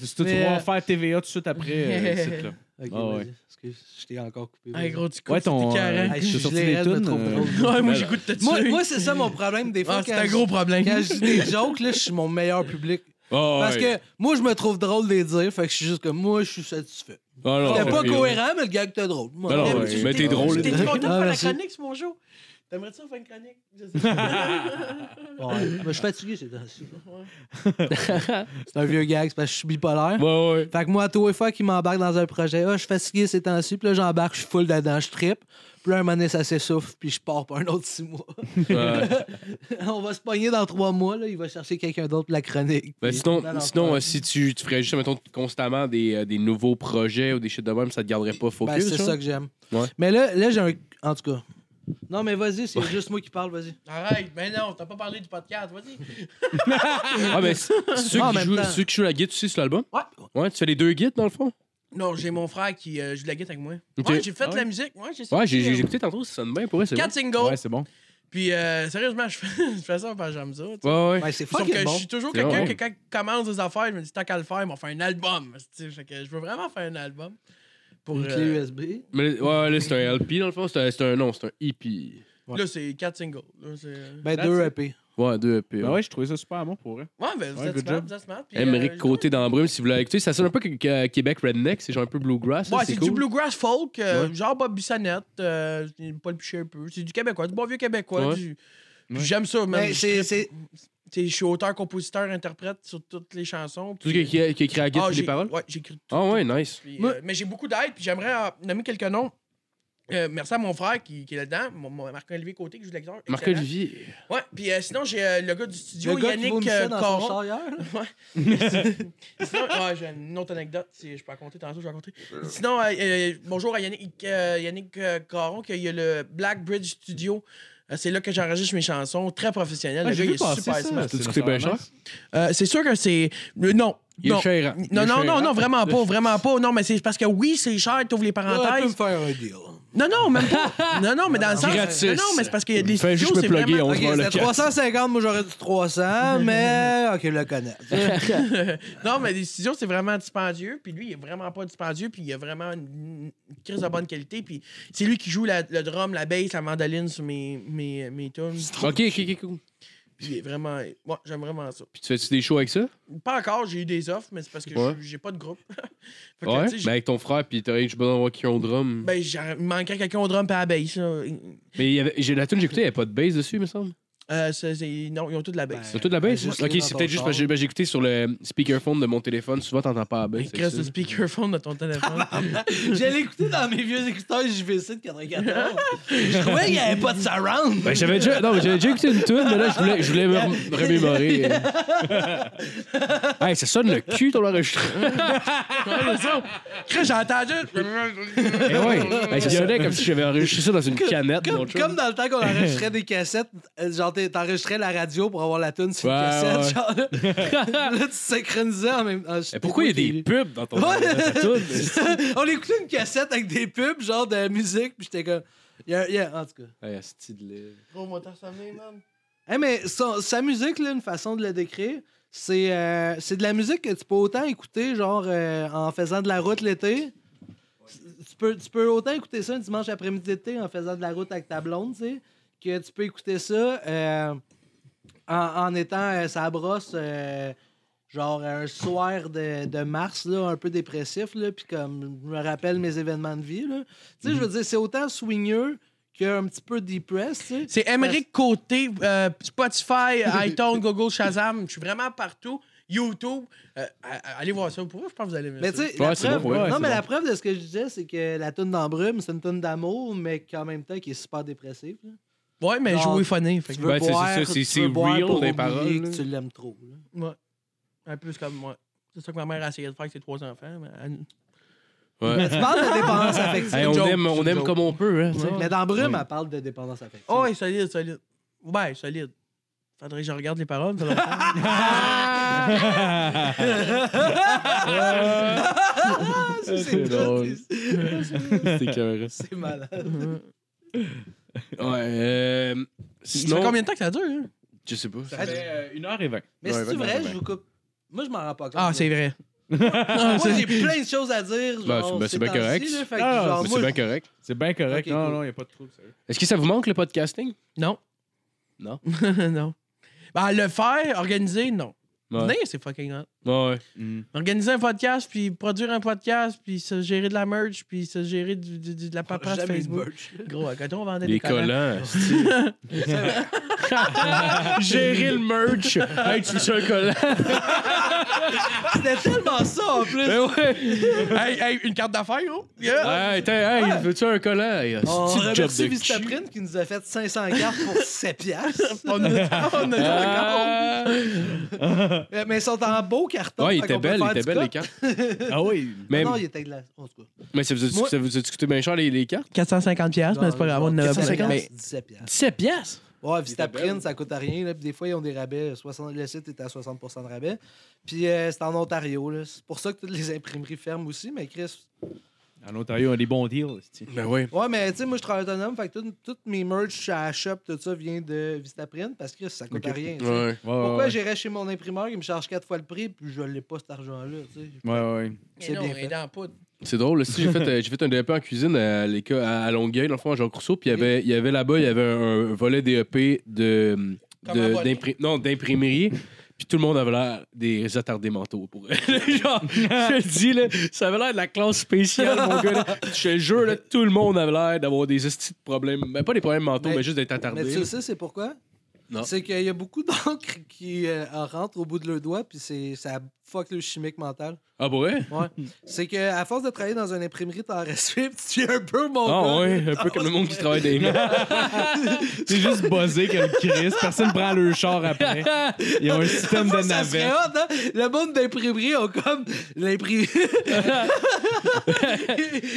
C'est tout Mais, trois euh, faire TVA tout de suite après euh, le site, là. Ok, Ah ouais. vas-y. Excuse, je t'ai encore coupé. Hey, vas-y. gros, tu Ouais, coupes, ton, c'était euh, carré. Hey, t'as je suis sorti les des raides, je me tunes, trouve euh, drôle. Ouais, moi, j'ai goût de te Moi, tuer. moi, c'est ça mon problème. Des fois, Ah, c'est quand un je- gros problème. quand je dis des jokes, là, je suis mon meilleur public. Oh, Parce ouais. que moi, je me trouve drôle de les dire, fait que je suis juste comme moi, je suis satisfait. Oh, non, C'était ouais. pas cohérent, mais le gag était drôle. Moi, Ben non, j'aime ouais. ça. mais t'es drôle. T'es content de Ah, faire la merci. chronique, ce bonjour? T'aimerais-tu faire une chronique? Je sais pas. Ouais, Ah, mais je suis fatigué ces temps-ci. c'est un vieux gag, c'est parce que je suis bipolaire. Ouais, ouais. Fait que moi, à tous les fois qu'il m'embarque dans un projet, ah, je suis fatigué ces temps-ci, puis là, j'embarque, je suis full dedans, je trippe. Puis là, un moment donné, ça s'essouffle, puis je pars pour un autre six mois. Ouais. On va se pogner dans trois mois, là, il va chercher quelqu'un d'autre pour la chronique. Ben, Puis- sinon, Non, non, sinon pas- euh, si tu, tu ferais juste, mettons, constamment des, euh, des nouveaux projets ou des shit de même, ça te garderait pas Ben, focus. c'est genre? ça que j'aime. Ouais. Mais là, là j'ai un. En tout cas. Non, mais vas-y, c'est juste moi qui parle, vas-y. Arrête, mais non, t'as pas parlé du podcast, vas-y. Ah, ben, c'est- ceux, Ah, en qui même jouent, temps. ceux qui jouent la guide aussi sur l'album? Ouais. Ouais, tu fais les deux guides dans le fond? Non, j'ai mon frère qui euh, joue de la guitare avec moi. Ok. Ouais, j'ai fait Ah de la musique. Ouais, j'ai Ouais, sorti, j'ai euh, j'ai écouté tantôt, ça sonne bien pour vrai, c'est bon. Quatre singles. Ouais, c'est bon. Puis, euh, sérieusement, je fais, je fais ça parce que j'aime ça. tu sais. Ouais, ouais. Ouais, Ben, c'est Sauf que fucking bon. je suis toujours C'est quelqu'un bon. que quand il commence des affaires, je me dis tant qu'à le faire, on fait un album. tu sais. Fait que je veux vraiment faire un album. Pour, Une euh, clé USB. Mais ouais, là, c'est un LP, dans le fond. C'est un, c'est un- non, c'est un E EP. ouais. Là, c'est quatre singles. Là, c'est... euh, Ben, That's deux it. EP. Ouais, deux EP. Ben ouais. ouais, je trouvais ça super bon pour eux. Ouais, ben, vous Ouais, êtes good smart, job. vous êtes smart. puis, Émeric euh, Côté d'Embrume, si vous voulez écouter, ça sonne un peu que, que- Québec Redneck, c'est genre un peu bluegrass. là, Ouais, c'est, cool. du bluegrass folk, euh, genre Bob Bissonnette, euh, Paul Piché un peu. C'est du québécois, du bon vieux québécois. Ouais. du- Ouais. J'aime ça, même. Ben, c'est- je c'est- je suis auteur, compositeur, interprète sur toutes les chansons. Tu sais qui a qui a écrit à Git Ah, toutes les j'ai- paroles? Ouais, j'écris tout. Ah ouais, nice. Puis, euh, mais j'ai beaucoup d'aide, puis j'aimerais euh, nommer quelques noms. Euh, merci à mon frère qui, qui est là-dedans, mon- mon Marc-Olivier Côté, qui joue de la guitare. excellent. Marc-Olivier. Ouais, puis euh, sinon, j'ai euh, le gars du Le studio, gars qui Yannick vomissait euh, dans Caron. son char hier. Sinon, ouais, Ah, j'ai une autre anecdote, si je peux raconter tantôt, je vais raconter. Sinon, euh, euh, bonjour à Yannick, euh, Yannick euh, Caron, qu'il y a le Black Bridge Studio. Euh, c'est là que j'enregistre mes chansons, très Ah, professionnel. le gars, il est super smart. T'as-tu coûté bien cher? Euh, c'est sûr que c'est. le- Non. Il est non. cher. hein. Il Non, est non, cher. non, non, vraiment pas, vraiment pas. Non, mais c'est parce que oui, c'est cher, t'ouvres les Ouais, tu peux me parenthèses. faire un deal. Non, non, même pas. Non, non, mais dans le sens. Gratis. Non, non, mais c'est parce qu'il y a des Fais studios, juste me c'est plugger, vraiment... on Ok, se voit le c'était quatre. 350, moi j'aurais du 300, mais ok, je le connais. hein. non, mais les studios, c'est vraiment dispendieux. Puis lui, il est vraiment pas dispendieux. Puis il a vraiment une, une crise de bonne qualité. Puis c'est lui qui joue la- le drum, la bass, la mandoline sur mes, mes, mes tunes. Ok, ok, ok, cool. Puis il est vraiment. Moi, j'aime vraiment ça. Puis tu fais-tu des shows avec ça? Pas encore, j'ai eu des offres, mais c'est parce que Ouais. j'ai- j'ai pas de groupe. Fait que, Ouais. tu sais, Ben avec ton frère, puis t'as juste besoin d'avoir qui ont drum. Ben, j'aurais- il manquerait quelqu'un au drum et à la bass. là. Mais il y avait- j'ai- la tune que j'écoutais, il n'y avait pas de bass dessus, il me semble. Euh, c'est- c'est- non, ils ont tous de la bass. C'est toute la bass? juste Ok, dans c'est ton peut-être juste parce que j'ai ben, j'ai écouté sur le speakerphone de mon téléphone, souvent t'entends pas la bass. Il c'est reste ça. le speakerphone de ton téléphone. J'allais écouter dans mes vieux écouteurs JVC de 94. Je trouvais qu'il n'y avait pas de surround. Ben, j'avais déjà, non, mais j'avais déjà écouté une tune, mais là, je voulais, je voulais me rem- remémorer. euh. hey, ça sonne le cul, ton enregistrement. Chris, j'ai entendu. Eh ouais. Hey, ça sonnait comme si j'avais enregistré ça dans une canette. mon Comme, chum. comme dans le temps qu'on enregistrait des cassettes, euh, genre t'es- t'enregistrais la radio pour avoir la tune sur Ouais, une ouais. cassette. genre, là, là, tu synchronisais en même temps. Mais pourquoi il y a des pubs dans ton Ouais. dans ta toune? On écoutait une cassette avec des pubs, genre de musique, puis j'étais comme. il y a- il y a- en tout cas. Hey, asti de lait. Gros, moi, t'as sonné, man. Hey, Eh, mais son- sa musique, là, une façon de la décrire, c'est euh, c'est de la musique que tu peux autant écouter, genre euh, en faisant de la route l'été. Tu peux, tu peux autant écouter ça un dimanche après-midi d'été en faisant de la route avec ta blonde, tu sais, que tu peux écouter ça euh, en, en étant euh, sa brosse, euh, genre un soir de, de mars, là, un peu dépressif, là, puis comme je me rappelle mes événements de vie. là. Tu sais, je veux dire, c'est autant swingeux qu'un petit peu depressed, tu sais. C'est Émeric Côté, euh, Spotify, iTunes, Google, Shazam. Je suis vraiment partout. YouTube. Euh, à- à- allez voir ça. Pour vous, je pense que vous allez aimer Mais tu ça. sais, la Ouais, c'est preuve- bon, ouais, non, c'est mais bon. la preuve de ce que je disais, c'est que la toune d'embrume, c'est une toune d'amour, mais qu'en même temps qui est super dépressive. là. Ouais, mais genre, jouer funny. Fait que- Tu veux Ben, tu sais, c'est boire, ça, c'est- tu veux c'est boire real pour des oublier paroles, que là. tu l'aimes trop. là. Ouais. Un peu c'est comme moi. C'est ça que ma mère a essayé de faire avec ses trois enfants. mais elle- Ouais. Tu parles de dépendance affective. Hey, on joke, aime, c'est on une aime joke. comme on peut. Hein, tu sais. Mais d'embrume, elle parle de dépendance affective. Oh, ouais, solide, solide. Ouais, solide. Faudrait que je regarde les paroles. ça fait longtemps. Ah, ça, c'est tout, drôle. c'est- C'est écœurant. C'est malade. Ouais. euh, Ça sinon, fait combien de temps que ça dure? hein? je sais pas. fait- euh, Une heure et vingt. Mais Ouais, c'est ouais, vrai, ouais. je vous coupe. Moi, je m'en rends pas compte. Ah, c'est vrai. Moi, j'ai plein de choses à dire. Ben, genre, c'est- ben, c'est ces bien temps-ci, correct. là, fait que, Ah, genre, Mais c'est moi, bien correct. C'est bien correct. Ok, non, cool. non, il n'y a pas de trouble, sérieux. Est-ce que ça vous manque le podcasting? Non. Non. non. Ben, le faire, organiser, non. Ouais. Venir, c'est fucking hot. Ouais. Organiser un podcast, puis produire un podcast, puis se gérer de la merch, puis se gérer du- du- du- de la paperasse jamais de Facebook. merch. Gros, quand on vendait Les des collants. collants. Gérer le merch. Hey, tu veux un collant? C'était tellement ça en plus. Ben ouais. hey, hey, une carte d'affaires, gros. Yeah. Hey, t'es- hey, veux-tu un collant? Hey, On hostie de job remercie de cul. Vistaprint qui nous a fait 500 cartes pour 7 piastres. On a, on a Ah. Euh, Mais ils sont en beau carton. Ouais, il fait était qu'on peut belle, faire il était du belle cop. les cartes. Ben, Ah oui. Mais, Non, il était glace. En tout cas. mais ça vous a Moi- ça vous a coûté bien cher les, les cartes? 450 piastres, mais c'est pas grave, on en avait Genre, pas. 450, Mais- 17 piastres. 17 piastres? Ouais, Vistaprint, ça coûte rien. Là, puis des fois, ils ont des rabais. 60, le site est à 60 de rabais. Puis euh, c'est en Ontario. là. C'est pour ça que toutes les imprimeries ferment aussi. Mais Chris, En Ontario, on a des bons deals. esti. Ben oui. Ouais, mais tu sais, moi, je travaille autonome, fait que tout- toutes mes merch à la shop, tout ça vient de Vistaprint parce que ça coûte à rien. tu sais. Ouais. Ouais, ouais, Pourquoi ouais. j'irais chez mon imprimeur qui me charge quatre fois le prix puis je l'ai pas cet argent-là, tu sais? Ouais, ouais. C'est C'est non, bien on est fait. dans la poudre. C'est drôle. là, si j'ai fait, euh, j'ai fait un DEP en cuisine à l'école à à Longueuil, dans le fond, à Jean Courceau. Puis il y avait, il y avait là-bas, il y avait un, un volet DEP de, Comment de- voler? d'impri- non, d'imprimerie. Puis tout le monde avait l'air des attardés mentaux pour Genre, je le dis, là, ça avait l'air de la classe spéciale, mon gars. là. Je te jure, là, tout le monde avait l'air d'avoir des estis de problèmes. Mais pas des problèmes mentaux, mais, Mais- juste d'être Mais attardé. tu sais, c'est pourquoi? Non. C'est qu'il y a beaucoup d'encre qui euh, en rentre au bout de leurs doigts, puis c'est, ça fuck le chimique mental. Ah, pour vrai? Ouais. c'est que à force de travailler dans une imprimerie, t'en restes vif, tu es un peu mon Ah, gars. ouais, un peu comme le monde qui travaille dans les mines. C'est juste buzzé comme Chris. Personne prend le char après. Ils ont un système de Ça serait navette. hot, hein? Le monde d'imprimerie ont comme l'imprimerie.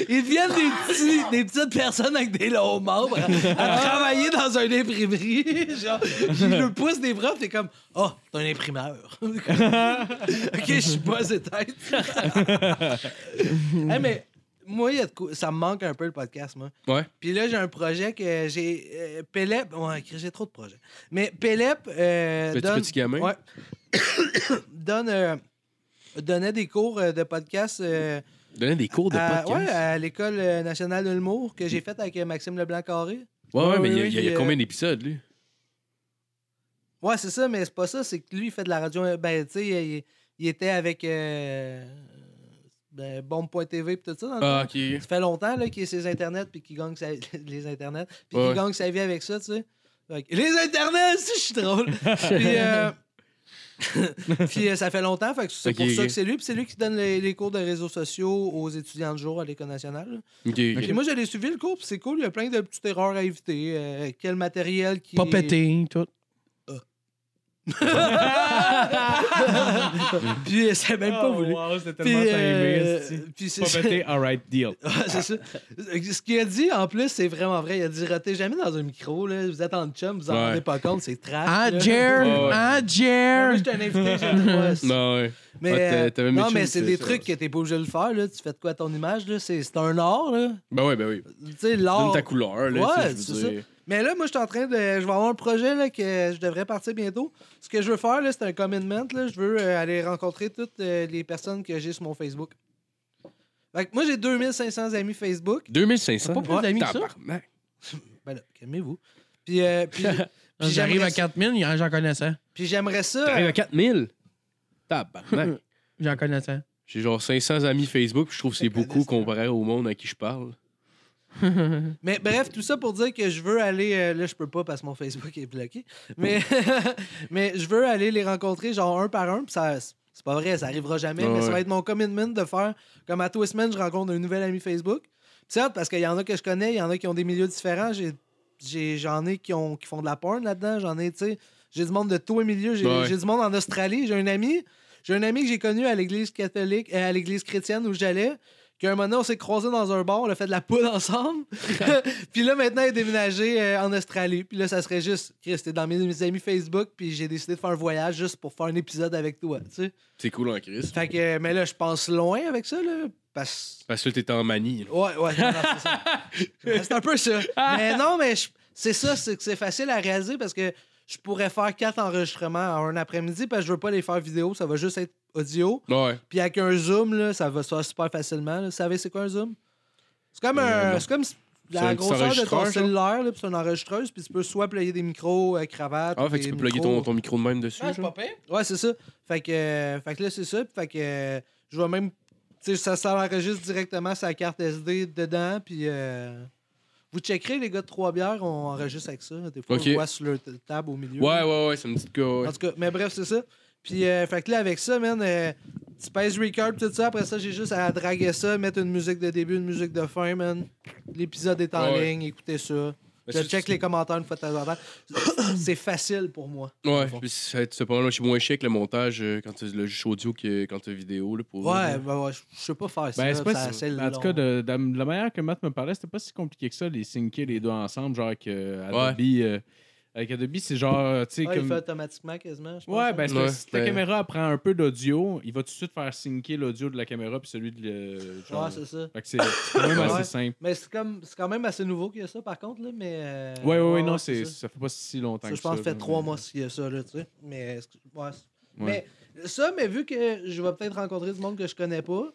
Ils deviennent des, petits- des petites personnes avec des longs membres à, Ah. à travailler dans une imprimerie. Genre, ils le poussent des profs, t'es comme, oh, t'es un imprimeur. ok, je suis pas tête. Hey, mais moi, il y a de quoi- ça me manque un peu le podcast, moi. Ouais. Puis là, j'ai un projet que j'ai. euh, Pélep. Ouais, j'ai trop de projets. Mais Pélep. euh, Petit- donne- petit gamin. Ouais. donne, euh, donnait des cours euh, de podcast. euh, Donner des cours de à, podcast. Euh, ouais, à l'École euh, nationale de l'humour que j'ai faite avec euh, Maxime Leblanc-Carré. Ouais, ouais, Ouais, mais il y a- oui, il y, a- il y a oui, combien euh, d'épisodes, lui? Ouais, c'est ça, mais c'est pas ça. C'est que lui, il fait de la radio. euh, Ben, tu sais, il, il était avec. euh, ben, Bombe.tv et tout ça. Dans le Ah, temps. ok. Ça fait longtemps là, qu'il y a ses internets puis qu'il gagne sa- les internets puis Ouais. qu'il gagne sa vie avec ça, tu sais. Fait que, les internets, si je suis drôle. puis euh, puis, euh, ça fait longtemps, fait que c'est Ok, pour ça ok. que c'est lui. Puis c'est lui qui donne les, les cours de réseaux sociaux aux étudiants de jour à l'École nationale. là. Ok, ok. Puis moi, j'allais suivi le cours, puis c'est cool. Il y a plein de petites erreurs à éviter. euh, quel matériel qui. Pas pété, tout. Puis euh, c'est même pas voulu. wow, c'était Puis, Ah, tellement timé, euh, esti. puis c'est Pas pété, alright, deal. Ouais, c'est ça. Ce qu'il a dit, en plus, c'est vraiment vrai. Il a dit Rotez jamais dans un micro. Là. Vous êtes en chum, vous en Ouais. rendez pas compte, c'est trash. Ah, là. Jer! Ouais, ouais. Ah, Moi, Jer! j'étais un invité, j'ai le droit, c'est- Non, ouais. Mais, Ouais, t'as- euh, t'avais mis non, dessus, mais c'est c'est des ça. trucs que t'es pas obligé de le faire. Là. Tu fais de quoi ton image? Là? C'est, c'est un art. Là. Ben oui, ben oui. Tu sais, Donne l'art. ta couleur, là. Oh. Ouais, tu sais, je c'est veux ça. dire. Mais là, moi, je suis en train de. Je vais avoir un projet là, que je devrais partir bientôt. Ce que je veux faire, là, c'est un commitment. Là. Je veux euh, aller rencontrer toutes euh, les personnes que j'ai sur mon Facebook. Fait que moi, j'ai 2500 amis Facebook. 2500. Pas plus d'amis que ça. Tabarnak. Ben là, calmez-vous. Puis, euh, puis, puis J'arrive à j'aimerais, 4000, il y en a- j'en connais 100. puis j'aimerais ça. T'arrives à 4000. Tabarnak. J'en connais 100. J'ai genre 500 amis Facebook, puis je trouve que c'est beaucoup comparé au monde à qui je parle. Mais bref, tout ça pour dire que je veux aller. euh, là, je peux pas parce que mon Facebook est bloqué. Mais, Oh. mais je veux aller les rencontrer, genre un par un. Puis ça, c'est pas vrai, ça arrivera jamais. Ah mais ça ouais. va être mon commitment de faire comme à tous les semaines, je rencontre un nouvel ami Facebook. Puis certes, parce qu'il y en a que je connais, il y en a qui ont des milieux différents. J'ai, j'ai- j'en ai qui, ont, qui font de la porn là-dedans. J'en ai, tu sais, j'ai du monde de tous les milieux. J'ai, Ouais. j'ai du monde en Australie. J'ai un ami. J'ai un ami que j'ai connu à l'église catholique, euh, à l'église chrétienne où j'allais. Qu'un moment donné, on s'est croisés dans un bar, on a fait de la poudre ensemble. puis là, maintenant, il est déménagé euh, en Australie. Puis là, ça serait juste, Chris, t'es dans mes, mes amis Facebook, puis j'ai décidé de faire un voyage juste pour faire un épisode avec toi, tu sais. C'est cool en Chris. Fait que, euh, mais là, je pense loin avec ça, là, parce... Parce que là, t'es en manie. là. Ouais, ouais, non, non, c'est ça. C'est un peu ça. Mais non, mais je- c'est ça, c'est que c'est facile à réaliser parce que je pourrais faire quatre enregistrements en un après-midi parce que je veux pas les faire vidéo, ça va juste être audio. Ouais. Puis avec un zoom, là, ça va se faire super facilement. là. Vous savez, c'est quoi un zoom? C'est comme Euh, un. non. C'est comme C'est un la petit grosseur de enregistreur, ton ça? cellulaire, là, puis c'est une enregistreuse, puis tu peux soit player des micros, euh, cravates. Ah, fait que tu des peux plugger micros. ton, ton micro de même dessus. Ah, c'est genre. pas pire. Ouais, c'est ça. Fait que, euh, fait que là, c'est ça. Puis Fait que euh, je vais même. Tu sais, ça s'enregistre directement sa carte SD dedans, puis. euh, vous checkerez, les gars de Trois Bières, on enregistre avec ça. Des fois, Ok. on voit sur le t- table au milieu. Ouais, ouais, ouais, c'est une petite go. ouais. En tout cas, mais bref, c'est ça. Puis, euh, fait que là, avec ça, man, euh, tu pèses record, tout ça. Après ça, j'ai juste à draguer ça, mettre une musique de début, une musique de fin, man. L'épisode est en Ouais. ligne, écoutez ça. Mais Je c'est- check les commentaires une fois de temps en temps. C'est facile pour moi. Ouais, puis ça- c'est pas mal. moi, Je suis moins chic le montage euh, quand tu le juste audio que quand tu vidéo. Là, pour... Ouais, ben ouais, je je sais pas faire ça. Ben, c'est pas ça, si- c'est En long. tout cas, de, de- de la manière que Matt me parlait, c'était pas si compliqué que ça, les syncer les deux ensemble, genre que Adobe, euh, Avec Adobe, c'est genre, tu sais, Ah, il comme. fait automatiquement quasiment. je pense, Ouais, hein. ben, c'est Ouais, que si ta ben- caméra prend un peu d'audio, il va tout de suite faire syncer l'audio de la caméra puis celui de. le- genre- Ouais, c'est ça. Fait que c'est c'est quand même assez Ouais. simple. Mais c'est comme c'est quand même assez nouveau qu'il y a ça, par contre, là, mais... euh, Ouais, ouais, ouais, non, c'est ça. ça fait pas si longtemps Ça, que je pense que ça fait là, trois mais- mois qu'il y a ça, là, tu sais. Mais, excuse- ouais, c'est- mais ça, mais vu que je vais peut-être rencontrer du monde que je connais pas,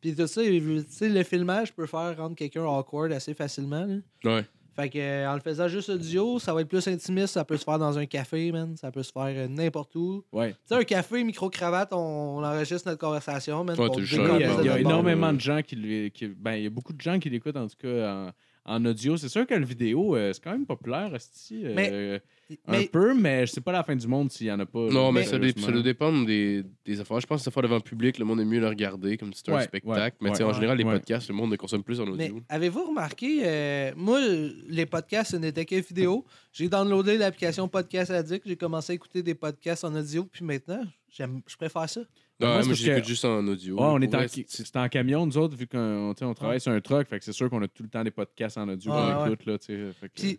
puis tout ça, et vu- tu sais, le filmage peut faire rendre quelqu'un awkward assez facilement, là. Ouais. Fait que, euh, en le faisant juste audio, ça va être plus intimiste, ça peut se faire dans un café, man, ça peut se faire euh, n'importe où. Ouais. Tu sais, un café, micro-cravate, on, on enregistre notre conversation, man. Ouais, on t'es juste décolle là, euh, Il y ça de a, il y a notre bord. énormément de gens qui, l'é- qui- ben il y a beaucoup de gens qui l'écoutent en tout cas en, en audio. C'est sûr que le vidéo euh, c'est quand même populaire esti, euh, Mais- un Mais- peu mais c'est pas la fin du monde s'il y en a pas. Non, mais, Mais- ça, dé- ça doit dépend. dépendre des, des affaires. Je pense que ça fait devant le public, le monde est mieux le regarder comme si c'était Ouais, un spectacle. mais ouais, tu sais, en ouais, général, les ouais. podcasts, le monde ne consomme plus en Mais audio. avez-vous remarqué, euh, moi, les podcasts, ce n'était que vidéo. J'ai downloadé l'application Podcast Addict, j'ai commencé à écouter des podcasts en audio, puis maintenant, j'aime, je préfère ça. Non, Moi, moi, c'est parce j'écoute que- juste en audio. Ouais, là, Ah, on pour est en, vrai, c'est c'est- c'est en camion nous autres vu qu'on tu sais, on travaille sur un truck fait que c'est sûr qu'on a tout le temps des podcasts en audio Ah, qu'on ouais. écoute là, tu sais, fait que- Puis,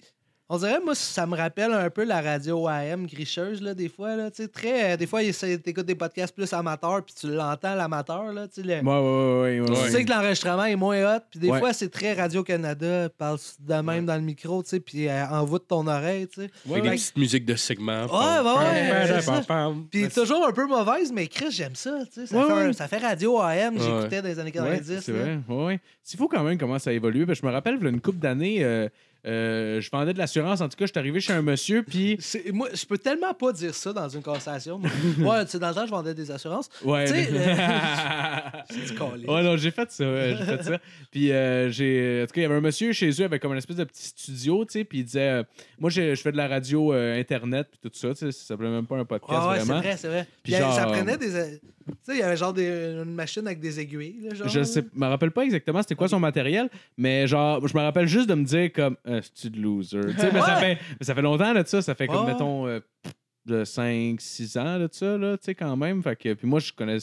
on dirait, moi, ça me rappelle un peu la radio AM gricheuse, là, des fois. Là, tu sais, très, euh, des fois, tu écoutes des podcasts plus amateurs, puis tu l'entends, l'amateur. Là, tu sais, le- Ouais, ouais, ouais, ouais, ouais, tu ouais. sais que l'enregistrement est moins hot, puis des Ouais. fois, c'est très Radio-Canada, parle de même dans le micro, tu sais, puis euh, envoûte ton oreille. tu sais. Avec des petites musiques de segments. Ah, ouais, ouais, c'est ça. Pam. Puis toujours un peu mauvaise, mais Chris, j'aime ça. tu sais, Ça, Ouais, fait un- ouais. ça fait radio AM, Ouais. j'écoutais dans les années Ouais, 90. c'est là. vrai. Ouais, ouais. S'il faut quand même comment ça évolue. Ben, je me rappelle, il une couple d'années, euh, euh, je vendais de l'assurance. En tout cas, je suis arrivé chez un monsieur, puis. C'est- Moi, je peux tellement pas dire ça dans une conversation. moi. ouais, tu sais, dans le temps, je vendais des assurances. Ouais. Tu sais, le- Du collier. Ouais, non, j'ai fait ça. ouais, j'ai fait ça. Puis, euh, j'ai. En tout cas, il y avait un monsieur chez eux avec comme une espèce de petit studio, tu sais. Puis, il disait euh, Moi, je, je fais de la radio euh, Internet, puis tout ça, tu sais. Ça s'appelait même pas un podcast, Ah ouais, c'est vraiment. vrai, c'est vrai. Puis Puis genre- ça prenait des. euh, Tu sais, il y avait genre des, une machine avec des aiguilles. Là, genre, Je sais, me rappelle pas exactement c'était quoi son matériel, mais genre, je me rappelle juste de me dire comme, euh, c'est-tu de loser? Tu sais, mais ça, fait, mais ça fait longtemps là, de ça, ça fait comme, Ouais. mettons, euh, de 5-6 ans là, de ça, là, tu sais, quand même. Fait que, puis moi, je connais.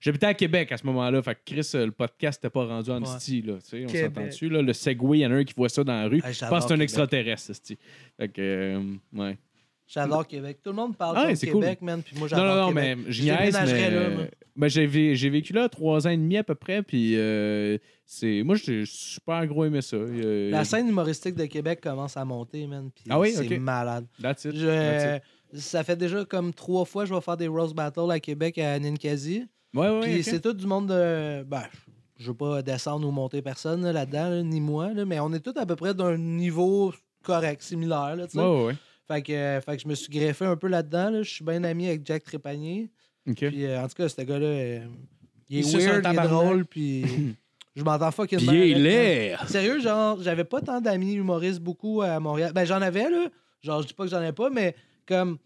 J'habitais à Québec à ce moment-là, fait que Chris, euh, le podcast n'était pas rendu en Ouais. style, là, tu sais, on Québec. s'entend-tu, là? Le Segway, il y en a un qui voit ça dans la rue. Ah, je j'adore pense que c'est un Québec. extraterrestre, esti. Fait que, euh, ouais. J'adore Québec. Tout le monde parle Ah ouais, de c'est Québec, man. Puis moi, Non, j'adore. non, non, Québec. mais je Je niaise, déménagerais mais... là, moi. ben, j'ai, vi- j'ai vécu là trois ans et demi à peu près, puis euh, c'est... moi, j'ai super gros aimé ça. Euh, La scène humoristique de Québec commence à monter, man. Puis Ah oui, c'est ok. malade. That's it. Je- That's Ça fait déjà comme trois fois que je vais faire des Rose Battle à Québec à Ninkasi. it. Ouais, ouais, Puis ouais. ok. c'est tout du monde de. Ben, je veux pas descendre ou monter personne là, là-dedans, là, ni moi, là, mais on est tous à peu près d'un niveau correct, similaire. Là, tu sais. Ouais, ouais, ouais. fait, que, euh, fait que je me suis greffé un peu là-dedans. là. Je suis bien ami avec Jack Trépanier. Ok. Puis euh, en tout cas, ce gars-là, euh, il est Il suce un weird, il est tabarnak. drôle, puis je m'entends fucking Puis bien il est avec, man. laid. Sérieux, genre, j'avais pas tant d'amis humoristes beaucoup à Montréal. Ben, j'en avais, là. Genre, je dis pas que j'en ai pas, mais comme,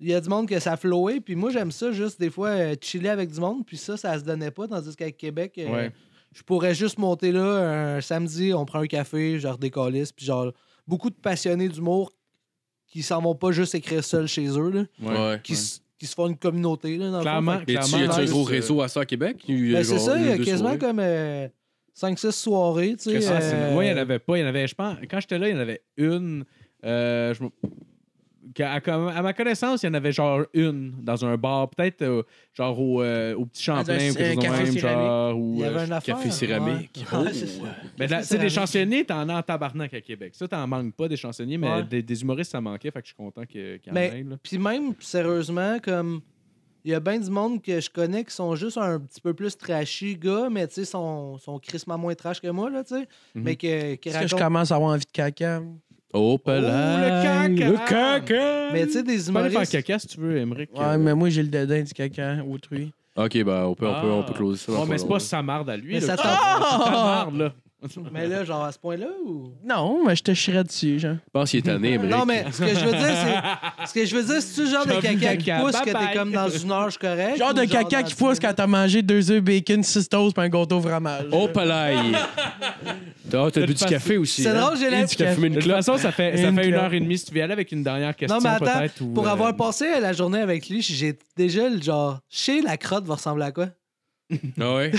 il y a du monde que ça flowait, puis moi, j'aime ça, juste des fois, euh, chiller avec du monde, puis ça, ça se donnait pas, tandis qu'à Québec, euh, Ouais. je pourrais juste monter là un samedi, on prend un café, genre, décalisse, puis genre, beaucoup de passionnés d'humour qui s'en vont pas juste écrire seuls chez eux, là, Ouais. Ouais. qui, s- qui se font une communauté, là, dans le fond. Clairement, Fait Et tu, clairement. y a-tu un nice, gros euh, réseau à ça à Québec? que- Ben, c'est ça, il y a quasiment comme 5-6 soirées, tu sais. Ah, c'est- euh, ouais, il y en avait pas. Il y en avait, je pense, quand j'étais là, il y en avait une. euh, je me- qu'à- À, comme- à ma connaissance, il y en avait genre une dans un bar, peut-être euh, genre au, euh, au petit Dans un- Champlain ou quelque un chose de café même, genre, ou, Il y euh, avait un affaire. café céramique. Oh. ouais. Ouais, Ah, c'est ça. Café Ben, la- tu sais, des céramique. chansonniers, t'en as en tabarnak à Québec. Ça, t'en manques pas des chansonniers, mais Ouais. des, des humoristes, ça manquait. Fait que je suis content que- qu'il y en Mais- ait. là. Puis même, sérieusement, comme. Il y a bien du monde que je connais qui sont juste un petit peu plus trashy, gars, mais tu sais, sont, sont crissement moins trash que moi, là, tu sais. Mais que, qui Est-ce que je racontent- commence à avoir envie de caca? Oh, Oh, le là. caca! Le Mais tu sais, des Tu peux aller faire humoristes. caca si tu veux, Emmerich. Ouais, mais moi, j'ai le dédain du caca autrui. Ok, bah, on peut, on peut, on Ah. peut closer ça. Ouais, dans mais pas c'est long. pas sa marde à lui. Mais là. ça Ah! C'est ta marde, là. Mais là, genre, à ce point-là, ou. Non, mais je te chierais dessus, genre. Je pense qu'il est tanné, mais. Non, mais ce que je veux dire, c'est. Ce que je veux dire, c'est-tu le genre de J'ai envie de caca qui caca. pousse que Bye-bye. t'es comme dans une heure, je suis correct? Genre ou de caca dans qui dix fousse minutes? quand t'as mangé deux œufs bacon, six toasts puis un gâteau au fromage. Oh, palaille! T'as t'as bu du façon- café aussi. C'est hein? drôle, j'ai Et Tu t'as l'impression. fumé De une toute clope. façon, ça fait, ça Une fait une clope. heure et demie si tu veux y aller avec une dernière question, Non, mais attends, peut-être. ou, pour euh, avoir passé la journée avec lui, j'ai déjà le genre. Chez la crotte va ressembler à quoi? Ah ouais?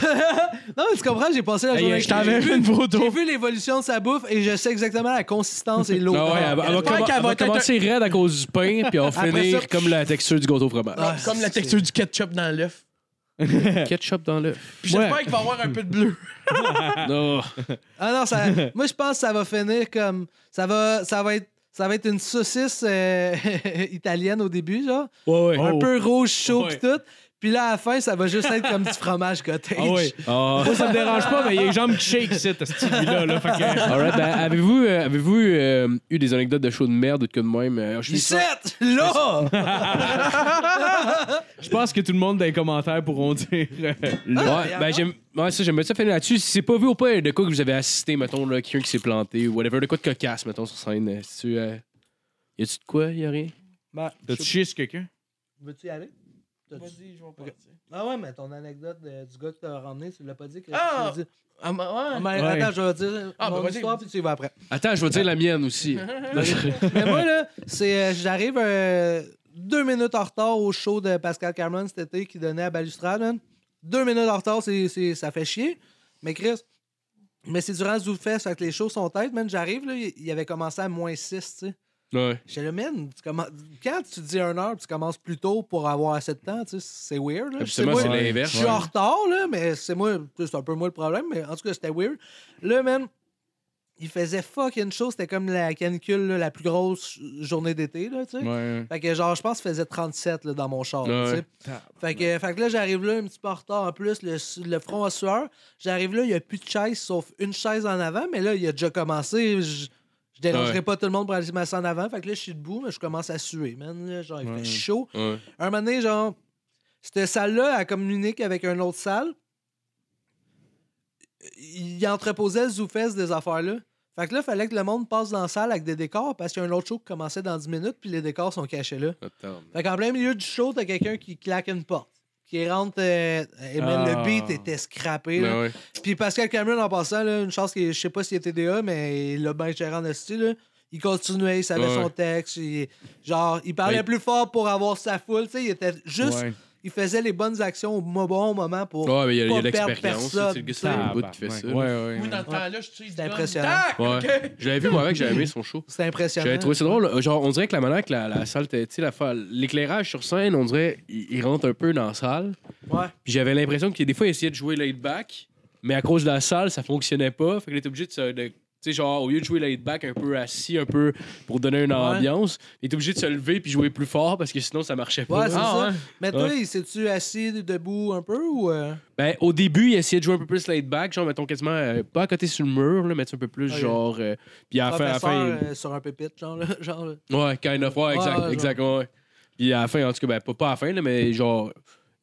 Non, mais tu comprends, j'ai passé la Hey, journée. je t'avais fait une photo. J'ai vu l'évolution de sa bouffe et je sais exactement la consistance et l'odeur. Ah ouais, elle va- elle va, J'espère commen- qu'elle elle va va être un- commencer raide à cause du pain, puis on va Après finir ça, comme la texture du gâteau au fromage. Ah, Comme la c'est- texture du ketchup dans l'œuf. Ketchup dans l'œuf. Puis j'espère qu'il va avoir un peu de bleu. Non. Ah non, ça, moi je pense que ça va finir comme ça va, ça va être, ça va être une saucisse euh, italienne au début, genre, Ouais, ouais. un peu rouge chaud Oh. Ouais. pis tout. Puis là à la fin, ça va juste être comme du fromage cottage. Ah ouais. Ah. Moi, ça me dérange pas, mais il y a les jambes qui shake, cette là là. Fait que- All right, ben, avez-vous euh, avez-vous, euh, eu des anecdotes de show de merde ou de quoi de même? Euh, je suis Ici, là. Je pense que tout le monde dans les commentaires pourront dire. euh, Ouais, ben, j'aime, ouais, ça, j'aimerais ça finir là-dessus. Si c'est pas vu ou pas, de quoi que vous avez assisté, mettons, là, quelqu'un qui s'est planté ou whatever, de quoi de cocasse, mettons, sur scène. euh, si tu, euh, Y a-tu de quoi? Y a rien? T'as-tu chié sur quelqu'un? Bah, Veux-tu y aller? Vas-y, je vais partir. Ah ouais, mais ton anecdote de- du gars que t'as ramené, tu l'as pas dit que Ah! tu l'as dit. Ah, mais ouais. Ah, mais Ouais. attends, je vais dire Ah, mon bah, vas-y. histoire puis tu y vas après. Attends, je vais dire la mienne aussi. Mais moi, là, c'est, euh, j'arrive euh, deux minutes en retard au show de Pascal Cameron cet été qui donnait à Balustrade. man. Deux minutes en retard, c'est, c'est- ça fait chier. Mais Chris, mais c'est durant Zoufest, fait que les shows sont têtes, man. J'arrive, là, il il avait commencé à moins 6, tu sais. ouais. J'étais là, man, tu commen- quand tu dis 1 heure, tu commences plus tôt pour avoir assez de temps, tu sais, c'est weird. Là. Absolument, moi, c'est je l'inverse. suis en retard, là, mais c'est moi, c'est un peu moi le problème, mais en tout cas, c'était weird. Là, man, il faisait fucking chaud, c'était comme la canicule, là, la plus grosse journée d'été, là, tu sais. Ouais. Fait que genre, je pense qu'il faisait 37 là, dans mon char. Mm. Ouais. tu sais. Fait, que, fait que là, j'arrive là, un petit peu en retard en plus, le, le front à sueur. J'arrive là, il n'y a plus de chaise, sauf une chaise en avant, mais là, il a déjà commencé. Je, je dérangerai Ouais. pas tout le monde pour aller se masser en avant. Fait que là, je suis debout, mais je commence à suer, man. là, genre, il fait chaud. Ouais. Un moment donné, genre, cette salle-là, elle communique avec une autre salle. Il entreposait le Zoufest des affaires-là. Fait que là, fallait que le monde passe dans la salle avec des décors parce qu'il y a un autre show qui commençait dans 10 minutes, puis les décors sont cachés là. Attends. Fait qu'en plein milieu du show, t'as quelqu'un qui claque une porte. Qui rentre. euh, et man, Ah. le beat était scrappé. là. Ouais, ouais. Puis Pascal Cameron, en passant, là, une chance que je sais pas s'il était TDA, mais il l'a bien géré en esti, là. Il continuait, il savait Ouais, son ouais. texte. il- genre, il parlait Ouais. plus fort pour avoir sa foule. Tu sais, il était juste. Ouais. Il faisait les bonnes actions au mo- bon moment pour. Ouais, mais il y a, il y a Pas de l'expérience. perdre C'est le gars, c'est le bout qui fait ça. Ouais, là. ouais. Ou dans le temps-là, je suis impressionnant. Ouais. Je l'avais vu, moi, avec, j'avais aimé son show. C'était impressionnant. J'avais trouvé ça drôle. Euh, Genre, on dirait que la manière que la, la salle, était- tu sais, la fa- l'éclairage sur scène, on dirait, il, il rentre un peu dans la salle. Ouais. Puis j'avais l'impression que des fois, il essayait de jouer laid back, mais à cause de la salle, ça fonctionnait pas. Fait qu'il était obligé de, se- de- tu sais, genre, au lieu de jouer laid back un peu assis, un peu pour donner une ambiance, il était obligé de se lever puis jouer plus fort parce que sinon, ça marchait pas. Ouais, Ah, c'est ça. Mais toi, Ouais. il s'est-tu assis debout un peu ou. euh? Ben, au début, il essayait de jouer un peu plus laid back, genre, mettons quasiment euh, pas à côté sur le mur, là, mais tu sais, un peu plus, Ok. genre. euh, puis à la fin, à la professeur fin, il- euh, sur un pépite, genre. là, genre là. Ouais, kind of, ouais, exact, ouais, exact, ouais. Puis à la fin, en tout cas, ben, pas, pas à la fin, là, mais genre,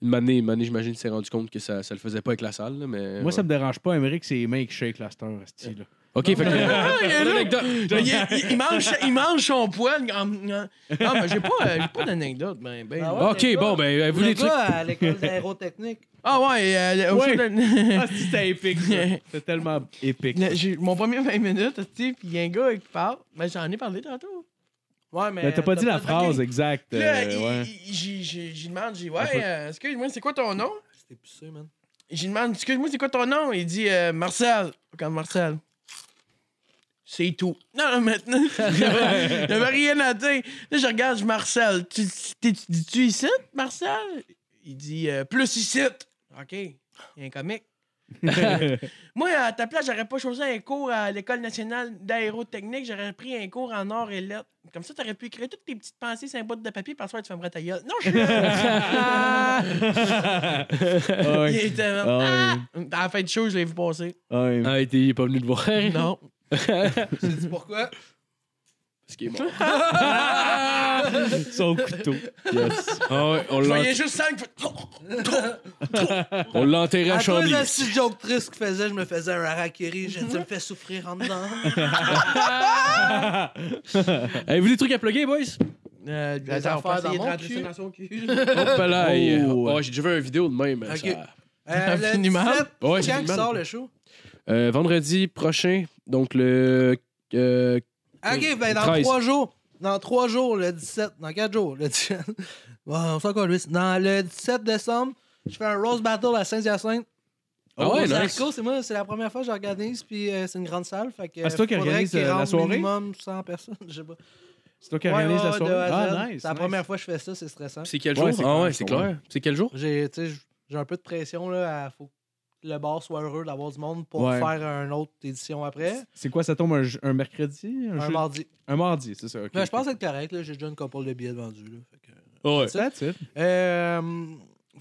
une année, une année j'imagine, il s'est rendu compte que ça, ça le faisait pas avec la salle, là, mais... Moi, ça me dérange pas, Émeric, c'est les mains qui shake la star, esti, là. OK, fait que... L'anecdote. Il, il- il mange, il mange son poil. Ah, Non, mais j'ai pas, euh, j'ai pas d'anecdote. Ben, ben. Ah ouais? OK, bon, ben, euh, vous, Le les trucs... gars à l'école d'aérotechnique. Ah ouais, euh, au Ouais. show de- Ah, si, c'était épique, ça. C'était tellement épique. Le- j'ai- Mon premier 20 minutes, tu sais, puis il y a un gars qui parle. Ben, j'en ai parlé tantôt. Ouais, mais. Ben, Mais Euh, t'as pas dit la Ok. phrase exacte. Puis là, euh, il- ouais. il- j'ai- j'ai j'ai demandé, j'ai dit, ouais, euh, excuse-moi, c'est quoi ton nom? C'était poussé, man. J'ai demandé, excuse-moi, c'est quoi ton nom? Il dit, euh, Marcel. Comme Marcel. C'est tout. Non, non, maintenant, j'avais rien à dire. Là, je regarde, je Marcel. Tu t'es- tu- dis-tu ici, Marcel? Il dit, euh, plus ici. OK, il y a un comique. Moi, à ta place, j'aurais pas choisi un cours à l'École nationale d'aérotechnique, j'aurais pris un cours en or et lettres. Comme ça, t'aurais pu écrire toutes tes petites pensées sur un bout de papier, puis ensuite, tu fermerais ta gueule. Non, je Ah ouais. Il était Ah vraiment- ouais. À la fin du show, je l'ai vu passer. Ah ouais. Ah, il était- il est pas venu te voir. Non. Tu sais pourquoi? Parce qu'il est mort. Son couteau. Ah ouais, on Je l'en- voyais juste cinq. on l'enterrait à À tous Chambly. les petits jokes tristes qu'il faisait, je me faisais un harakiri. Je tu me fais souffrir en dedans. Avez-vous des trucs à plugger, boys? Euh, Des attends, on peut affaires dans essayer de mon rentrer cul. ça dans son cul. Hop là, et- Oh. oh, j'ai déjà vu une vidéo de même. ben, Ok. ça- Euh, le Infiniment. 17, Ouais, quand il infiniment. sort le show? Euh, vendredi prochain, donc le... euh, Ok, ben dans 13. trois jours. Dans trois jours, le 17. Dans quatre jours, le 17. Bon, on s'en calisse. Dans le 17 décembre, Je fais un roast battle à Saint-Hyacinthe. Ah ouais, Au nice. Zarco, Oh, c'est moi, c'est la première fois que j'organise, puis euh, c'est une grande salle. Fait que, Ah, c'est toi qui faudrait organise, qu'il euh, la rentre soirée? minimum 100 personnes, je sais pas. C'est toi qui Ouais, organise ouais, la de soirée. A à Z. Ah, nice. C'est la nice. première fois que je fais ça, c'est stressant. C'est quel jour? Ouais, c'est ah clair, ouais, c'est c'est clair. clair. C'est quel jour? J'ai tu sais, j- j'ai un peu de pression, là. à- faut que le bar soit heureux d'avoir du monde pour Ouais. faire une autre édition après. C'est quoi, ça tombe un, j- un mercredi? Un, Un jeudi? mardi. Un mardi, c'est ça. ok. Mais Ben, je pense être correct, là. J'ai déjà une couple de billets de vendus, là. Fait que- Ouais. That's it. Euh,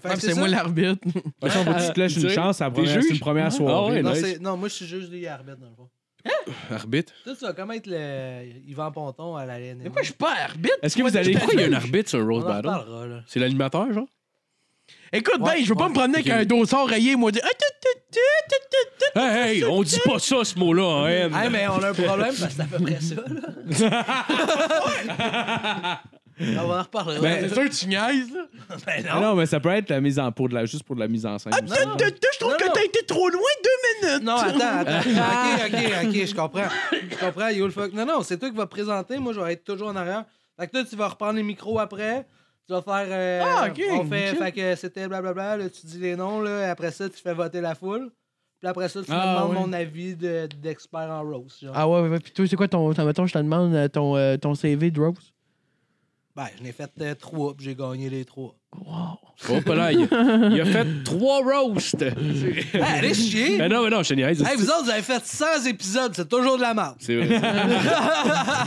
fait que Ouais, C'est ça. moi l'arbitre. De toute façon, faut que tu te lèches Tu une sais, chance à la première- juges? c'est une première soirée. ouais, Non, nice. c'est- non, moi, je suis juste des arbitres, dans le fond. Arbitre. Tout ça, comment être le Yvan Ponton à la LNM? Mais pourquoi je suis pas arbitre? Est-ce que vous allez. Pourquoi il y a un arbitre sur un On roast en battle? reparlera, là. C'est l'animateur, genre? Écoute, Ouais, ben, je veux pas ouais. me promener avec un dossard rayé et moi dire. Ah, tu, tu, tu, tu, tu, tu. Hey, hey, on dit pas ça, ce mot-là, hein, en haine. Hey, Ah, mais on a un problème parce que c'est à peu près ça, là. on en reparlera. Ben, C'est sûr que tu niaises, là. Ben Ah non, mais ça peut être la mise en pour de la, juste pour de la mise en scène. aussi. Tu, tu, tu, Je trouve Non, que non. t'as été trop loin deux minutes. Non, attends, attends. ok, ok, ok, je comprends. Je comprends, yo le fuck. Non, non, c'est toi qui vas présenter. Moi, je vais être toujours en arrière. Fait que toi, tu vas reprendre les micros après. Tu vas faire. euh, Ah, ok, On fait, chill. fait que c'était blablabla. Là, tu dis les noms. Là, après ça, tu fais voter la foule. Puis après ça, tu me Ah, demandes ouais. mon avis de- d'expert en rose. Genre. Ah ouais, ouais, ouais. Puis toi, c'est quoi ton. ton- Mettons, je te demande euh, ton, euh, ton CV de Rose. Ben, je n'ai fait euh, trois, puis j'ai gagné les trois. Hop là, il, il a fait trois roasts. Hey, Ben, allez chier! Mais non, mais non, je te niaise. Hey, vous autres, vous avez fait 100 épisodes, c'est toujours de la merde. C'est vrai.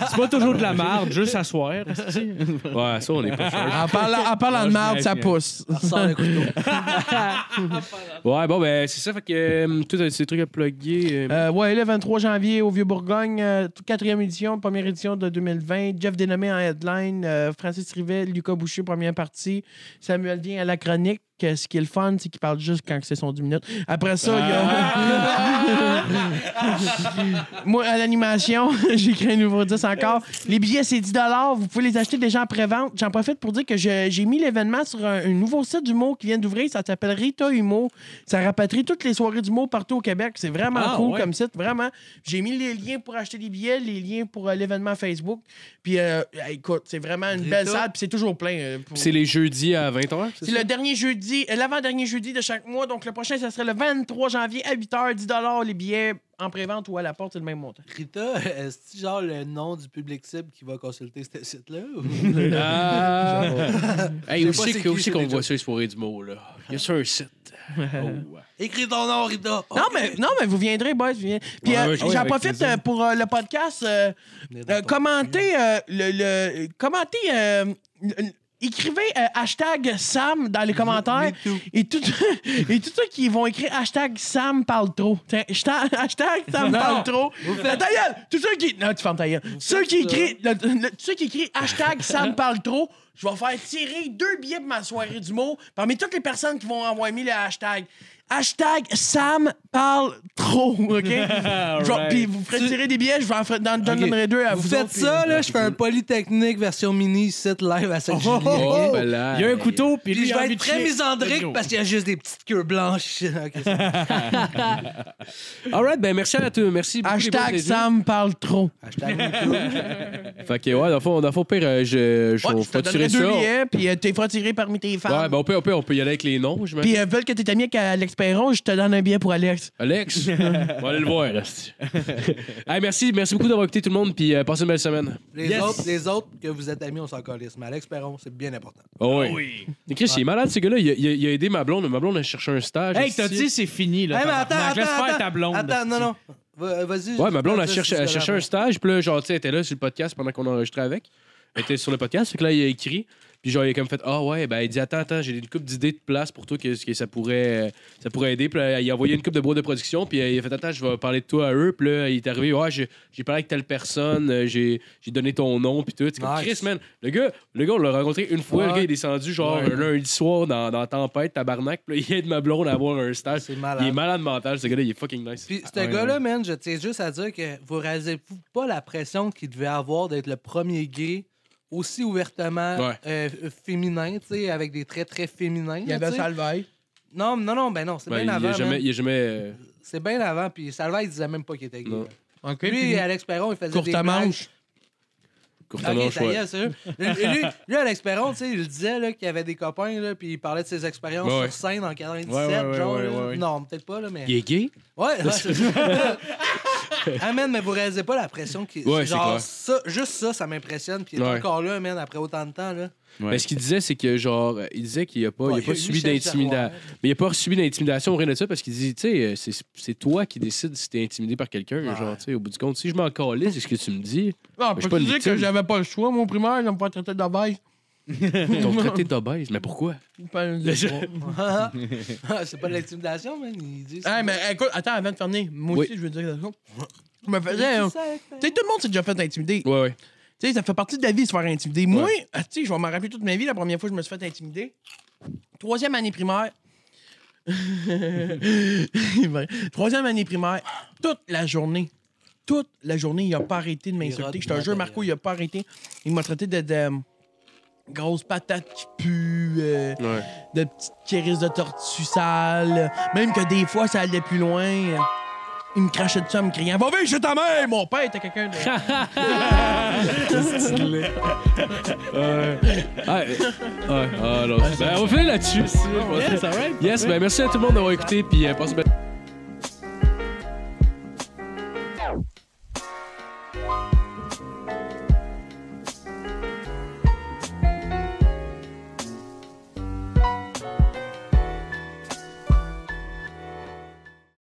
C'est pas toujours de la marde, juste à soir. Ouais, ça, on est pas sûr. En parlant, en parlant de merde, ça pousse. On ressort le couteau. Ouais, bon, ben, c'est ça, fait que euh, tous ces trucs à plugger. euh, Euh, ouais, le 23 janvier au Vieux-Bourgogne, euh, quatrième édition, première édition de 2020. Jeff Dénommé en headline, euh, Francis Rivet, Lucas Boucher, première partie, Samuel Dien à la chronique. Euh, ce qui est le fun, c'est qu'il parle juste quand c'est son 10 minutes. Après ça, il y a. Moi, à l'animation, j'ai créé un nouveau 10 encore. Les billets, c'est 10 Vous pouvez les acheter déjà en pré-vente. J'en profite pour dire que je- j'ai mis l'événement sur un, un nouveau site d'humour qui vient d'ouvrir. Ça s'appelle Rita Humour. Ça rapatrie toutes les soirées d'humour partout au Québec. C'est vraiment Ah, cool ouais. comme site, vraiment. J'ai mis les liens pour acheter les billets, les liens pour euh, l'événement Facebook. Puis, euh, écoute, c'est vraiment une belle Rita. salle. Puis, c'est toujours plein. euh, pour- Puis c'est les jeudis à 20h, c'est c'est ça? le dernier jeudi, euh, l'avant-dernier jeudi de chaque mois. Donc, le prochain, ça serait le 23 janvier à 8h, 10 les billets en pré-vente ou à la porte, c'est le même montant. Rita, est-ce genre le nom du public cible qui va consulter ce site-là? ou- Ah! hey, Je sais où pas c'est c'est que- où qui, c'est c'est qu'on des voit ça, les soirées du mot, là? Il y a ça un site. Oh. Écris ton nom, Rita. Non, mais, non, mais vous viendrez, boys. vous viendrez. Puis, euh, ouais, j'en ouais, avec profite plaisir. euh, pour euh, le podcast. euh, Euh, commentez euh, le, le- commentez euh, le- le- écrivez euh, hashtag Sam dans les commentaires Me too. et tout et tout ceux qui vont écrire hashtag Sam parle trop Tiens, hashtag hashtag Sam parle trop Ta gueule! tous ceux qui non tu fermes ta gueule ceux qui ça. écrivent le- le- tous ceux qui écrivent hashtag Sam parle trop je vais faire tirer deux billets pour ma soirée du mot parmi toutes les personnes qui vont envoyer mis le hashtag hashtag Sam parle trop ok Je vais- puis vous ferez tirer des billets je vais en faire- dans, Ok. donnerai deux à Vous vous faites autres, puis- ça, là, je fais un Polytechnique version mini site live à cette Oh, oh, oh. juillet. Il y a un couteau, puis Puis lui, je il a vais envie être de très chier. misandrique parce qu'il y a juste des petites queues blanches. Ok, c'est- Alright, ben merci à tous. Merci beaucoup, les boys, Hashtag les Sam parle trop. Hashtag MeToo. deux. Fait que, ouais, dans le fond, dans le fond, pire, euh, je, je, Ouais, on je te fera tirer donnerai ça. deux billets, puis euh, tu feras tirer parmi tes fans. Ouais, ben au pire, au pire, on peut y aller avec les noms, je Puis euh, veulent que t'es ami avec Alex Perron, je te donne un billet pour Alex. Alex, on va aller le voir. là, c'est- hey, merci, merci beaucoup d'avoir écouté tout le monde, puis euh, passez une belle semaine. Les, autres, les autres que vous êtes amis, on s'en calisse. Mais Alex Perron, c'est bien important. Ah Oh, oui. Mais Chris, il est malade, ce gars-là. Il, a- il a- il a aidé ma blonde. Ma blonde a cherché un stage. Hey, t'as dit c'est fini, là. Hey, mais attends, tabarnak. attends, Laisse faire attends. ta blonde. Attends, non, non. Va- Vas-y. Ouais, ma blonde, elle Vas-y, cherche, Ah, c'est elle ce cherchait que un stage. Puis là, genre, tu sais, elle était là sur le podcast pendant qu'on enregistrait avec. Elle était sur le podcast. Fait que là, il a écrit. Puis genre, il a comme fait Ah ouais, ben, il dit Attends, attends, j'ai une couple d'idées de place pour toi que, que ça, pourrait, ça pourrait aider. Puis là, il a envoyé une coupe de bois de production. Puis euh, il a fait Attends, je vais parler de toi à eux. Puis là, il est arrivé Ouais, j'ai j'ai parlé avec telle personne. euh, J'ai j'ai donné ton nom. Puis tout. C'est comme Nice. Chris, man. Le gars, le gars, on l'a rencontré une fois. Le Ouais. gars, il est descendu genre un lundi soir dans, dans Tempête, Tabarnak. Puis là, il aide ma blonde à avoir un stage. C'est Il est malade. malade mental, ce gars-là. Il est fucking nice. Puis ce gars-là, man, je tiens juste à dire que vous réalisez pas la pression qu'il devait avoir d'être le premier gay aussi ouvertement Ouais. euh, euh, féminin, tu sais, avec des traits très féminins. là, tu sais. Salvaille. Non, non, non, ben non, c'est Ben, il bien avant. a jamais. man. Il a jamais euh, C'est bien avant, puis Salva, il disait même pas qu'il était gay. Non. Lui, Alex Perron, il faisait Courte des à blagues. manche. Courtement, Ok, ça y est, c'est sûr. Lui, lui, lui, Alex Perron, tu sais, il disait là, qu'il avait des copains, là, puis il parlait de ses expériences Ouais, ouais. sur scène en 97, Ouais, ouais, ouais, genre. ouais, là. ouais, ouais. Non, peut-être pas, là, mais. Il est gay? Ouais, ouais, c'est ça. Ah, man, mais vous réalisez pas la pression qui. Ouais, c'est genre, clair. ça, juste ça, ça m'impressionne, puis il est Ouais. encore là, man, après autant de temps, là. Mais Ben, ce qu'il disait, c'est que genre, euh, il disait qu'il a pas, il a Ouais, pas Michel subi d'intimidation. Charrois. Mais il a pas subi d'intimidation ou rien de ça parce qu'il dit, tu sais, euh, c'est- c'est toi qui décides si t'es intimidé par quelqu'un. Genre, tu sais, au bout du compte, si je m'en calisse, c'est ce que tu me dis. Ah, Mais je suis peux te pas une dire que victime. j'avais pas le choix, mon primaire, ils me pas traité d'obèse. T'ont traité d'obèse. Mais pourquoi? Ben, je sais pas. Ah, c'est pas de l'intimidation, man. Il dit. Ah, hey, mais écoute, attends, avant de fermer, moi Oui. aussi, je veux dire quelque chose. Je me Il dit faisais. euh, ça, Tu sais, tout le monde s'est déjà fait intimider. Ouais, ouais. Tu sais, ça fait partie de la vie, se faire intimider. Moi, ah, tu sais, je vais m'en rappeler toute ma vie, la première fois que je me suis fait intimider. Troisième année primaire. Ouais. Troisième année primaire, toute la journée. Toute la journée, il a pas arrêté de m'insulter. rate Je te jure, matériel. Marco, il a pas arrêté. Il m'a traité de, de, euh, grosse patate qui pue, euh, de petite chérisse de tortue sale. Même que des fois, ça allait plus loin. Il me crachait dessus en me criant Va vite chez ta mère! Mon père était quelqu'un de. Ah, euh, ah, ah, non. Ben, on finit là-dessus. si- Yes, ben merci à tout le monde d'avoir écouté. Puis, euh, passez une belle-